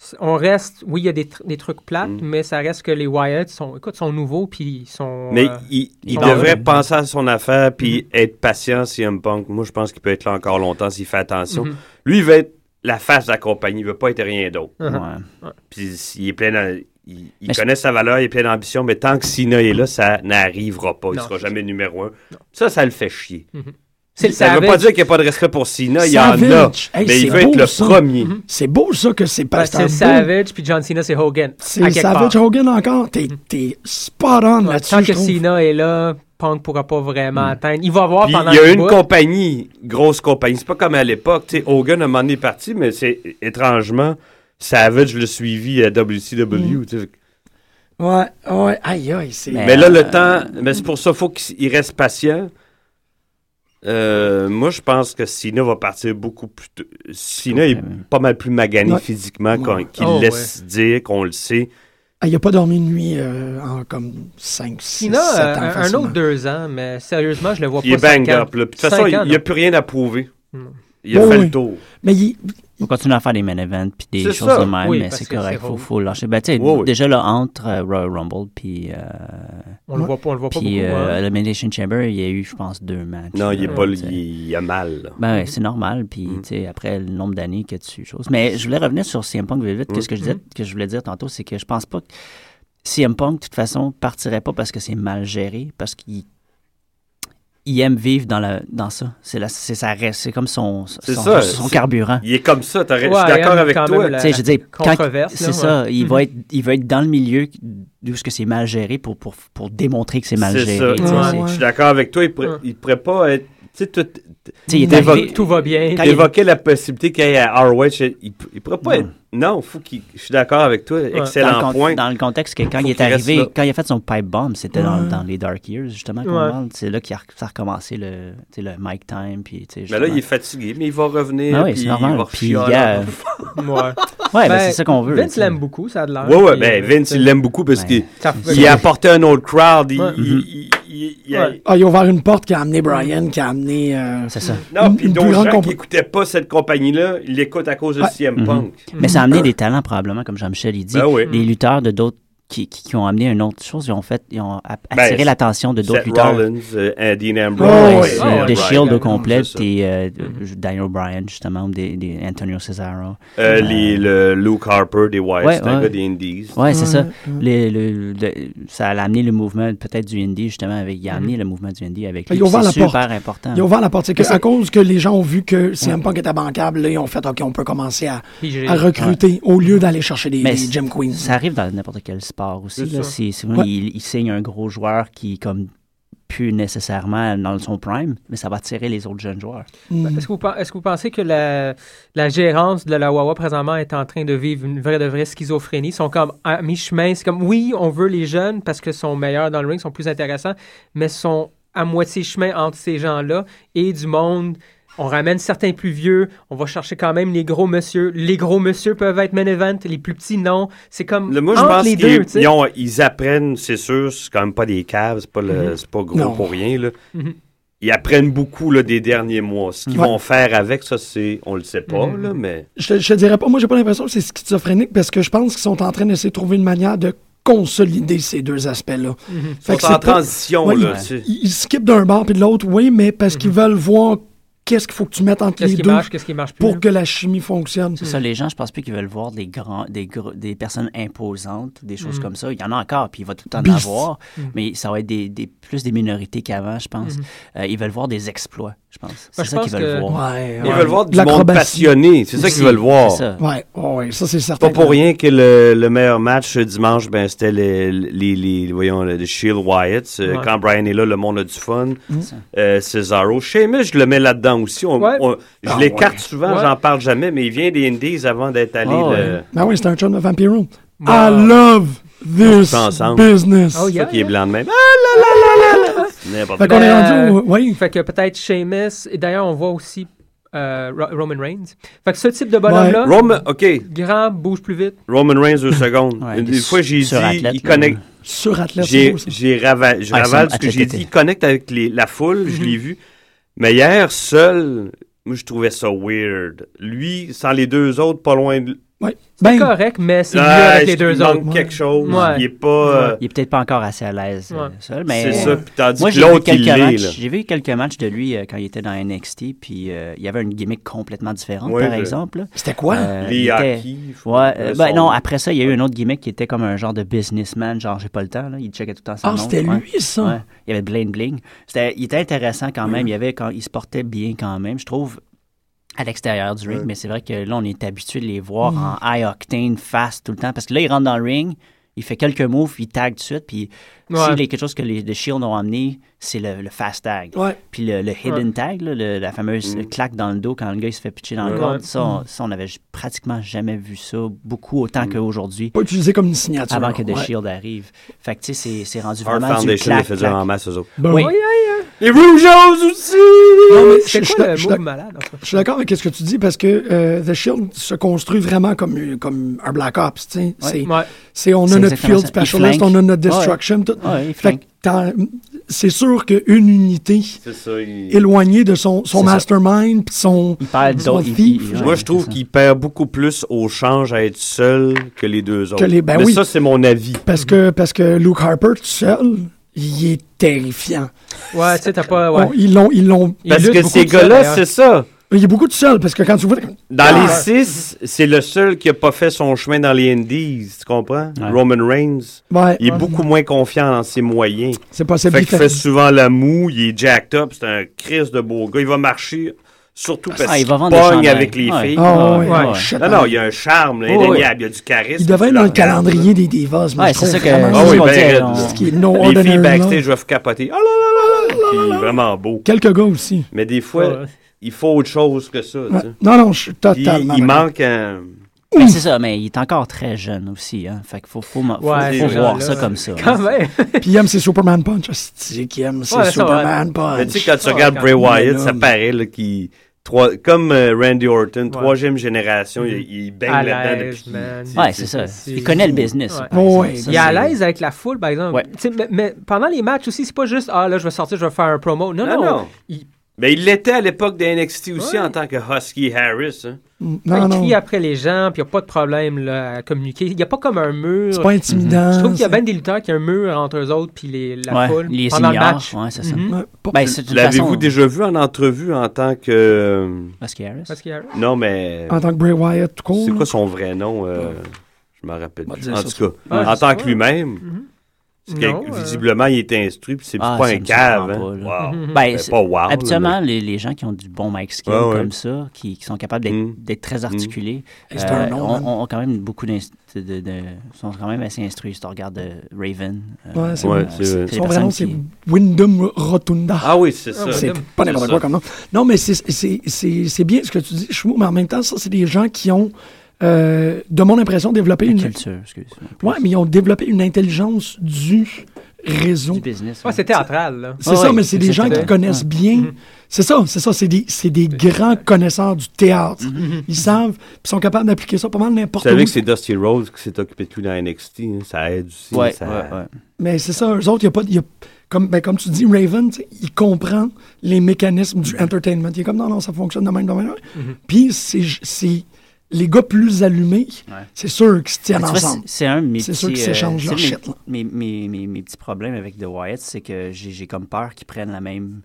[SPEAKER 5] S- On reste, oui, il y a des, tr- des trucs plates,
[SPEAKER 6] Mm.
[SPEAKER 5] mais ça reste que les Wyatt sont, écoute, sont nouveaux, puis ils sont.
[SPEAKER 6] Mais
[SPEAKER 5] euh,
[SPEAKER 6] il, il
[SPEAKER 7] sont
[SPEAKER 6] devrait
[SPEAKER 7] là.
[SPEAKER 6] penser à son affaire puis
[SPEAKER 4] Mhm.
[SPEAKER 6] être patient si M. Punk. Moi, je pense qu'il peut être là encore longtemps s'il fait attention.
[SPEAKER 4] Mhm.
[SPEAKER 6] Lui, il veut être la face de la compagnie. Il veut pas être rien d'autre.
[SPEAKER 7] Ouais.
[SPEAKER 6] Puis il est plein d'am- Il, il
[SPEAKER 7] Mais je-
[SPEAKER 6] connaît sa valeur, il est plein d'ambition, mais tant que Sina est là, ça n'arrivera pas. Il
[SPEAKER 5] Non,
[SPEAKER 6] sera
[SPEAKER 5] c'est
[SPEAKER 6] jamais numéro un. Ça, ça le fait chier.
[SPEAKER 5] c'est le
[SPEAKER 6] Ça ne veut pas
[SPEAKER 5] savage.
[SPEAKER 6] dire qu'il n'y a pas de respect pour Sina, il y en a.
[SPEAKER 4] Savage. Hey,
[SPEAKER 6] mais
[SPEAKER 4] c'est
[SPEAKER 6] il veut être
[SPEAKER 4] beau,
[SPEAKER 6] le
[SPEAKER 4] ça. Mhm.
[SPEAKER 6] premier.
[SPEAKER 4] C'est beau ça que c'est pas
[SPEAKER 5] Ben, c'est le Savage, puis John Cena, c'est Hogan. à
[SPEAKER 4] C'est
[SPEAKER 5] quelque
[SPEAKER 4] Savage
[SPEAKER 5] part. Mm.
[SPEAKER 4] Hogan encore. T'es t'es spot on
[SPEAKER 5] Ouais,
[SPEAKER 4] là-dessus.
[SPEAKER 5] Tant
[SPEAKER 4] je
[SPEAKER 5] que
[SPEAKER 4] trouve.
[SPEAKER 5] Cena est là, Punk pourra pas vraiment atteindre. Il va avoir
[SPEAKER 6] Mm. Puis,
[SPEAKER 5] pendant
[SPEAKER 6] il y a
[SPEAKER 5] le
[SPEAKER 6] une
[SPEAKER 5] bout.
[SPEAKER 6] compagnie, grosse compagnie. C'est pas comme à l'époque. tu sais, Hogan, à un moment donné, est parti, mais c'est étrangement, Savage le suivi à WCW.
[SPEAKER 4] Mm.
[SPEAKER 6] tu sais.
[SPEAKER 4] Ouais, ouais. Aïe, aïe. c'est-
[SPEAKER 7] Mais-
[SPEAKER 6] Mais là, le
[SPEAKER 7] Euh,
[SPEAKER 6] temps. Mais c'est pour ça faut qu'il il reste patient. Euh, moi, je pense que Sina va partir beaucoup plus tôt. Sina est pas mal plus magané
[SPEAKER 4] Ouais.
[SPEAKER 6] physiquement qu'on- qu'il
[SPEAKER 5] Oh,
[SPEAKER 6] laisse dire, qu'on le sait.
[SPEAKER 4] Ah, Il n'a pas dormi une nuit euh, en comme 5, 6,
[SPEAKER 5] Cena,
[SPEAKER 4] 7
[SPEAKER 5] euh,
[SPEAKER 4] ans.
[SPEAKER 5] un,
[SPEAKER 4] facilement.
[SPEAKER 5] autre deux ans, mais sérieusement, je le vois
[SPEAKER 6] Il est
[SPEAKER 5] pas. cinq
[SPEAKER 6] bang
[SPEAKER 5] ans.
[SPEAKER 6] up. là. Puis, De toute
[SPEAKER 5] Cinq
[SPEAKER 6] façon,
[SPEAKER 5] ans, Mm.
[SPEAKER 6] il n'y a
[SPEAKER 5] non.
[SPEAKER 6] plus rien à prouver.
[SPEAKER 5] Non.
[SPEAKER 6] Il a
[SPEAKER 4] Oui,
[SPEAKER 6] fait le
[SPEAKER 4] oui.
[SPEAKER 6] tour.
[SPEAKER 4] Mais il,
[SPEAKER 7] On continue à faire des main events puis des
[SPEAKER 6] C'est
[SPEAKER 7] choses
[SPEAKER 6] ça.
[SPEAKER 7] de même,
[SPEAKER 5] Oui,
[SPEAKER 7] mais
[SPEAKER 5] parce
[SPEAKER 7] c'est
[SPEAKER 5] que
[SPEAKER 7] correct.
[SPEAKER 5] c'est
[SPEAKER 7] Faut,
[SPEAKER 5] Raw.
[SPEAKER 7] faut lâcher. Ben, tu sais,
[SPEAKER 6] Oui, oui.
[SPEAKER 7] déjà là, entre euh, Royal Rumble puis, euh,
[SPEAKER 5] On le voit pas, on le voit pas
[SPEAKER 7] puis
[SPEAKER 5] beaucoup. hein.
[SPEAKER 7] euh, Elimination Chamber, il y a eu, je pense, deux matchs.
[SPEAKER 6] Non, il est
[SPEAKER 5] Ah,
[SPEAKER 7] là,
[SPEAKER 6] pas. Mm-hmm.
[SPEAKER 7] tu sais.
[SPEAKER 6] Il, il a mal. là.
[SPEAKER 7] Ben ouais, c'est normal, puis tu sais, après le nombre d'années que tu choses. Mais je voulais revenir sur CM Punk, vite, vite, que ce que je, disais, que je voulais dire tantôt, c'est que je pense pas que CM Punk, de toute façon, partirait pas parce que c'est mal géré, parce qu'il il aime vivre dans, la, dans ça. C'est la- c'est sa res- c'est comme son,
[SPEAKER 6] C'est
[SPEAKER 7] son,
[SPEAKER 6] ça,
[SPEAKER 7] son
[SPEAKER 6] c'est-
[SPEAKER 7] carburant.
[SPEAKER 6] Il est comme ça. t'as ra-
[SPEAKER 5] Ouais,
[SPEAKER 6] je suis
[SPEAKER 5] il
[SPEAKER 6] d'accord
[SPEAKER 5] aime
[SPEAKER 6] avec
[SPEAKER 5] quand
[SPEAKER 6] toi.
[SPEAKER 5] même
[SPEAKER 7] Tu
[SPEAKER 5] la-
[SPEAKER 7] sais, je veux dire, quand-
[SPEAKER 5] Euh, controverse, là,
[SPEAKER 7] c'est
[SPEAKER 5] ouais.
[SPEAKER 7] ça, il,
[SPEAKER 5] Mhm.
[SPEAKER 7] va être, il va être dans le milieu d'où ce que c'est mal géré pour, pour, pour démontrer que c'est mal
[SPEAKER 6] C'est ça.
[SPEAKER 7] géré. tu sais,
[SPEAKER 5] Ouais.
[SPEAKER 7] c'est-
[SPEAKER 6] Je suis d'accord avec toi. Il
[SPEAKER 5] Ouais.
[SPEAKER 6] ne pourrait pas être. Tu sais, tout-
[SPEAKER 7] tu sais, il est
[SPEAKER 5] Tout va-
[SPEAKER 7] arrivé-
[SPEAKER 5] Tout va bien.
[SPEAKER 7] Quand il y a-
[SPEAKER 6] évoquer la possibilité qu'il y ait à ROH, il ne pourrait pas
[SPEAKER 7] Non.
[SPEAKER 6] être. Non, faut qu'il. Je suis d'accord avec toi.
[SPEAKER 7] dans le,
[SPEAKER 6] Excellent
[SPEAKER 7] con-
[SPEAKER 6] point.
[SPEAKER 7] dans le contexte que quand
[SPEAKER 6] Faut
[SPEAKER 7] il est
[SPEAKER 6] qu'il reste
[SPEAKER 7] arrivé,
[SPEAKER 6] là.
[SPEAKER 7] quand il a fait son pipe bomb, c'était dans, dans les Dark Years, justement, qu'on
[SPEAKER 5] Ouais.
[SPEAKER 7] parle. C'est là qu'il a, ça a recommencé le, tu sais, le mic time. Puis,
[SPEAKER 6] Mais
[SPEAKER 7] tu sais,
[SPEAKER 6] là,
[SPEAKER 7] justement.
[SPEAKER 6] il est fatigué, mais il va revenir.
[SPEAKER 7] Ah oui,
[SPEAKER 6] puis
[SPEAKER 7] c'est
[SPEAKER 6] Il
[SPEAKER 7] normal.
[SPEAKER 6] va
[SPEAKER 7] Puis,
[SPEAKER 6] rechialer.
[SPEAKER 7] yeah.
[SPEAKER 5] Ouais.
[SPEAKER 7] Ouais, ben,
[SPEAKER 5] Ben,
[SPEAKER 7] c'est ça qu'on veut.
[SPEAKER 5] Vince
[SPEAKER 7] tu sais.
[SPEAKER 5] l'aime beaucoup, ça a de l'air.
[SPEAKER 6] Ouais, ouais,
[SPEAKER 5] Puis,
[SPEAKER 6] ben
[SPEAKER 5] euh,
[SPEAKER 6] Vince, il l'aime beaucoup parce
[SPEAKER 7] Ouais.
[SPEAKER 6] qu'il
[SPEAKER 5] ça fait-
[SPEAKER 6] il a apporté un autre crowd. Il,
[SPEAKER 5] Ouais.
[SPEAKER 6] il- il- il-
[SPEAKER 5] Ouais.
[SPEAKER 4] ah, il a ouvert une porte qui a amené Brian, qui a amené. euh,
[SPEAKER 7] C'est ça.
[SPEAKER 5] Mhm.
[SPEAKER 6] Non,
[SPEAKER 4] Une-
[SPEAKER 6] puis
[SPEAKER 4] une plus
[SPEAKER 6] d'autres gens
[SPEAKER 4] grande compa-
[SPEAKER 6] qui n'écoutaient pas cette compagnie-là, ils l'écoutent à cause de
[SPEAKER 4] Ouais.
[SPEAKER 6] CM Punk.
[SPEAKER 7] Mais ça a amené des talents, probablement, comme Jean-Michel il dit.
[SPEAKER 6] Mhm. Ben oui.
[SPEAKER 7] Les lutteurs de d'autres qui, qui, qui ont amené une autre chose, ils ont, fait, ils ont a- attiré
[SPEAKER 6] Ben,
[SPEAKER 7] l'attention de d'autres
[SPEAKER 6] Seth
[SPEAKER 7] lutteurs.
[SPEAKER 6] Rollins, euh, euh, Dean Ambrose,
[SPEAKER 4] Oh,
[SPEAKER 6] euh,
[SPEAKER 4] oui.
[SPEAKER 7] The
[SPEAKER 5] Ah, ouais,
[SPEAKER 6] Brian.
[SPEAKER 7] Shield au
[SPEAKER 5] Bryan,
[SPEAKER 7] complet,
[SPEAKER 6] c'est ça.
[SPEAKER 7] puis euh, Daniel Bryan, justement, ou des, des Antonio Cesaro.
[SPEAKER 6] Euh, les, le Luke Harper des White,
[SPEAKER 7] Ouais,
[SPEAKER 6] c'est un
[SPEAKER 7] ouais.
[SPEAKER 6] gars des Indies.
[SPEAKER 7] Ouais, c'est ça. Les- le- le- ça a amené le mouvement peut-être du indie justement avec il a amené le mouvement du indie
[SPEAKER 4] Mm.
[SPEAKER 7] avec
[SPEAKER 4] Ah, Ils
[SPEAKER 7] lui.
[SPEAKER 4] ont
[SPEAKER 7] puis
[SPEAKER 4] ouvert
[SPEAKER 7] C'est
[SPEAKER 4] la
[SPEAKER 7] super
[SPEAKER 4] porte.
[SPEAKER 7] important.
[SPEAKER 4] Il a ouvert la porte. C'est que à cause que les gens ont vu que CM Punk était bancable, là, ils ont fait OK, on peut commencer à,
[SPEAKER 5] Puis j'ai-
[SPEAKER 4] à recruter au lieu d'aller chercher des,
[SPEAKER 7] Mais
[SPEAKER 4] des
[SPEAKER 7] c'est-
[SPEAKER 4] Jim Queens.
[SPEAKER 7] Ça arrive dans n'importe quel sport aussi.
[SPEAKER 6] C'est ça.
[SPEAKER 7] Là. C'est- souvent,
[SPEAKER 4] Ouais.
[SPEAKER 7] il, il signe un gros joueur qui est comme plus nécessairement dans son prime, mais ça va attirer les autres jeunes joueurs.
[SPEAKER 5] Est-ce que, vous pen- est-ce que vous pensez que la, la gérance de la Wawa présentement est en train de vivre une vraie de vraie schizophrénie? Ils sont comme à mi-chemin. C'est comme, oui, on veut les jeunes parce qu'ils sont meilleurs dans le ring, sont plus intéressants, mais sont à moitié chemin entre ces gens-là et du monde. On ramène certains plus vieux, on va chercher quand même les gros monsieur. Les gros monsieur peuvent être main event, les plus petits non. C'est comme
[SPEAKER 6] Le- moi, je
[SPEAKER 5] entre
[SPEAKER 6] pense
[SPEAKER 5] les
[SPEAKER 6] qu'ils
[SPEAKER 5] deux, tu sais.
[SPEAKER 6] ils ont- ils apprennent, c'est sûr, c'est quand même pas des caves, c'est pas, le- c'est pas gros
[SPEAKER 4] Non. Mm-hmm.
[SPEAKER 6] pour rien. Là.
[SPEAKER 5] Mhm.
[SPEAKER 6] Ils apprennent beaucoup là, des derniers mois. Ce qu'ils
[SPEAKER 4] Ouais. Mm-hmm.
[SPEAKER 6] vont faire avec ça, c'est on le sait pas, là, mais
[SPEAKER 4] Je, te- je te dirais pas, moi j'ai pas l'impression que c'est schizophrénique parce que je pense qu'ils sont en train d'essayer de trouver une manière de consolider ces deux aspects-là. Fait
[SPEAKER 6] Mhm. ils
[SPEAKER 4] que
[SPEAKER 6] sont
[SPEAKER 4] c'est
[SPEAKER 6] en
[SPEAKER 4] pas-
[SPEAKER 6] transition.
[SPEAKER 4] Ouais,
[SPEAKER 6] là,
[SPEAKER 4] ils-
[SPEAKER 6] tu sais. Mhm.
[SPEAKER 4] ils, ils skippent d'un bord puis de l'autre, oui, mais parce qu'ils veulent voir qu'est-ce qu'il faut que tu mettes entre
[SPEAKER 5] Qu'est-ce
[SPEAKER 4] les
[SPEAKER 5] qui
[SPEAKER 4] deux
[SPEAKER 5] marche, qu'est-ce qui marche plus?
[SPEAKER 4] pour que la chimie fonctionne.
[SPEAKER 7] C'est
[SPEAKER 5] Mm.
[SPEAKER 7] ça, les gens, je pense plus qu'ils veulent voir des grands, des, gros- des personnes imposantes, des
[SPEAKER 5] Mm.
[SPEAKER 7] choses comme ça. Il y en a encore, puis il va tout en
[SPEAKER 4] Beast.
[SPEAKER 7] avoir, mais ça va être des, des- plus des minorités qu'avant, je pense. Euh, ils veulent voir des exploits. je pense.
[SPEAKER 5] Mm-hmm. Moi,
[SPEAKER 7] C'est
[SPEAKER 5] je
[SPEAKER 7] ça qu'ils
[SPEAKER 5] pense
[SPEAKER 7] veulent
[SPEAKER 5] que-
[SPEAKER 7] voir.
[SPEAKER 4] Ouais,
[SPEAKER 6] Ils
[SPEAKER 4] ouais.
[SPEAKER 6] veulent voir du monde
[SPEAKER 4] L'acrobatie.
[SPEAKER 6] passionné. C'est ça
[SPEAKER 7] Aussi,
[SPEAKER 6] qu'ils veulent voir.
[SPEAKER 7] c'est
[SPEAKER 6] C'est
[SPEAKER 7] ça.
[SPEAKER 4] Ouais, ouais, ouais, ça c'est certain.
[SPEAKER 6] pas pour rien que le, le meilleur match euh, dimanche, ben, c'était les, les, les- voyons, le- le Shield Wyatt. Euh,
[SPEAKER 5] Ouais.
[SPEAKER 6] Quand Brian est là, le monde a du fun.
[SPEAKER 7] ça.
[SPEAKER 6] Euh, Cesaro. Sheamus, je le mets là-dedans aussi. On-
[SPEAKER 5] Ouais.
[SPEAKER 6] on- je
[SPEAKER 4] Ah,
[SPEAKER 6] l'écarte
[SPEAKER 4] ouais.
[SPEAKER 6] souvent,
[SPEAKER 5] Ouais.
[SPEAKER 6] j'en parle jamais, mais il vient des Indies avant d'être allé.
[SPEAKER 7] Ah,
[SPEAKER 6] le-
[SPEAKER 7] ouais.
[SPEAKER 4] Ben oui, c'est un chum de Vampiro.
[SPEAKER 5] Wow.
[SPEAKER 4] I love this
[SPEAKER 6] fait ensemble.
[SPEAKER 4] business.
[SPEAKER 5] Oh, yeah.
[SPEAKER 6] C'est ça qui est blanc de même. Ah, là, là, là, là, là. N'importe
[SPEAKER 4] Fait qu'on est rendu.
[SPEAKER 5] Euh,
[SPEAKER 4] au- Oui.
[SPEAKER 5] Fait que peut-être Sheamus, et d'ailleurs, on voit aussi euh, Ro- Roman Reigns. Fait que ce type de bonhomme-là,
[SPEAKER 6] quoi. Roman, OK,
[SPEAKER 5] grand, bouge plus vite.
[SPEAKER 6] Roman Reigns, deux secondes.
[SPEAKER 7] Ouais,
[SPEAKER 6] Une,
[SPEAKER 7] des
[SPEAKER 6] une fois, j'ai dit,
[SPEAKER 7] sur- surathlètes,
[SPEAKER 6] il
[SPEAKER 7] là.
[SPEAKER 6] connecte.
[SPEAKER 4] Sur Atlas.
[SPEAKER 6] J'ai j'ai rava- je
[SPEAKER 7] Ah, ils
[SPEAKER 6] ravale
[SPEAKER 7] sont
[SPEAKER 6] ce que j'ai
[SPEAKER 7] athlétés.
[SPEAKER 6] dit. Il connecte avec les- la foule, je
[SPEAKER 5] Mhm.
[SPEAKER 6] l'ai vu. Mais hier, seul, moi, je trouvais ça weird. Lui, sans les deux autres, pas loin de.
[SPEAKER 4] Ouais.
[SPEAKER 5] C'est
[SPEAKER 4] Ben,
[SPEAKER 5] correct, mais c'est mieux
[SPEAKER 6] Ah,
[SPEAKER 5] avec les
[SPEAKER 6] il
[SPEAKER 5] deux
[SPEAKER 6] manque
[SPEAKER 5] autres.
[SPEAKER 6] quelque chose.
[SPEAKER 5] Ouais.
[SPEAKER 6] Il est pas. euh,
[SPEAKER 7] Il est peut-être pas encore assez à l'aise euh,
[SPEAKER 5] Ouais.
[SPEAKER 7] seul, mais
[SPEAKER 6] C'est ça. Puis tandis
[SPEAKER 7] Moi,
[SPEAKER 6] que
[SPEAKER 7] j'ai vu,
[SPEAKER 6] l'autre, il
[SPEAKER 7] quelques
[SPEAKER 6] l'est, là.
[SPEAKER 7] matchs, j'ai vu quelques matchs de lui euh, quand il était dans NXT, puis euh, il y avait une gimmick complètement différente,
[SPEAKER 6] Ouais,
[SPEAKER 7] par
[SPEAKER 6] le-
[SPEAKER 7] exemple. là.
[SPEAKER 4] c'était quoi?
[SPEAKER 7] Euh, il
[SPEAKER 6] Les
[SPEAKER 7] était-
[SPEAKER 6] Hockey.
[SPEAKER 7] Ouais, euh,
[SPEAKER 6] le
[SPEAKER 7] ben
[SPEAKER 6] son.
[SPEAKER 7] non, après ça, il y a eu un autre gimmick qui était comme un genre de businessman, genre j'ai pas le temps, là, il checkait tout le temps son
[SPEAKER 4] ah,
[SPEAKER 7] montre,
[SPEAKER 4] c'était
[SPEAKER 7] ouais.
[SPEAKER 4] lui, ça.
[SPEAKER 7] Ouais. Il y avait Blaine Bling. C'était, il était intéressant quand même. Il, y avait, quand, il se portait bien quand même, je trouve, à l'extérieur du ring. Mais c'est vrai que là, on est habitué de les voir
[SPEAKER 4] Mm.
[SPEAKER 7] en high octane, fast tout le temps. Parce que là, il rentre dans le ring, il fait quelques moves, il tag tout de suite. Puis
[SPEAKER 5] Ouais.
[SPEAKER 7] s'il y a quelque chose que les, les Shield ont amené, c'est le, le fast tag.
[SPEAKER 4] Ouais.
[SPEAKER 7] Puis le, le hidden tag, là, le- la fameuse
[SPEAKER 6] Mm.
[SPEAKER 7] claque dans le dos quand le gars il se fait pitcher dans le
[SPEAKER 5] Ouais.
[SPEAKER 7] corps. Ça, on- ça, on n'avait pratiquement jamais vu ça, beaucoup autant
[SPEAKER 6] Mm.
[SPEAKER 7] qu'aujourd'hui.
[SPEAKER 4] Pas utilisé comme une signature.
[SPEAKER 7] Avant que The
[SPEAKER 4] Ouais.
[SPEAKER 7] Shield arrive. Fait que, tu sais, c'est- c'est rendu
[SPEAKER 6] Hard
[SPEAKER 7] vraiment du
[SPEAKER 6] Foundation, il
[SPEAKER 7] clac,
[SPEAKER 6] fait
[SPEAKER 7] clac.
[SPEAKER 6] en masse, eux autres.
[SPEAKER 4] Bon.
[SPEAKER 7] Oui.
[SPEAKER 5] Oh, yeah, yeah.
[SPEAKER 6] Les Rougeaux aussi!
[SPEAKER 4] Non, mais
[SPEAKER 5] C'est
[SPEAKER 4] je- je-
[SPEAKER 5] quoi le
[SPEAKER 4] je-
[SPEAKER 5] move malade? en fait?
[SPEAKER 4] Je suis d'accord avec ce que tu dis parce que euh, The Shield se construit vraiment comme, comme un Black Ops. tu sais. C'est-
[SPEAKER 5] Ouais.
[SPEAKER 4] C'est on a
[SPEAKER 7] C'est
[SPEAKER 4] notre
[SPEAKER 7] exactement
[SPEAKER 4] Field
[SPEAKER 7] ça. Il
[SPEAKER 4] Specialist,
[SPEAKER 7] flanque.
[SPEAKER 4] on a notre
[SPEAKER 7] Ouais.
[SPEAKER 4] Destruction. tout.
[SPEAKER 7] Ouais, il
[SPEAKER 4] Fait
[SPEAKER 7] flanque.
[SPEAKER 4] que t'en- c'est sûr qu'une unité
[SPEAKER 6] C'est ça. il-
[SPEAKER 4] éloignée de son, son
[SPEAKER 7] C'est ça.
[SPEAKER 4] mastermind, puis son.
[SPEAKER 7] Il parle
[SPEAKER 4] son
[SPEAKER 7] d'autres. il-
[SPEAKER 4] thief.
[SPEAKER 7] il- il-
[SPEAKER 6] Moi,
[SPEAKER 7] ouais,
[SPEAKER 6] je trouve
[SPEAKER 7] c'est ça.
[SPEAKER 6] qu'il perd beaucoup plus au change à être seul que les deux autres.
[SPEAKER 4] Que les- ben
[SPEAKER 6] Mais
[SPEAKER 4] oui.
[SPEAKER 6] ça, c'est mon avis.
[SPEAKER 4] Parce,
[SPEAKER 7] Mm-hmm.
[SPEAKER 4] que, parce que Luke Harper, tout seul, il est terrifiant.
[SPEAKER 5] Ouais, tu sais, t'as pas. Ouais.
[SPEAKER 4] Bon, ils l'ont, ils l'ont.
[SPEAKER 5] Il
[SPEAKER 6] Parce
[SPEAKER 5] lutte
[SPEAKER 6] que
[SPEAKER 5] beaucoup
[SPEAKER 6] ces
[SPEAKER 5] de ça,
[SPEAKER 6] gars-là,
[SPEAKER 5] d'ailleurs.
[SPEAKER 6] c'est ça.
[SPEAKER 4] Il est beaucoup tout seul parce que quand tu vois. t'es comme,
[SPEAKER 6] Dans
[SPEAKER 4] Ah.
[SPEAKER 6] les six, c'est le seul qui a pas fait son chemin dans les Indies, tu comprends?
[SPEAKER 7] Ouais.
[SPEAKER 6] Roman Reigns.
[SPEAKER 4] Ouais,
[SPEAKER 6] Il est beaucoup moins confiant dans ses moyens.
[SPEAKER 4] c'est possible.
[SPEAKER 6] Fait
[SPEAKER 4] il
[SPEAKER 6] qu'il
[SPEAKER 4] fait-
[SPEAKER 6] fait souvent la moue, il est jacked up, c'est un Chris de beau gars. Il va marcher, surtout parce
[SPEAKER 7] Ah, il
[SPEAKER 6] qu'il
[SPEAKER 7] va vendre des
[SPEAKER 6] pogne
[SPEAKER 7] chandails.
[SPEAKER 6] avec les
[SPEAKER 7] Ouais.
[SPEAKER 6] filles.
[SPEAKER 4] Ah,
[SPEAKER 7] Ouais,
[SPEAKER 4] ouais,
[SPEAKER 5] ouais.
[SPEAKER 4] ouais. Shit,
[SPEAKER 6] Non, non, il y a un charme, là,
[SPEAKER 7] Oh,
[SPEAKER 6] indéniable,
[SPEAKER 7] ouais.
[SPEAKER 6] il y a du charisme.
[SPEAKER 4] Il devait être
[SPEAKER 6] tu
[SPEAKER 4] dans le
[SPEAKER 6] le regardes, là.
[SPEAKER 4] calendrier des Divas. moi,
[SPEAKER 7] Ouais,
[SPEAKER 4] je
[SPEAKER 7] c'est
[SPEAKER 4] trouve
[SPEAKER 7] ça que.
[SPEAKER 4] vraiment-
[SPEAKER 7] c'est ce
[SPEAKER 6] oui,
[SPEAKER 7] qu'on
[SPEAKER 6] ben,
[SPEAKER 7] dit,
[SPEAKER 6] raide.
[SPEAKER 7] on-
[SPEAKER 6] Ce
[SPEAKER 4] qui est no
[SPEAKER 6] Les
[SPEAKER 4] ordinary
[SPEAKER 6] filles
[SPEAKER 4] love.
[SPEAKER 6] backstage doivent capoter. Oh là là là là! Il est vraiment beau.
[SPEAKER 4] Quelques gars aussi.
[SPEAKER 6] Mais des fois,
[SPEAKER 5] Ouais.
[SPEAKER 6] il faut autre chose que ça. tu sais.
[SPEAKER 4] Non, non, je suis
[SPEAKER 6] Il,
[SPEAKER 4] totalement.
[SPEAKER 6] il
[SPEAKER 4] d'accord.
[SPEAKER 6] manque un.
[SPEAKER 7] Ben, c'est ça, mais il est encore très jeune aussi. Hein. Fait qu'il faut, faut, ma- faut-
[SPEAKER 5] Ouais,
[SPEAKER 7] faut
[SPEAKER 5] ces
[SPEAKER 7] voir
[SPEAKER 5] gens-là,
[SPEAKER 7] ça comme ça. hein.
[SPEAKER 5] Quand même.
[SPEAKER 4] Puis il aime ses Superman Punch. C'est qui aime ses
[SPEAKER 5] Ouais, ça,
[SPEAKER 4] Superman
[SPEAKER 6] Mais tu sais,
[SPEAKER 4] Punch.
[SPEAKER 6] quand tu
[SPEAKER 5] Ah,
[SPEAKER 6] regardes
[SPEAKER 5] quand
[SPEAKER 6] Bray
[SPEAKER 5] même,
[SPEAKER 6] Wyatt,
[SPEAKER 4] là,
[SPEAKER 6] ça
[SPEAKER 4] mais-
[SPEAKER 6] paraît là, qu'il. trois- Comme euh, Randy Orton, troisième génération, il, il
[SPEAKER 5] Mm-hmm. À
[SPEAKER 6] baigne là-dedans
[SPEAKER 5] l'aise,
[SPEAKER 6] depuis.
[SPEAKER 5] man.
[SPEAKER 7] Ouais, c'est ça.
[SPEAKER 5] c'est-
[SPEAKER 7] Il connaît le business.
[SPEAKER 5] Ouais.
[SPEAKER 7] par exemple.
[SPEAKER 4] Ouais.
[SPEAKER 7] Ça,
[SPEAKER 5] Il est à
[SPEAKER 7] c'est-
[SPEAKER 5] l'aise avec la foule, par exemple.
[SPEAKER 7] Ouais.
[SPEAKER 5] Tu sais, Mais, mais pendant les matchs aussi, c'est pas juste Ah là, je vais sortir, je vais faire un promo. Non,
[SPEAKER 6] Ah,
[SPEAKER 5] non.
[SPEAKER 6] non.
[SPEAKER 5] Il,
[SPEAKER 6] Mais il l'était à l'époque des NXT aussi
[SPEAKER 5] Ouais.
[SPEAKER 6] en tant que Husky Harris. hein.
[SPEAKER 5] il
[SPEAKER 4] Non, non.
[SPEAKER 5] crie après les gens, puis il n'y Ben, a pas de problème là, à communiquer. Il n'y a pas comme un mur.
[SPEAKER 4] C'est pas intimidant.
[SPEAKER 5] Mm-hmm. Je trouve qu'il y a
[SPEAKER 4] Euh, c'est-
[SPEAKER 5] bien des lutteurs qui ont un mur entre eux autres puis les, la
[SPEAKER 7] Ouais,
[SPEAKER 5] foule
[SPEAKER 7] les
[SPEAKER 5] pendant le
[SPEAKER 7] seniors,
[SPEAKER 5] match.
[SPEAKER 7] ouais, c'est ça.
[SPEAKER 5] Mhm.
[SPEAKER 4] Ouais, pas-
[SPEAKER 7] Ben, c'est de toute
[SPEAKER 6] L'avez-vous
[SPEAKER 7] façon-
[SPEAKER 6] déjà vu en entrevue en tant que. euh,
[SPEAKER 7] Parce qu'il y a Harris.
[SPEAKER 5] Parce qu'il y a-
[SPEAKER 6] Non, mais.
[SPEAKER 4] En tant que Bray Wyatt, tout court.
[SPEAKER 6] C'est
[SPEAKER 4] là.
[SPEAKER 6] quoi son vrai nom euh, Je m'en rappelle
[SPEAKER 4] Va
[SPEAKER 6] plus.
[SPEAKER 4] dire
[SPEAKER 6] En
[SPEAKER 4] ça,
[SPEAKER 6] tout
[SPEAKER 5] Ouais,
[SPEAKER 6] cas, en
[SPEAKER 5] je
[SPEAKER 6] tant
[SPEAKER 5] sais
[SPEAKER 6] que
[SPEAKER 5] pas. Mm-hmm.
[SPEAKER 6] lui-même, c'est que
[SPEAKER 5] Non, euh, Mm-hmm.
[SPEAKER 6] visiblement, il était instruit, puis c'est
[SPEAKER 7] Ah,
[SPEAKER 6] pas
[SPEAKER 7] ça
[SPEAKER 6] un
[SPEAKER 7] me
[SPEAKER 6] cave.
[SPEAKER 7] surprend
[SPEAKER 6] hein. Wow.
[SPEAKER 7] pas, Ben,
[SPEAKER 6] Ben,
[SPEAKER 7] c'est-
[SPEAKER 6] pas wow, là,
[SPEAKER 7] Habituellement, les, les gens qui ont du bon mic skill
[SPEAKER 6] Ouais, ouais.
[SPEAKER 7] comme ça, qui, qui sont capables d'être,
[SPEAKER 6] Mm.
[SPEAKER 7] d'être très articulés,
[SPEAKER 4] Et c'est un
[SPEAKER 7] euh,
[SPEAKER 4] nom,
[SPEAKER 7] ont,
[SPEAKER 4] man.
[SPEAKER 7] ont- ont quand même beaucoup d'inst- de, de- de- sont quand même assez instruits. Si tu regardes euh, Raven, euh,
[SPEAKER 4] Ouais, c'est
[SPEAKER 6] Ouais,
[SPEAKER 4] vrai.
[SPEAKER 6] c'est vrai.
[SPEAKER 7] des
[SPEAKER 4] Son vrai
[SPEAKER 7] personnes
[SPEAKER 4] nom, c'est
[SPEAKER 7] qui-
[SPEAKER 4] Wyndham Rotunda.
[SPEAKER 6] Ah oui, c'est ça.
[SPEAKER 4] C'est
[SPEAKER 5] Wyndham.
[SPEAKER 4] pas
[SPEAKER 6] C'est
[SPEAKER 4] n'importe
[SPEAKER 6] ça.
[SPEAKER 4] quoi comme nom. Non, mais c'est- c'est c'est- c'est bien ce que tu dis, Chou, mais en même temps, ça, c'est des gens qui ont, euh, de mon impression, développé
[SPEAKER 7] la
[SPEAKER 4] une.
[SPEAKER 7] culture, excuse.
[SPEAKER 4] Ouais, mais ils ont développé une intelligence du réseau.
[SPEAKER 7] Du business.
[SPEAKER 5] Ouais,
[SPEAKER 7] hein. ouais.
[SPEAKER 5] c'est théâtral. là.
[SPEAKER 4] C'est
[SPEAKER 7] Ah
[SPEAKER 4] ça,
[SPEAKER 7] ouais,
[SPEAKER 4] mais c'est des gens qui
[SPEAKER 7] exactement.
[SPEAKER 4] connaissent bien.
[SPEAKER 7] Mm-hmm.
[SPEAKER 4] C'est ça, c'est ça, c'est des, c'est des grands connaisseurs du théâtre.
[SPEAKER 7] Mm-hmm.
[SPEAKER 4] Ils savent, ils sont capables d'appliquer ça pas mal
[SPEAKER 6] Vous
[SPEAKER 4] n'importe où.
[SPEAKER 6] savez que c'est Dusty Rhodes qui s'est occupé de tout dans NXT. hein, Ça aide aussi.
[SPEAKER 7] Ouais,
[SPEAKER 6] ça-
[SPEAKER 7] ouais, ouais.
[SPEAKER 4] Mais c'est ça, eux autres, il a pas. de- y a- comme, ben, comme tu dis, Raven, tu sais, il comprend les mécanismes du entertainment. Il est comme, non, non, ça fonctionne de même, de même. de
[SPEAKER 7] Mm-hmm.
[SPEAKER 4] même. Puis, c'est j- c'est les gars plus allumés, c'est sûr qu'ils se tiennent
[SPEAKER 7] Mais tu vois,
[SPEAKER 4] ensemble.
[SPEAKER 7] c'est- c'est un de mes
[SPEAKER 4] C'est sûr
[SPEAKER 7] petits,
[SPEAKER 4] qu'ils s'échangent
[SPEAKER 7] euh,
[SPEAKER 4] leur
[SPEAKER 7] tu sais,
[SPEAKER 4] shit, là.
[SPEAKER 7] mes, mes, mes, mes- mes petits problèmes avec The Wyatt, c'est que j'ai j'ai comme peur qu'ils prennent la même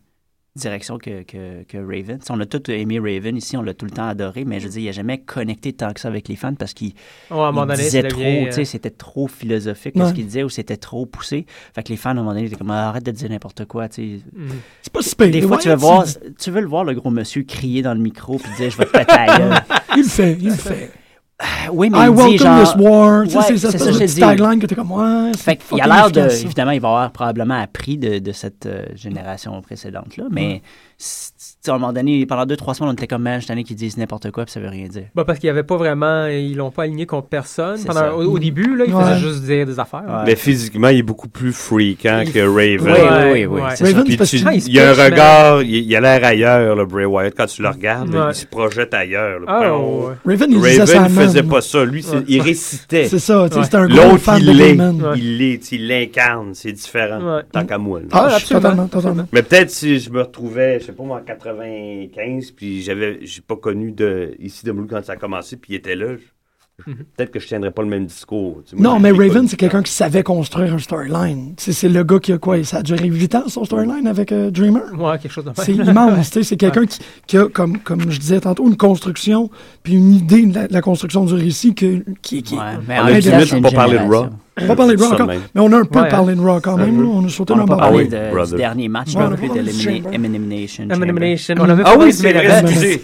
[SPEAKER 7] direction que, que, que Raven. Tu sais, on a tous aimé Raven ici, on l'a tout le temps adoré, mais je veux dire, il n'a jamais connecté tant que ça avec les fans parce qu'il
[SPEAKER 5] Ouais, à un moment
[SPEAKER 7] il
[SPEAKER 5] donné,
[SPEAKER 7] disait
[SPEAKER 5] ça
[SPEAKER 7] trop,
[SPEAKER 5] devient,
[SPEAKER 7] tu sais,
[SPEAKER 5] euh,
[SPEAKER 7] c'était trop philosophique
[SPEAKER 4] Ouais.
[SPEAKER 7] ce qu'il disait ou c'était trop poussé. Fait que les fans, à un moment donné, étaient comme Ah, arrête de dire n'importe quoi, tu sais.
[SPEAKER 5] mhm.
[SPEAKER 4] C'est pas si pire.
[SPEAKER 7] Des fois,
[SPEAKER 4] Ouais,
[SPEAKER 7] tu veux, voir,
[SPEAKER 4] dis-
[SPEAKER 7] tu veux le voir, le gros monsieur, crier dans le micro puis dire Je vais te péter la gueule.
[SPEAKER 4] Il le fait, il le fait.
[SPEAKER 7] Ah Oui, mais
[SPEAKER 4] I
[SPEAKER 7] il dit
[SPEAKER 4] welcome
[SPEAKER 7] genre.
[SPEAKER 4] this war. Tu sais,
[SPEAKER 7] Ouais,
[SPEAKER 4] c'est ça,
[SPEAKER 7] c'est
[SPEAKER 4] c'est
[SPEAKER 7] ça, je
[SPEAKER 4] petit
[SPEAKER 7] dis.
[SPEAKER 4] tagline que t'es comme, ouais. c'est
[SPEAKER 7] Fait qu'il a
[SPEAKER 4] fucking
[SPEAKER 7] l'air de.
[SPEAKER 4] efficace, ça.
[SPEAKER 7] Évidemment, il va avoir probablement appris de, de cette euh, génération précédente-là, mais c- c- tu sais, à un moment donné, pendant deux, trois semaines, on était comme, man, je suis tanné qu'ils disent n'importe quoi, puis ça veut rien dire.
[SPEAKER 5] Bah, parce qu'il n'y avait pas vraiment. Ils l'ont pas aligné contre personne.
[SPEAKER 7] C'est
[SPEAKER 5] Pendant-
[SPEAKER 7] ça.
[SPEAKER 5] au, au début, là, ils
[SPEAKER 4] Ouais.
[SPEAKER 5] faisaient juste dire des affaires.
[SPEAKER 7] Ouais.
[SPEAKER 6] Mais physiquement, il est beaucoup plus freakant
[SPEAKER 5] Il-
[SPEAKER 6] que Raven.
[SPEAKER 5] Ouais,
[SPEAKER 7] oui, oui, oui,
[SPEAKER 5] ouais.
[SPEAKER 7] c'est ça.
[SPEAKER 4] Raven,
[SPEAKER 6] Puis
[SPEAKER 4] c'est parce
[SPEAKER 6] tu-
[SPEAKER 4] que-
[SPEAKER 5] Ah, il se
[SPEAKER 6] il y a un
[SPEAKER 5] pitch, mais-
[SPEAKER 6] regard, il, il a l'air ailleurs, le Bray Wyatt. Quand tu le regardes,
[SPEAKER 5] Ouais.
[SPEAKER 6] il se projette ailleurs. là.
[SPEAKER 5] Ah,
[SPEAKER 6] Bon,
[SPEAKER 5] ouais.
[SPEAKER 4] Raven, il disait ça à
[SPEAKER 6] Raven ne
[SPEAKER 4] Man,
[SPEAKER 6] faisait
[SPEAKER 4] là.
[SPEAKER 6] pas ça. Lui, c'est-
[SPEAKER 5] Ouais.
[SPEAKER 6] il récitait.
[SPEAKER 4] C'est ça, tu sais,
[SPEAKER 5] Ouais.
[SPEAKER 4] c'était un gros
[SPEAKER 6] L'autre,
[SPEAKER 4] fan de
[SPEAKER 6] il l'est.
[SPEAKER 4] Rayman.
[SPEAKER 5] Ouais.
[SPEAKER 6] Il l'est, il l'incarne. C'est différent.
[SPEAKER 5] Ouais.
[SPEAKER 6] Tant qu'à moi. là.
[SPEAKER 4] Ah,
[SPEAKER 5] Ouais, absolument.
[SPEAKER 4] totalement, totalement.
[SPEAKER 6] Mais peut-être si je me retrouvais, je sais pas moi, en 95, puis j'avais, j'ai pas connu de ici de Moulou quand ça a commencé, puis il était là. je- Peut-être que je tiendrais pas le même discours. tu sais, moi,
[SPEAKER 4] Mhm. Non,
[SPEAKER 6] je
[SPEAKER 4] mais
[SPEAKER 6] l'ai
[SPEAKER 4] Raven,
[SPEAKER 6] connu.
[SPEAKER 4] c'est quelqu'un qui savait construire un storyline. Tu sais, C'est le gars qui a quoi? Ça a duré 8 ans, son storyline avec euh, Dreamer.
[SPEAKER 5] Ouais, quelque chose de
[SPEAKER 4] C'est immense, tu sais, c'est quelqu'un qui, qui a, comme, comme je disais tantôt, une construction, puis une idée de la, de la construction du récit que- qui, qui,
[SPEAKER 7] Ouais, mais
[SPEAKER 6] On
[SPEAKER 7] en
[SPEAKER 6] a
[SPEAKER 7] même
[SPEAKER 4] dix
[SPEAKER 7] temps,
[SPEAKER 4] minutes
[SPEAKER 7] c'est
[SPEAKER 6] pour
[SPEAKER 7] une
[SPEAKER 6] parler de Raw.
[SPEAKER 7] génération.
[SPEAKER 4] On va parler de Raw
[SPEAKER 6] Ça
[SPEAKER 4] encore,
[SPEAKER 6] de même.
[SPEAKER 4] mais on a un peu
[SPEAKER 5] Ouais,
[SPEAKER 4] parlé de Raw quand même. là. On a sauté
[SPEAKER 7] On n'a
[SPEAKER 4] dans
[SPEAKER 7] pas
[SPEAKER 4] le
[SPEAKER 6] Ah
[SPEAKER 7] parlé
[SPEAKER 6] oui,
[SPEAKER 7] de- du
[SPEAKER 6] brother.
[SPEAKER 7] dernier match,
[SPEAKER 4] Ouais,
[SPEAKER 7] non
[SPEAKER 4] on a pas
[SPEAKER 7] plus de
[SPEAKER 4] parlé du
[SPEAKER 7] l'Elimination
[SPEAKER 4] Chamber.
[SPEAKER 7] Chamber.
[SPEAKER 5] Elimination. On avait
[SPEAKER 6] Ah
[SPEAKER 5] pas
[SPEAKER 6] oui,
[SPEAKER 5] parlé
[SPEAKER 6] c'est
[SPEAKER 5] de
[SPEAKER 6] vrai,
[SPEAKER 5] Main Event.
[SPEAKER 6] excusez.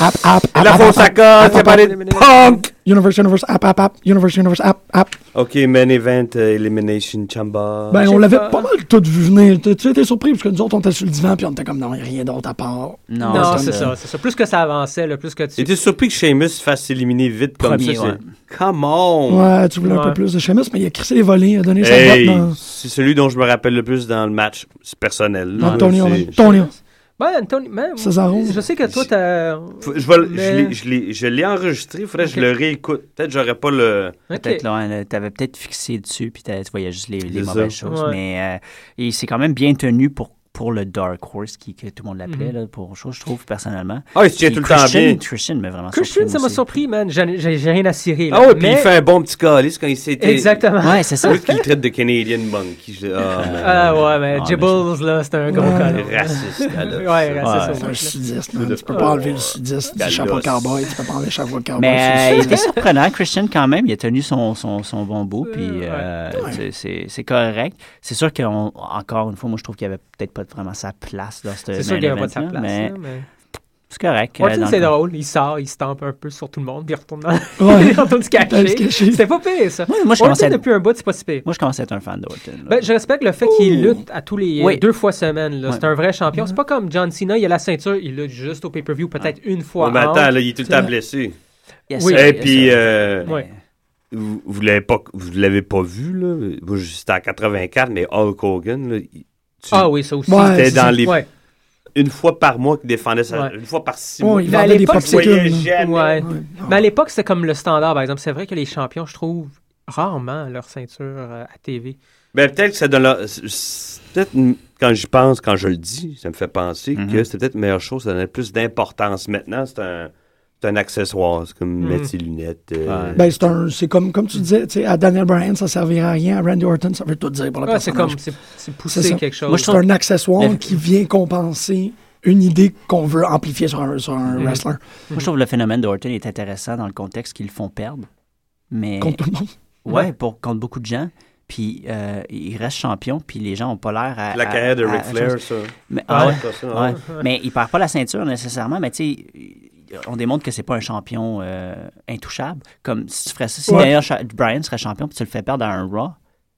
[SPEAKER 4] App, app, app,
[SPEAKER 6] La
[SPEAKER 4] app,
[SPEAKER 6] fausse
[SPEAKER 4] app,
[SPEAKER 6] à corps, c'est parlé de punk!
[SPEAKER 4] Universe, Universe, app, app, app, Universe, Universe, app, app.
[SPEAKER 6] OK, main event, euh, Elimination Chamber.
[SPEAKER 4] Ben,
[SPEAKER 5] je
[SPEAKER 4] on
[SPEAKER 5] sais
[SPEAKER 4] l'avait
[SPEAKER 5] pas.
[SPEAKER 4] pas mal tout vu venir. Tu tu étais surpris parce que nous autres, on était sur le divan puis on était comme non, y a rien d'autre à part.
[SPEAKER 5] Non,
[SPEAKER 7] Non, comme
[SPEAKER 5] c'est
[SPEAKER 7] le
[SPEAKER 5] ça, c'est ça. Plus que ça avançait, là, plus que tu.
[SPEAKER 6] J'étais surpris que Sheamus se fasse éliminer vite comme
[SPEAKER 7] Premier,
[SPEAKER 6] ça.
[SPEAKER 7] ouais.
[SPEAKER 6] c'est- Come
[SPEAKER 7] Mm.
[SPEAKER 6] on!
[SPEAKER 4] Ouais, tu voulais un
[SPEAKER 5] Ouais.
[SPEAKER 4] peu plus de Sheamus, mais il a crissé les volets, il a donné
[SPEAKER 6] Hey,
[SPEAKER 4] sa note
[SPEAKER 6] c'est celui dont je me rappelle le plus dans le match c'est personnel.
[SPEAKER 4] dans
[SPEAKER 6] là,
[SPEAKER 4] Tony
[SPEAKER 6] Ah, c'est-
[SPEAKER 4] Orlando. Tony Orlando.
[SPEAKER 5] Ben, Anthony, man,
[SPEAKER 4] Cesaro.
[SPEAKER 5] je sais que toi, t'as.
[SPEAKER 6] Faut- Je, vais le- je
[SPEAKER 5] Mais-
[SPEAKER 6] l'ai- je l'ai- je l'ai enregistré, il faudrait que je
[SPEAKER 5] Ok.
[SPEAKER 6] le réécoute. Peut-être j'aurais pas le.
[SPEAKER 5] Ok.
[SPEAKER 7] Peut-être, là, hein, t'avais peut-être fixé dessus, puis t'as- tu voyais juste les, les
[SPEAKER 6] C'est
[SPEAKER 7] mauvaises
[SPEAKER 6] ça.
[SPEAKER 7] choses.
[SPEAKER 5] Ouais.
[SPEAKER 7] Mais euh, il s'est quand même bien tenu pour, pour le Dark Horse, qui, que tout le monde l'appelait,
[SPEAKER 5] Mhm.
[SPEAKER 7] là, pour chose, je trouve, personnellement.
[SPEAKER 6] Ah, il se tient
[SPEAKER 7] Puis
[SPEAKER 6] tout le temps
[SPEAKER 7] Christian-
[SPEAKER 6] bien.
[SPEAKER 7] Christian m'a vraiment
[SPEAKER 5] Christian,
[SPEAKER 7] surpris,
[SPEAKER 5] ça
[SPEAKER 7] moi
[SPEAKER 5] m'a
[SPEAKER 7] aussi.
[SPEAKER 5] surpris, man. J'en- J'ai j'ai rien à cirer. Là.
[SPEAKER 6] Ah ouais, puis il
[SPEAKER 5] Mais-
[SPEAKER 6] fait un bon petit calice quand il s'était.
[SPEAKER 5] Exactement.
[SPEAKER 7] Ouais, c'est ça.
[SPEAKER 6] Celui qui le traite de Canadian Monkey. Je... Ah,
[SPEAKER 5] Ah ouais, mais
[SPEAKER 7] Ah, mais
[SPEAKER 5] Jibbles, là, c'est un gros
[SPEAKER 4] Ouais.
[SPEAKER 5] con.
[SPEAKER 6] man, raciste,
[SPEAKER 5] Ouais,
[SPEAKER 6] alors.
[SPEAKER 5] ouais, c'est
[SPEAKER 4] C'est
[SPEAKER 5] ça.
[SPEAKER 4] un
[SPEAKER 5] ouais.
[SPEAKER 4] sudiste, man. Tu peux pas enlever le sudiste du
[SPEAKER 6] Gallos.
[SPEAKER 4] chapeau cowboy, tu peux pas enlever le chapeau cowboy.
[SPEAKER 7] Mais
[SPEAKER 4] c'est
[SPEAKER 7] euh,
[SPEAKER 4] le
[SPEAKER 7] il
[SPEAKER 4] sudiste.
[SPEAKER 7] était surprenant, Christian, quand même. Il a tenu son, son, son bon bout, puis
[SPEAKER 5] ouais.
[SPEAKER 7] euh, c'est- c'est c'est correct. C'est sûr qu'encore une fois, moi, je trouve qu'il n'y avait peut-être pas vraiment sa place dans ce
[SPEAKER 5] C'est sûr qu'il n'y avait pas de sa place.
[SPEAKER 7] Mais
[SPEAKER 5] là, mais-
[SPEAKER 7] c'est correct. euh,
[SPEAKER 5] Orton,
[SPEAKER 7] dans
[SPEAKER 5] c'est
[SPEAKER 7] le-
[SPEAKER 5] drôle. Il sort, il se tampe un peu sur tout le monde, puis il retourne dans
[SPEAKER 4] Ouais.
[SPEAKER 5] il retourne se
[SPEAKER 4] Dans le
[SPEAKER 5] cacher.
[SPEAKER 4] cacher.
[SPEAKER 5] C'était pas pire, ça.
[SPEAKER 7] Moi, moi, je commence
[SPEAKER 5] Orton,
[SPEAKER 7] à...
[SPEAKER 5] depuis un bout, c'est pas si pire.
[SPEAKER 7] moi, je commence à être un fan d'Orton. là.
[SPEAKER 5] Ben, je respecte le fait qu'il lutte à tous les
[SPEAKER 7] Oui.
[SPEAKER 5] deux fois semaine. là.
[SPEAKER 7] Ouais.
[SPEAKER 5] C'est un vrai champion. C'est pas comme John Cena, il a la ceinture, il lutte juste au pay-per-view peut-être une fois.
[SPEAKER 6] Ouais, mais
[SPEAKER 5] en-
[SPEAKER 6] attends, là, il est tout le temps
[SPEAKER 4] C'est-
[SPEAKER 6] blessé.
[SPEAKER 7] Yes,
[SPEAKER 5] oui.
[SPEAKER 7] sir,
[SPEAKER 6] Et
[SPEAKER 7] yes,
[SPEAKER 6] puis,
[SPEAKER 7] sir.
[SPEAKER 6] euh,
[SPEAKER 5] Ouais.
[SPEAKER 6] vous, vous l'avez pas, vous l'avez pas vu, là. Moi, je- C'était en 84, mais Hulk Hogan, là, il- tu-
[SPEAKER 5] Ah oui, ça aussi.
[SPEAKER 4] Ouais,
[SPEAKER 6] c'était
[SPEAKER 4] c'est ça.
[SPEAKER 6] dans les.
[SPEAKER 5] Ouais.
[SPEAKER 6] Une fois par mois qu'il défendait sa.
[SPEAKER 5] Ouais.
[SPEAKER 6] Une fois par six mois.
[SPEAKER 4] Ouais, il
[SPEAKER 5] Mais à
[SPEAKER 4] vendait des
[SPEAKER 5] l'époque,
[SPEAKER 6] Tu voyais
[SPEAKER 4] popsicles. là.
[SPEAKER 6] jamais.
[SPEAKER 5] Ouais.
[SPEAKER 4] Ouais.
[SPEAKER 5] Mais à l'époque, c'était comme le standard, par exemple. C'est vrai que les champions, je trouve, rarement leur ceinture euh, à TV.
[SPEAKER 6] Ben, peut-être que ça donne. la- c'est- c'est- Peut-être, une- quand j'y pense, quand je le dis, ça me fait penser
[SPEAKER 7] Mhm.
[SPEAKER 6] que c'était peut-être une meilleure chose, ça donnait plus d'importance. Maintenant, c'est un, c'est un accessoire. C'est comme
[SPEAKER 5] Mhm.
[SPEAKER 6] mettre ses lunettes. euh,
[SPEAKER 7] Ouais.
[SPEAKER 4] Ben, c'est un- c'est comme, comme tu disais, tu sais, à Daniel Bryan, ça servira à rien. À Randy Orton, ça veut tout dire pour le
[SPEAKER 5] Ah, c'est
[SPEAKER 4] personnage.
[SPEAKER 5] comme, c'est c'est
[SPEAKER 4] C'est
[SPEAKER 5] pousser
[SPEAKER 4] ça.
[SPEAKER 5] quelque chose.
[SPEAKER 7] Moi, je
[SPEAKER 4] C'est un accessoire
[SPEAKER 7] Mais-
[SPEAKER 4] qui vient compenser une idée qu'on veut amplifier sur un, sur un
[SPEAKER 7] Mm.
[SPEAKER 5] Mhm.
[SPEAKER 4] wrestler
[SPEAKER 7] Moi, je trouve le phénomène d'Orton est intéressant dans le contexte qu'ils le font perdre. Mais
[SPEAKER 4] contre tout le monde.
[SPEAKER 7] ouais, pour contre beaucoup de gens. Puis euh, il reste champion, puis les gens ont pas l'air à.
[SPEAKER 6] La
[SPEAKER 7] à-
[SPEAKER 6] carrière de
[SPEAKER 7] à-
[SPEAKER 6] Ric
[SPEAKER 7] à-
[SPEAKER 6] Flair, ça.
[SPEAKER 7] Mais, ah ouais,
[SPEAKER 6] ça, ça,
[SPEAKER 7] ouais.
[SPEAKER 6] ouais.
[SPEAKER 7] Mais il perd pas la ceinture nécessairement, mais tu sais, il- on démontre que c'est pas un champion euh, intouchable. Comme si tu ferais ça, si
[SPEAKER 4] Ouais.
[SPEAKER 7] d'ailleurs Cha- Brian serait champion, puis tu le fais perdre à un Raw,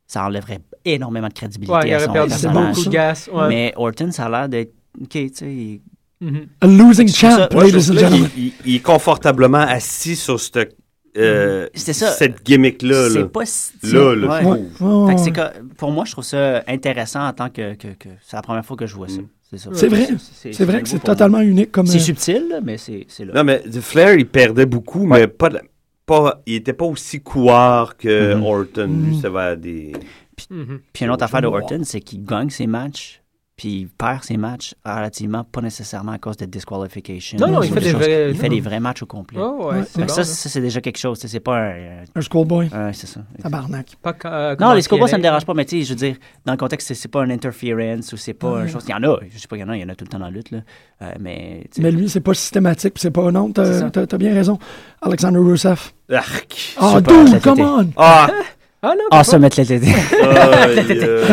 [SPEAKER 7] ça enlèverait énormément de crédibilité
[SPEAKER 5] Ouais, il
[SPEAKER 7] à
[SPEAKER 5] aurait
[SPEAKER 7] son
[SPEAKER 5] perdu
[SPEAKER 4] c'est
[SPEAKER 7] personnage.
[SPEAKER 5] beaucoup de gas. Ouais.
[SPEAKER 7] Mais Orton, ça a l'air d'être. Ok, tu sais, il-
[SPEAKER 5] Mhm.
[SPEAKER 4] A losing
[SPEAKER 7] C'est pour
[SPEAKER 4] champ,
[SPEAKER 7] ça-
[SPEAKER 6] Moi,
[SPEAKER 4] ladies
[SPEAKER 6] je trouve
[SPEAKER 4] and
[SPEAKER 6] que là,
[SPEAKER 4] gentlemen.
[SPEAKER 6] il, il- il est confortablement assis sur cette, euh,
[SPEAKER 7] C'était Mhm. ça.
[SPEAKER 6] cette gimmick-là.
[SPEAKER 7] c'est
[SPEAKER 6] là.
[SPEAKER 7] pas si.
[SPEAKER 6] Là, là,
[SPEAKER 7] Ouais.
[SPEAKER 6] il-
[SPEAKER 4] Ouais, ouais, ouais,
[SPEAKER 7] Fait que
[SPEAKER 4] ouais.
[SPEAKER 7] c'est que- pour moi, je trouve ça intéressant en tant que. que- que- c'est la première fois que je vois ça.
[SPEAKER 6] Mm.
[SPEAKER 7] C'est ça.
[SPEAKER 4] C'est vrai. C'est vrai
[SPEAKER 7] nouveau
[SPEAKER 4] que c'est
[SPEAKER 7] pour moi.
[SPEAKER 4] totalement unique comme.
[SPEAKER 7] C'est
[SPEAKER 4] euh,
[SPEAKER 7] subtil, là, mais c'est c'est là.
[SPEAKER 6] Non, mais de Flair, il perdait beaucoup, mais pas, de- pas, il était pas aussi couard que
[SPEAKER 7] Mhm.
[SPEAKER 6] Orton. Lui,
[SPEAKER 4] Mhm.
[SPEAKER 6] ça va à des.
[SPEAKER 5] Mhm.
[SPEAKER 7] Puis une autre affaire de Orton, c'est qu'il gagne ses matchs, Puis il perd ses matchs relativement, pas nécessairement à cause de disqualification.
[SPEAKER 5] Non, non, il
[SPEAKER 7] ou
[SPEAKER 5] fait des
[SPEAKER 7] choses.
[SPEAKER 5] vrais-
[SPEAKER 7] Il fait
[SPEAKER 5] non.
[SPEAKER 7] des vrais matchs au complet.
[SPEAKER 5] Oh, ouais,
[SPEAKER 4] Ouais.
[SPEAKER 5] c'est
[SPEAKER 7] Fait
[SPEAKER 5] bon.
[SPEAKER 7] que ça,
[SPEAKER 5] là.
[SPEAKER 7] ça, c'est déjà quelque chose. tu sais, C'est pas un.
[SPEAKER 4] Un schoolboy.
[SPEAKER 7] un- c'est ça.
[SPEAKER 4] Tabarnak.
[SPEAKER 5] Pas ca- euh,
[SPEAKER 7] Non,
[SPEAKER 5] comment
[SPEAKER 7] les scoreboys, ça
[SPEAKER 5] qu'il
[SPEAKER 7] me
[SPEAKER 5] est.
[SPEAKER 7] dérange pas, mais tu sais, je veux dire, dans le contexte, c'est- c'est pas un interference ou c'est pas une chose. Il y en a, je sais pas, il y en a, il y en a tout le temps dans la lutte, là. Euh, mais, tu sais,
[SPEAKER 4] Mais lui, c'est pas systématique, puis c'est pas. Non,
[SPEAKER 7] C'est
[SPEAKER 4] t'as
[SPEAKER 7] ça.
[SPEAKER 4] t'as- t'as bien raison. Alexander Rousseff.
[SPEAKER 6] Arc.
[SPEAKER 4] Ah,
[SPEAKER 7] Super
[SPEAKER 4] dude,
[SPEAKER 7] athlète.
[SPEAKER 4] come on!
[SPEAKER 6] Ah,
[SPEAKER 5] Ah non,
[SPEAKER 7] Ah, ça, mettre les
[SPEAKER 6] aïe, euh,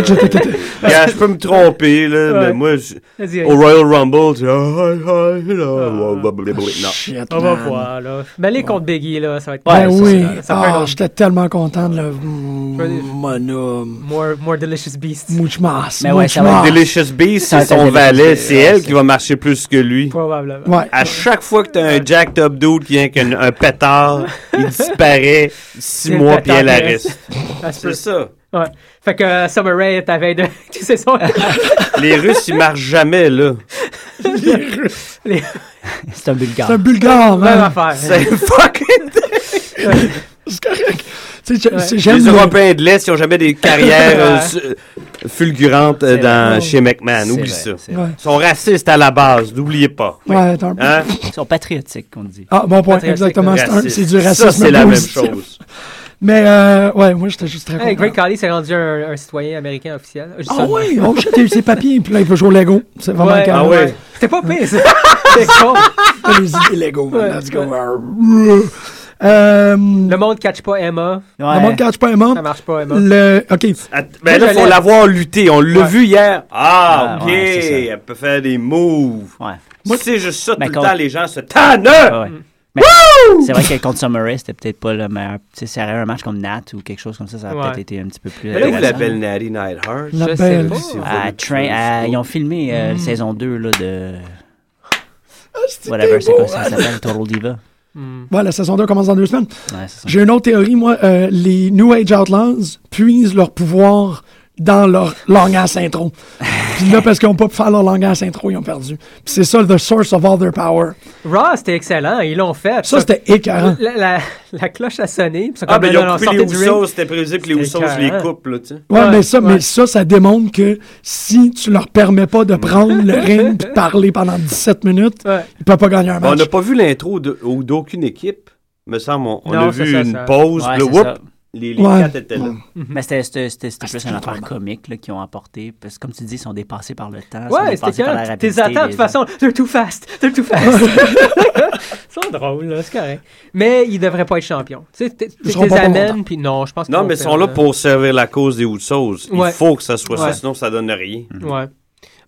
[SPEAKER 6] gars, je peux me tromper, là, mais
[SPEAKER 5] Ouais.
[SPEAKER 6] moi, je-
[SPEAKER 5] vas-y, vas-y.
[SPEAKER 6] au Royal Rumble, tu Ah, hi, hi, hello, blablabla. Non.
[SPEAKER 4] Shit,
[SPEAKER 5] on va
[SPEAKER 4] man.
[SPEAKER 5] voir, Oh, bah, là. Mais les contre Biggie, là, ça va être...
[SPEAKER 4] Ben
[SPEAKER 5] ça,
[SPEAKER 4] oui.
[SPEAKER 5] c'est- Ça,
[SPEAKER 4] Ah,
[SPEAKER 5] va être
[SPEAKER 4] j'étais tellement content de le.
[SPEAKER 5] Freddy.
[SPEAKER 4] Monum.
[SPEAKER 5] more, more Delicious Beast.
[SPEAKER 4] Much mas.
[SPEAKER 7] Mais ouais,
[SPEAKER 4] much
[SPEAKER 7] ça va
[SPEAKER 4] mas.
[SPEAKER 7] être
[SPEAKER 6] Delicious Beast,
[SPEAKER 7] Ça,
[SPEAKER 6] c'est
[SPEAKER 7] c'est
[SPEAKER 6] son
[SPEAKER 7] Delicious
[SPEAKER 6] valet.
[SPEAKER 7] Beast,
[SPEAKER 6] C'est
[SPEAKER 7] ouais,
[SPEAKER 6] elle
[SPEAKER 7] c'est-
[SPEAKER 6] qui va marcher plus que lui.
[SPEAKER 5] Probablement.
[SPEAKER 4] Ouais.
[SPEAKER 6] À chaque fois que t'as un jacked up dude qui vient qu'un un pétard, il disparaît six
[SPEAKER 5] le
[SPEAKER 6] mois puis
[SPEAKER 5] pétard
[SPEAKER 6] elle
[SPEAKER 5] qui reste.
[SPEAKER 6] arrête.
[SPEAKER 5] Ah, Ça se peut.
[SPEAKER 6] C'est ça.
[SPEAKER 5] Ouais. Fait que euh, Summer Rae est à veille de... tu sais son...
[SPEAKER 6] Les Russes, ils marchent jamais, là.
[SPEAKER 7] C'est un bulgare.
[SPEAKER 4] C'est un
[SPEAKER 7] Ah,
[SPEAKER 4] bulgare,
[SPEAKER 5] Même
[SPEAKER 4] man.
[SPEAKER 5] affaire.
[SPEAKER 6] C'est fucking.
[SPEAKER 4] C'est correct. Tu sais,
[SPEAKER 5] Ouais.
[SPEAKER 4] j'ai- j'aime.
[SPEAKER 6] Les
[SPEAKER 4] le-
[SPEAKER 6] Européens de l'Est, ils ont jamais des carrières euh, su- fulgurantes euh,
[SPEAKER 7] C'est
[SPEAKER 6] dans,
[SPEAKER 4] vrai.
[SPEAKER 6] chez McMahon.
[SPEAKER 7] C'est
[SPEAKER 6] Oublie
[SPEAKER 7] vrai,
[SPEAKER 6] ça.
[SPEAKER 7] c'est vrai.
[SPEAKER 4] Ouais,
[SPEAKER 6] Ils sont racistes à la base, n'oubliez pas.
[SPEAKER 4] ouais, t'as un peu-
[SPEAKER 6] Hein?
[SPEAKER 7] Ils sont patriotiques, qu'on dit.
[SPEAKER 4] Ah, bon point,
[SPEAKER 5] Patriotique,
[SPEAKER 4] exactement. c'est un-
[SPEAKER 6] Raciste.
[SPEAKER 4] C'est du racisme.
[SPEAKER 6] Ça, c'est la même
[SPEAKER 4] positif.
[SPEAKER 6] chose.
[SPEAKER 4] Mais, euh, ouais, moi, j'étais juste très
[SPEAKER 5] Hey, Greg
[SPEAKER 4] content.
[SPEAKER 5] Carly s'est rendu un, un citoyen américain officiel. Juste
[SPEAKER 4] Ah
[SPEAKER 5] ça.
[SPEAKER 4] ouais, oh shit, il a eu ses papiers, puis là, il peut jouer au Lego. C'est vraiment
[SPEAKER 5] Ouais.
[SPEAKER 4] calme.
[SPEAKER 6] Ah ouais.
[SPEAKER 5] C'était pas pire, ça. C'est con.
[SPEAKER 4] T'as les idées Ah Lego, man,
[SPEAKER 5] Ouais.
[SPEAKER 4] let's go. Euh,
[SPEAKER 5] Le monde catch pas Emma.
[SPEAKER 4] le monde catch pas Emma.
[SPEAKER 5] Ça marche pas, Emma.
[SPEAKER 4] Le, ok,
[SPEAKER 6] Att-
[SPEAKER 5] Moi,
[SPEAKER 6] Ben là,
[SPEAKER 5] je
[SPEAKER 6] faut
[SPEAKER 5] l'ai-
[SPEAKER 6] l'avoir lutté. On l'a
[SPEAKER 5] Ouais.
[SPEAKER 6] vu hier. Ah,
[SPEAKER 7] Ah,
[SPEAKER 6] ok.
[SPEAKER 7] ouais, c'est ça.
[SPEAKER 6] elle peut faire des moves.
[SPEAKER 7] Ouais.
[SPEAKER 6] Moi, c'est juste ça.
[SPEAKER 7] Ben,
[SPEAKER 6] tout
[SPEAKER 7] quand-
[SPEAKER 6] le temps, les gens se tannent.
[SPEAKER 7] Ah ouais.
[SPEAKER 5] Mm.
[SPEAKER 7] Mais c'est vrai que contre Summeray, c'était peut-être pas le meilleur. Tu sais, si ça aurait eu un match comme Nat ou quelque chose comme ça, ça aurait
[SPEAKER 5] Ouais.
[SPEAKER 7] peut-être été un petit peu plus.
[SPEAKER 6] Mais là, vous
[SPEAKER 7] intéressant.
[SPEAKER 6] l'appelle Natty Nightheart.
[SPEAKER 4] La
[SPEAKER 5] Je sais
[SPEAKER 4] belle.
[SPEAKER 5] pas.
[SPEAKER 6] C'est
[SPEAKER 7] Ah,
[SPEAKER 6] voulu
[SPEAKER 7] Train-
[SPEAKER 6] plus.
[SPEAKER 7] ah, ils ont filmé
[SPEAKER 5] Mm.
[SPEAKER 7] euh, saison 2 là, de.
[SPEAKER 6] Ah,
[SPEAKER 7] Whatever, c'est quoi
[SPEAKER 6] hein.
[SPEAKER 7] ça s'appelle? Total Diva.
[SPEAKER 4] Ouais, la saison 2 commence dans deux semaines.
[SPEAKER 7] Ouais, c'est ça.
[SPEAKER 4] J'ai une autre théorie, moi. euh, les New Age Outlaws puisent leur pouvoir dans leur langage intro. Puis là, parce qu'ils n'ont pas pu faire leur langage intro, ils ont perdu. Puis c'est ça, the source of all their power.
[SPEAKER 5] Raw, c'était excellent. Ils l'ont fait.
[SPEAKER 4] Ça, c'était écœurant.
[SPEAKER 5] La, la, la cloche a sonné. Puis
[SPEAKER 6] Ah, ben, ils ont
[SPEAKER 5] coupé
[SPEAKER 6] coupé les houssos. C'était prévisible que les
[SPEAKER 5] C'était
[SPEAKER 6] houssos, je les
[SPEAKER 5] écœurant.
[SPEAKER 6] coupe, là, tu sais.
[SPEAKER 4] Ouais,
[SPEAKER 5] Ouais,
[SPEAKER 4] mais ça,
[SPEAKER 5] ouais.
[SPEAKER 4] mais ça, ça démontre que si tu leur permets pas de prendre le ring et de parler pendant 17 minutes,
[SPEAKER 5] Ouais.
[SPEAKER 4] ils peuvent pas gagner un
[SPEAKER 6] Ben, on
[SPEAKER 4] match.
[SPEAKER 6] n'a pas vu l'intro de- ou d'aucune équipe. Me semble, on, on
[SPEAKER 5] Non,
[SPEAKER 6] a
[SPEAKER 5] c'est
[SPEAKER 6] vu
[SPEAKER 5] ça,
[SPEAKER 6] une
[SPEAKER 5] ça.
[SPEAKER 6] pause.
[SPEAKER 7] Ouais,
[SPEAKER 6] le
[SPEAKER 7] c'est
[SPEAKER 6] whoop,
[SPEAKER 7] ça.
[SPEAKER 5] Mm-hmm.
[SPEAKER 6] les, les
[SPEAKER 4] Ouais.
[SPEAKER 6] quatre étaient là.
[SPEAKER 7] Mais c'était- c'était c'était- c'était
[SPEAKER 4] Ah,
[SPEAKER 7] plus
[SPEAKER 4] c'était
[SPEAKER 7] un
[SPEAKER 4] trop
[SPEAKER 7] affaire
[SPEAKER 4] bon.
[SPEAKER 7] comique là, qu'ils ont apporté. Parce que, comme tu dis, ils sont dépassés par le temps. sont
[SPEAKER 5] Ouais, c'était
[SPEAKER 7] dépassés par la
[SPEAKER 5] quand
[SPEAKER 7] rapidité.
[SPEAKER 5] tes attentes, de
[SPEAKER 7] des
[SPEAKER 5] toute façon, they're too fast, they're too fast. c'est drôle, là, c'est correct. Mais ils devraient pas être champions. Tu sais, t'es- t'es-
[SPEAKER 4] seront
[SPEAKER 5] t'es
[SPEAKER 4] pas pour
[SPEAKER 5] amènes, puis non, je pense
[SPEAKER 6] Non, mais ils sont là pour servir la cause des Houssos.
[SPEAKER 5] Ouais.
[SPEAKER 6] Il faut que ça soit
[SPEAKER 5] Ouais.
[SPEAKER 6] ça, sinon ça donne rien.
[SPEAKER 5] Ouais.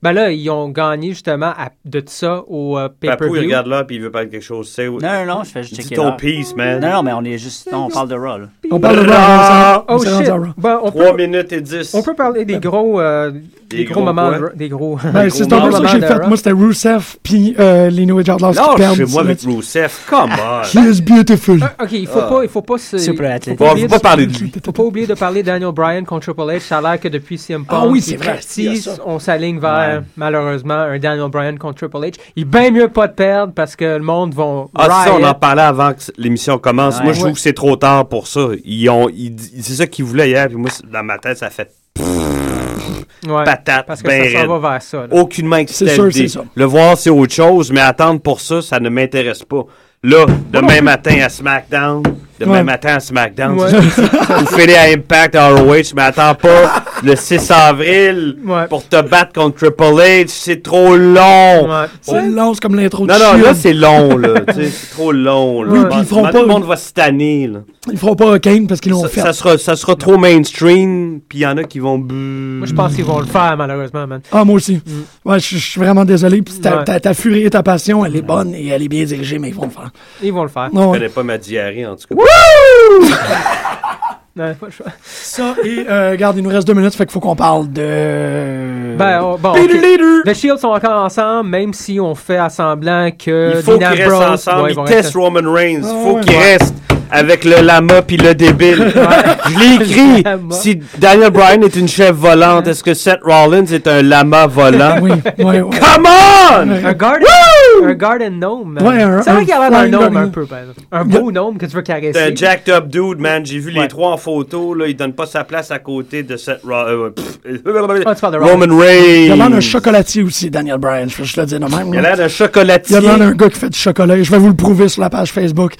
[SPEAKER 5] Ben là, ils ont gagné justement à- de tout ça au euh,
[SPEAKER 6] Papou, il
[SPEAKER 5] pay-per-view.
[SPEAKER 6] regarde là, puis il veut parler de quelque chose. C'est...
[SPEAKER 7] Non, non, non, je fais juste
[SPEAKER 6] Dis
[SPEAKER 7] checker.
[SPEAKER 6] ton
[SPEAKER 7] l'heure.
[SPEAKER 6] peace, man.
[SPEAKER 7] Non, non, mais on est juste. non, on parle de Raw. là.
[SPEAKER 4] On parle de
[SPEAKER 6] Ah!
[SPEAKER 4] Raw. on
[SPEAKER 5] Oh
[SPEAKER 4] s'est rendu
[SPEAKER 5] shit!
[SPEAKER 4] à Raw.
[SPEAKER 5] Ben, on,
[SPEAKER 6] 3
[SPEAKER 5] peut,
[SPEAKER 6] minutes et 10.
[SPEAKER 5] on peut parler des gros, euh, des, gros,
[SPEAKER 6] gros
[SPEAKER 5] moments,
[SPEAKER 6] quoi?
[SPEAKER 5] de- des gros.
[SPEAKER 4] Ben,
[SPEAKER 6] gros
[SPEAKER 4] c'est un peu ça que
[SPEAKER 5] moment
[SPEAKER 4] j'ai
[SPEAKER 5] de
[SPEAKER 4] fait.
[SPEAKER 5] Raw.
[SPEAKER 4] Moi, c'était Rusev puis euh, les New Age Outlaws qui
[SPEAKER 6] Non,
[SPEAKER 4] perdent.
[SPEAKER 6] chez moi
[SPEAKER 4] C'est
[SPEAKER 6] avec
[SPEAKER 4] là-
[SPEAKER 6] Rousseff. Come
[SPEAKER 4] She
[SPEAKER 5] Ah,
[SPEAKER 6] on.
[SPEAKER 4] is beautiful.
[SPEAKER 5] ok, il faut pas, il faut pas se.
[SPEAKER 7] Super
[SPEAKER 5] faut
[SPEAKER 7] athlétique.
[SPEAKER 5] pas
[SPEAKER 6] Bon,
[SPEAKER 5] oublier
[SPEAKER 6] Ah. faut pas
[SPEAKER 5] de-
[SPEAKER 6] parler de lui.
[SPEAKER 5] Faut pas oublier de parler de Daniel Bryan contre Triple H. Ça a l'air que depuis CM Punk,
[SPEAKER 4] Ah oui, c'est
[SPEAKER 5] est
[SPEAKER 4] vrai,
[SPEAKER 5] parti,
[SPEAKER 4] il y a ça.
[SPEAKER 5] on s'aligne vers, malheureusement, un Daniel Bryan contre Triple H. Il est bien mieux pas de perdre parce que le monde vont
[SPEAKER 6] Ah, ça,
[SPEAKER 5] riot.
[SPEAKER 6] on en parlait avant que l'émission commence.
[SPEAKER 7] Ouais.
[SPEAKER 6] Moi, je trouve
[SPEAKER 5] Ouais.
[SPEAKER 6] que c'est trop tard pour ça. Ils ont, ils di- c'est ça qu'ils voulaient hier, puis moi, c'est- dans ma tête, ça fait
[SPEAKER 5] Ouais,
[SPEAKER 6] patate,
[SPEAKER 5] Parce que
[SPEAKER 6] ben
[SPEAKER 5] ça
[SPEAKER 6] raide.
[SPEAKER 5] s'en va vers ça. là.
[SPEAKER 6] aucunement excité.
[SPEAKER 4] C'est
[SPEAKER 6] à
[SPEAKER 4] sûr,
[SPEAKER 6] l'idée.
[SPEAKER 4] c'est ça.
[SPEAKER 6] Le voir, c'est autre chose, mais attendre pour ça, ça ne m'intéresse pas. Là, demain matin à SmackDown, demain
[SPEAKER 4] Ouais.
[SPEAKER 6] matin à SmackDown,
[SPEAKER 5] Ouais.
[SPEAKER 6] vous filez à Impact à ROH, mais attends pas le 6 avril
[SPEAKER 5] Ouais.
[SPEAKER 6] pour te battre contre Triple H, c'est trop long.
[SPEAKER 5] Ouais.
[SPEAKER 6] Oh.
[SPEAKER 4] C'est long, c'est comme l'intro de
[SPEAKER 6] Non, non,
[SPEAKER 4] Shield.
[SPEAKER 6] là, c'est long, là. Tu sais, c'est trop long, là.
[SPEAKER 4] Oui,
[SPEAKER 6] Je
[SPEAKER 4] puis ils
[SPEAKER 6] pense-
[SPEAKER 4] feront
[SPEAKER 6] Tout
[SPEAKER 4] pas-
[SPEAKER 6] le monde va se tanner, là.
[SPEAKER 4] Ils feront pas Kane parce qu'ils l'ont
[SPEAKER 6] Ça,
[SPEAKER 4] fait.
[SPEAKER 6] ça sera, ça sera trop mainstream, puis il y en a qui vont... bu-
[SPEAKER 5] Moi, je pense qu'ils vont le faire, malheureusement, man.
[SPEAKER 4] Ah, moi aussi.
[SPEAKER 6] Mm.
[SPEAKER 4] Ouais, je je suis vraiment désolé. Puis ta,
[SPEAKER 5] Ouais.
[SPEAKER 4] ta- ta furie et ta passion, elle est bonne et elle est bien dirigée, mais ils vont le faire.
[SPEAKER 5] Ils vont le faire.
[SPEAKER 4] Non,
[SPEAKER 6] Je
[SPEAKER 4] ouais.
[SPEAKER 6] Ah, connais pas ma diarrhée, en tout cas.
[SPEAKER 5] Non, pas le choix.
[SPEAKER 4] ça, et euh, regarde, il nous reste deux minutes, fait qu'il faut qu'on parle de.
[SPEAKER 5] Ben, on- bon. ok. Les Shields sont encore ensemble, même si on fait à semblant que.
[SPEAKER 6] Il faut qu'ils
[SPEAKER 5] Dean
[SPEAKER 6] restent
[SPEAKER 5] Ambrose-
[SPEAKER 6] ensemble.
[SPEAKER 5] Euh, Ouais,
[SPEAKER 6] ils
[SPEAKER 5] vont
[SPEAKER 6] testent
[SPEAKER 5] rester-
[SPEAKER 6] Roman Reigns.
[SPEAKER 4] Ah
[SPEAKER 6] Il faut
[SPEAKER 4] ouais.
[SPEAKER 6] qu'ils
[SPEAKER 4] Ouais.
[SPEAKER 6] restent avec le lama puis le débile. Je l'ai écrit.
[SPEAKER 5] Lama.
[SPEAKER 6] Si Daniel Bryan est une chef volante, est-ce que Seth Rollins est un lama volant?
[SPEAKER 4] Oui, ouais, ouais.
[SPEAKER 6] Come on!
[SPEAKER 5] Un guardian, un Garden Gnome.
[SPEAKER 4] Ouais, un-
[SPEAKER 5] C'est vrai
[SPEAKER 4] un
[SPEAKER 5] qu'il y a l'air d'un
[SPEAKER 4] flying
[SPEAKER 5] gnome
[SPEAKER 4] garden
[SPEAKER 5] un peu, par exemple. Un beau gnome que tu veux
[SPEAKER 6] C'est
[SPEAKER 5] caresser.
[SPEAKER 6] un jacked up dude, man. J'ai vu
[SPEAKER 5] Ouais.
[SPEAKER 6] les trois en photo. Là. Il donne pas sa place à côté de cette. Ro- euh, pff, euh,
[SPEAKER 5] Ah, tu parles de Roman.
[SPEAKER 6] Roman
[SPEAKER 4] Il y a l'air d'un
[SPEAKER 6] Reigns.
[SPEAKER 4] chocolatier aussi, Daniel Bryan. Je je le dis de même.
[SPEAKER 6] Il
[SPEAKER 4] là.
[SPEAKER 6] a l'air d'un
[SPEAKER 4] Il y
[SPEAKER 6] chocolatier.
[SPEAKER 4] a l'air d'un gars qui fait du chocolat. Je vais vous le prouver sur la page Facebook.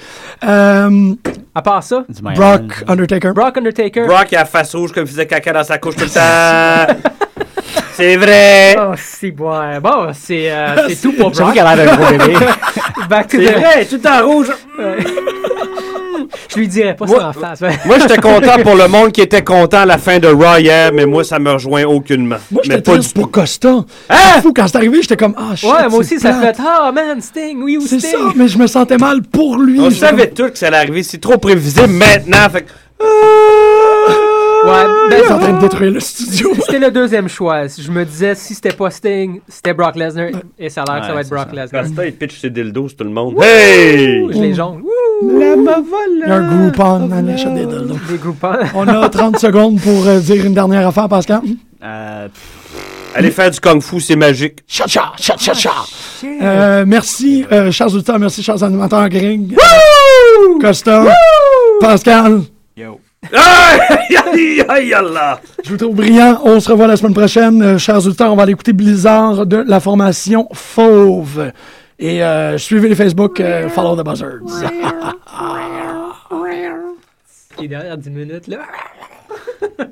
[SPEAKER 4] Euh,
[SPEAKER 5] À part ça,
[SPEAKER 7] Du Miami,
[SPEAKER 4] Brock
[SPEAKER 7] là.
[SPEAKER 4] Undertaker.
[SPEAKER 5] Brock Undertaker.
[SPEAKER 6] Brock, il a la face rouge comme il faisait caca dans sa couche tout le temps. C'est vrai.
[SPEAKER 5] Oh, si, ouais. Bon, c'est euh, c'est tout pour
[SPEAKER 7] J'avoue
[SPEAKER 5] Brock.
[SPEAKER 7] qu'il a l'air d'un gros bébé.
[SPEAKER 5] Back to
[SPEAKER 6] C'est
[SPEAKER 5] the...
[SPEAKER 6] vrai, tout en rouge.
[SPEAKER 5] Je lui dirais pas ça en face. ouais.
[SPEAKER 6] Moi, j'étais content pour le monde qui était content à la fin de Raw hier, mais moi, ça me rejoint aucunement.
[SPEAKER 4] Moi,
[SPEAKER 6] mais
[SPEAKER 4] j'étais
[SPEAKER 6] pas du
[SPEAKER 4] triste
[SPEAKER 6] tout.
[SPEAKER 4] pour Costa.
[SPEAKER 6] Hein?
[SPEAKER 4] C'est fou, quand c'est arrivé, j'étais comme, ah, shit,
[SPEAKER 5] Ouais, moi
[SPEAKER 4] c'est
[SPEAKER 5] aussi, ça
[SPEAKER 4] plate.
[SPEAKER 5] fait. Ah, man, Sting, oui, ou
[SPEAKER 4] C'est ça,
[SPEAKER 5] Sting.
[SPEAKER 4] mais je me sentais mal pour lui.
[SPEAKER 6] On
[SPEAKER 4] J'étais
[SPEAKER 6] savait tout que ça allait arriver. C'est trop prévisible maintenant. Fait que.
[SPEAKER 5] Ouais, ben,
[SPEAKER 4] comme, en train de détruire le studio.
[SPEAKER 5] C'était le deuxième choix. Je me disais, si c'était pas Sting, c'était Brock Lesnar. Et ça a l'air que ça
[SPEAKER 7] Ouais,
[SPEAKER 5] va être
[SPEAKER 7] c'est
[SPEAKER 5] Brock
[SPEAKER 7] ça.
[SPEAKER 5] Lesnar.
[SPEAKER 6] Costa, il pitch ses dildos sur tout le monde. Hey!
[SPEAKER 5] Ouh, Je les jongle. Ouh!
[SPEAKER 4] Il y a un Groupon, man, achète des dildos.
[SPEAKER 5] Des groupons.
[SPEAKER 4] On a 30 secondes pour euh, dire une dernière affaire, Pascal.
[SPEAKER 7] Euh, pff,
[SPEAKER 6] Allez faire du kung fu, c'est magique.
[SPEAKER 4] Cha-cha, cha-cha, cha. Euh, merci, euh, chers auditeurs, merci, chers animateurs, Greg, euh, Costa, Pascal.
[SPEAKER 7] yo.
[SPEAKER 6] Aïe, aïe, aïe, Allah!
[SPEAKER 4] Je vous trouve brillant. On se revoit la semaine prochaine. Euh, chers auditeurs, on va aller écouter Blizzard de la formation Fauve. Et euh, suivez les Facebook, euh, Follow the Buzzards.
[SPEAKER 5] Qui est derrière 10 minutes, là.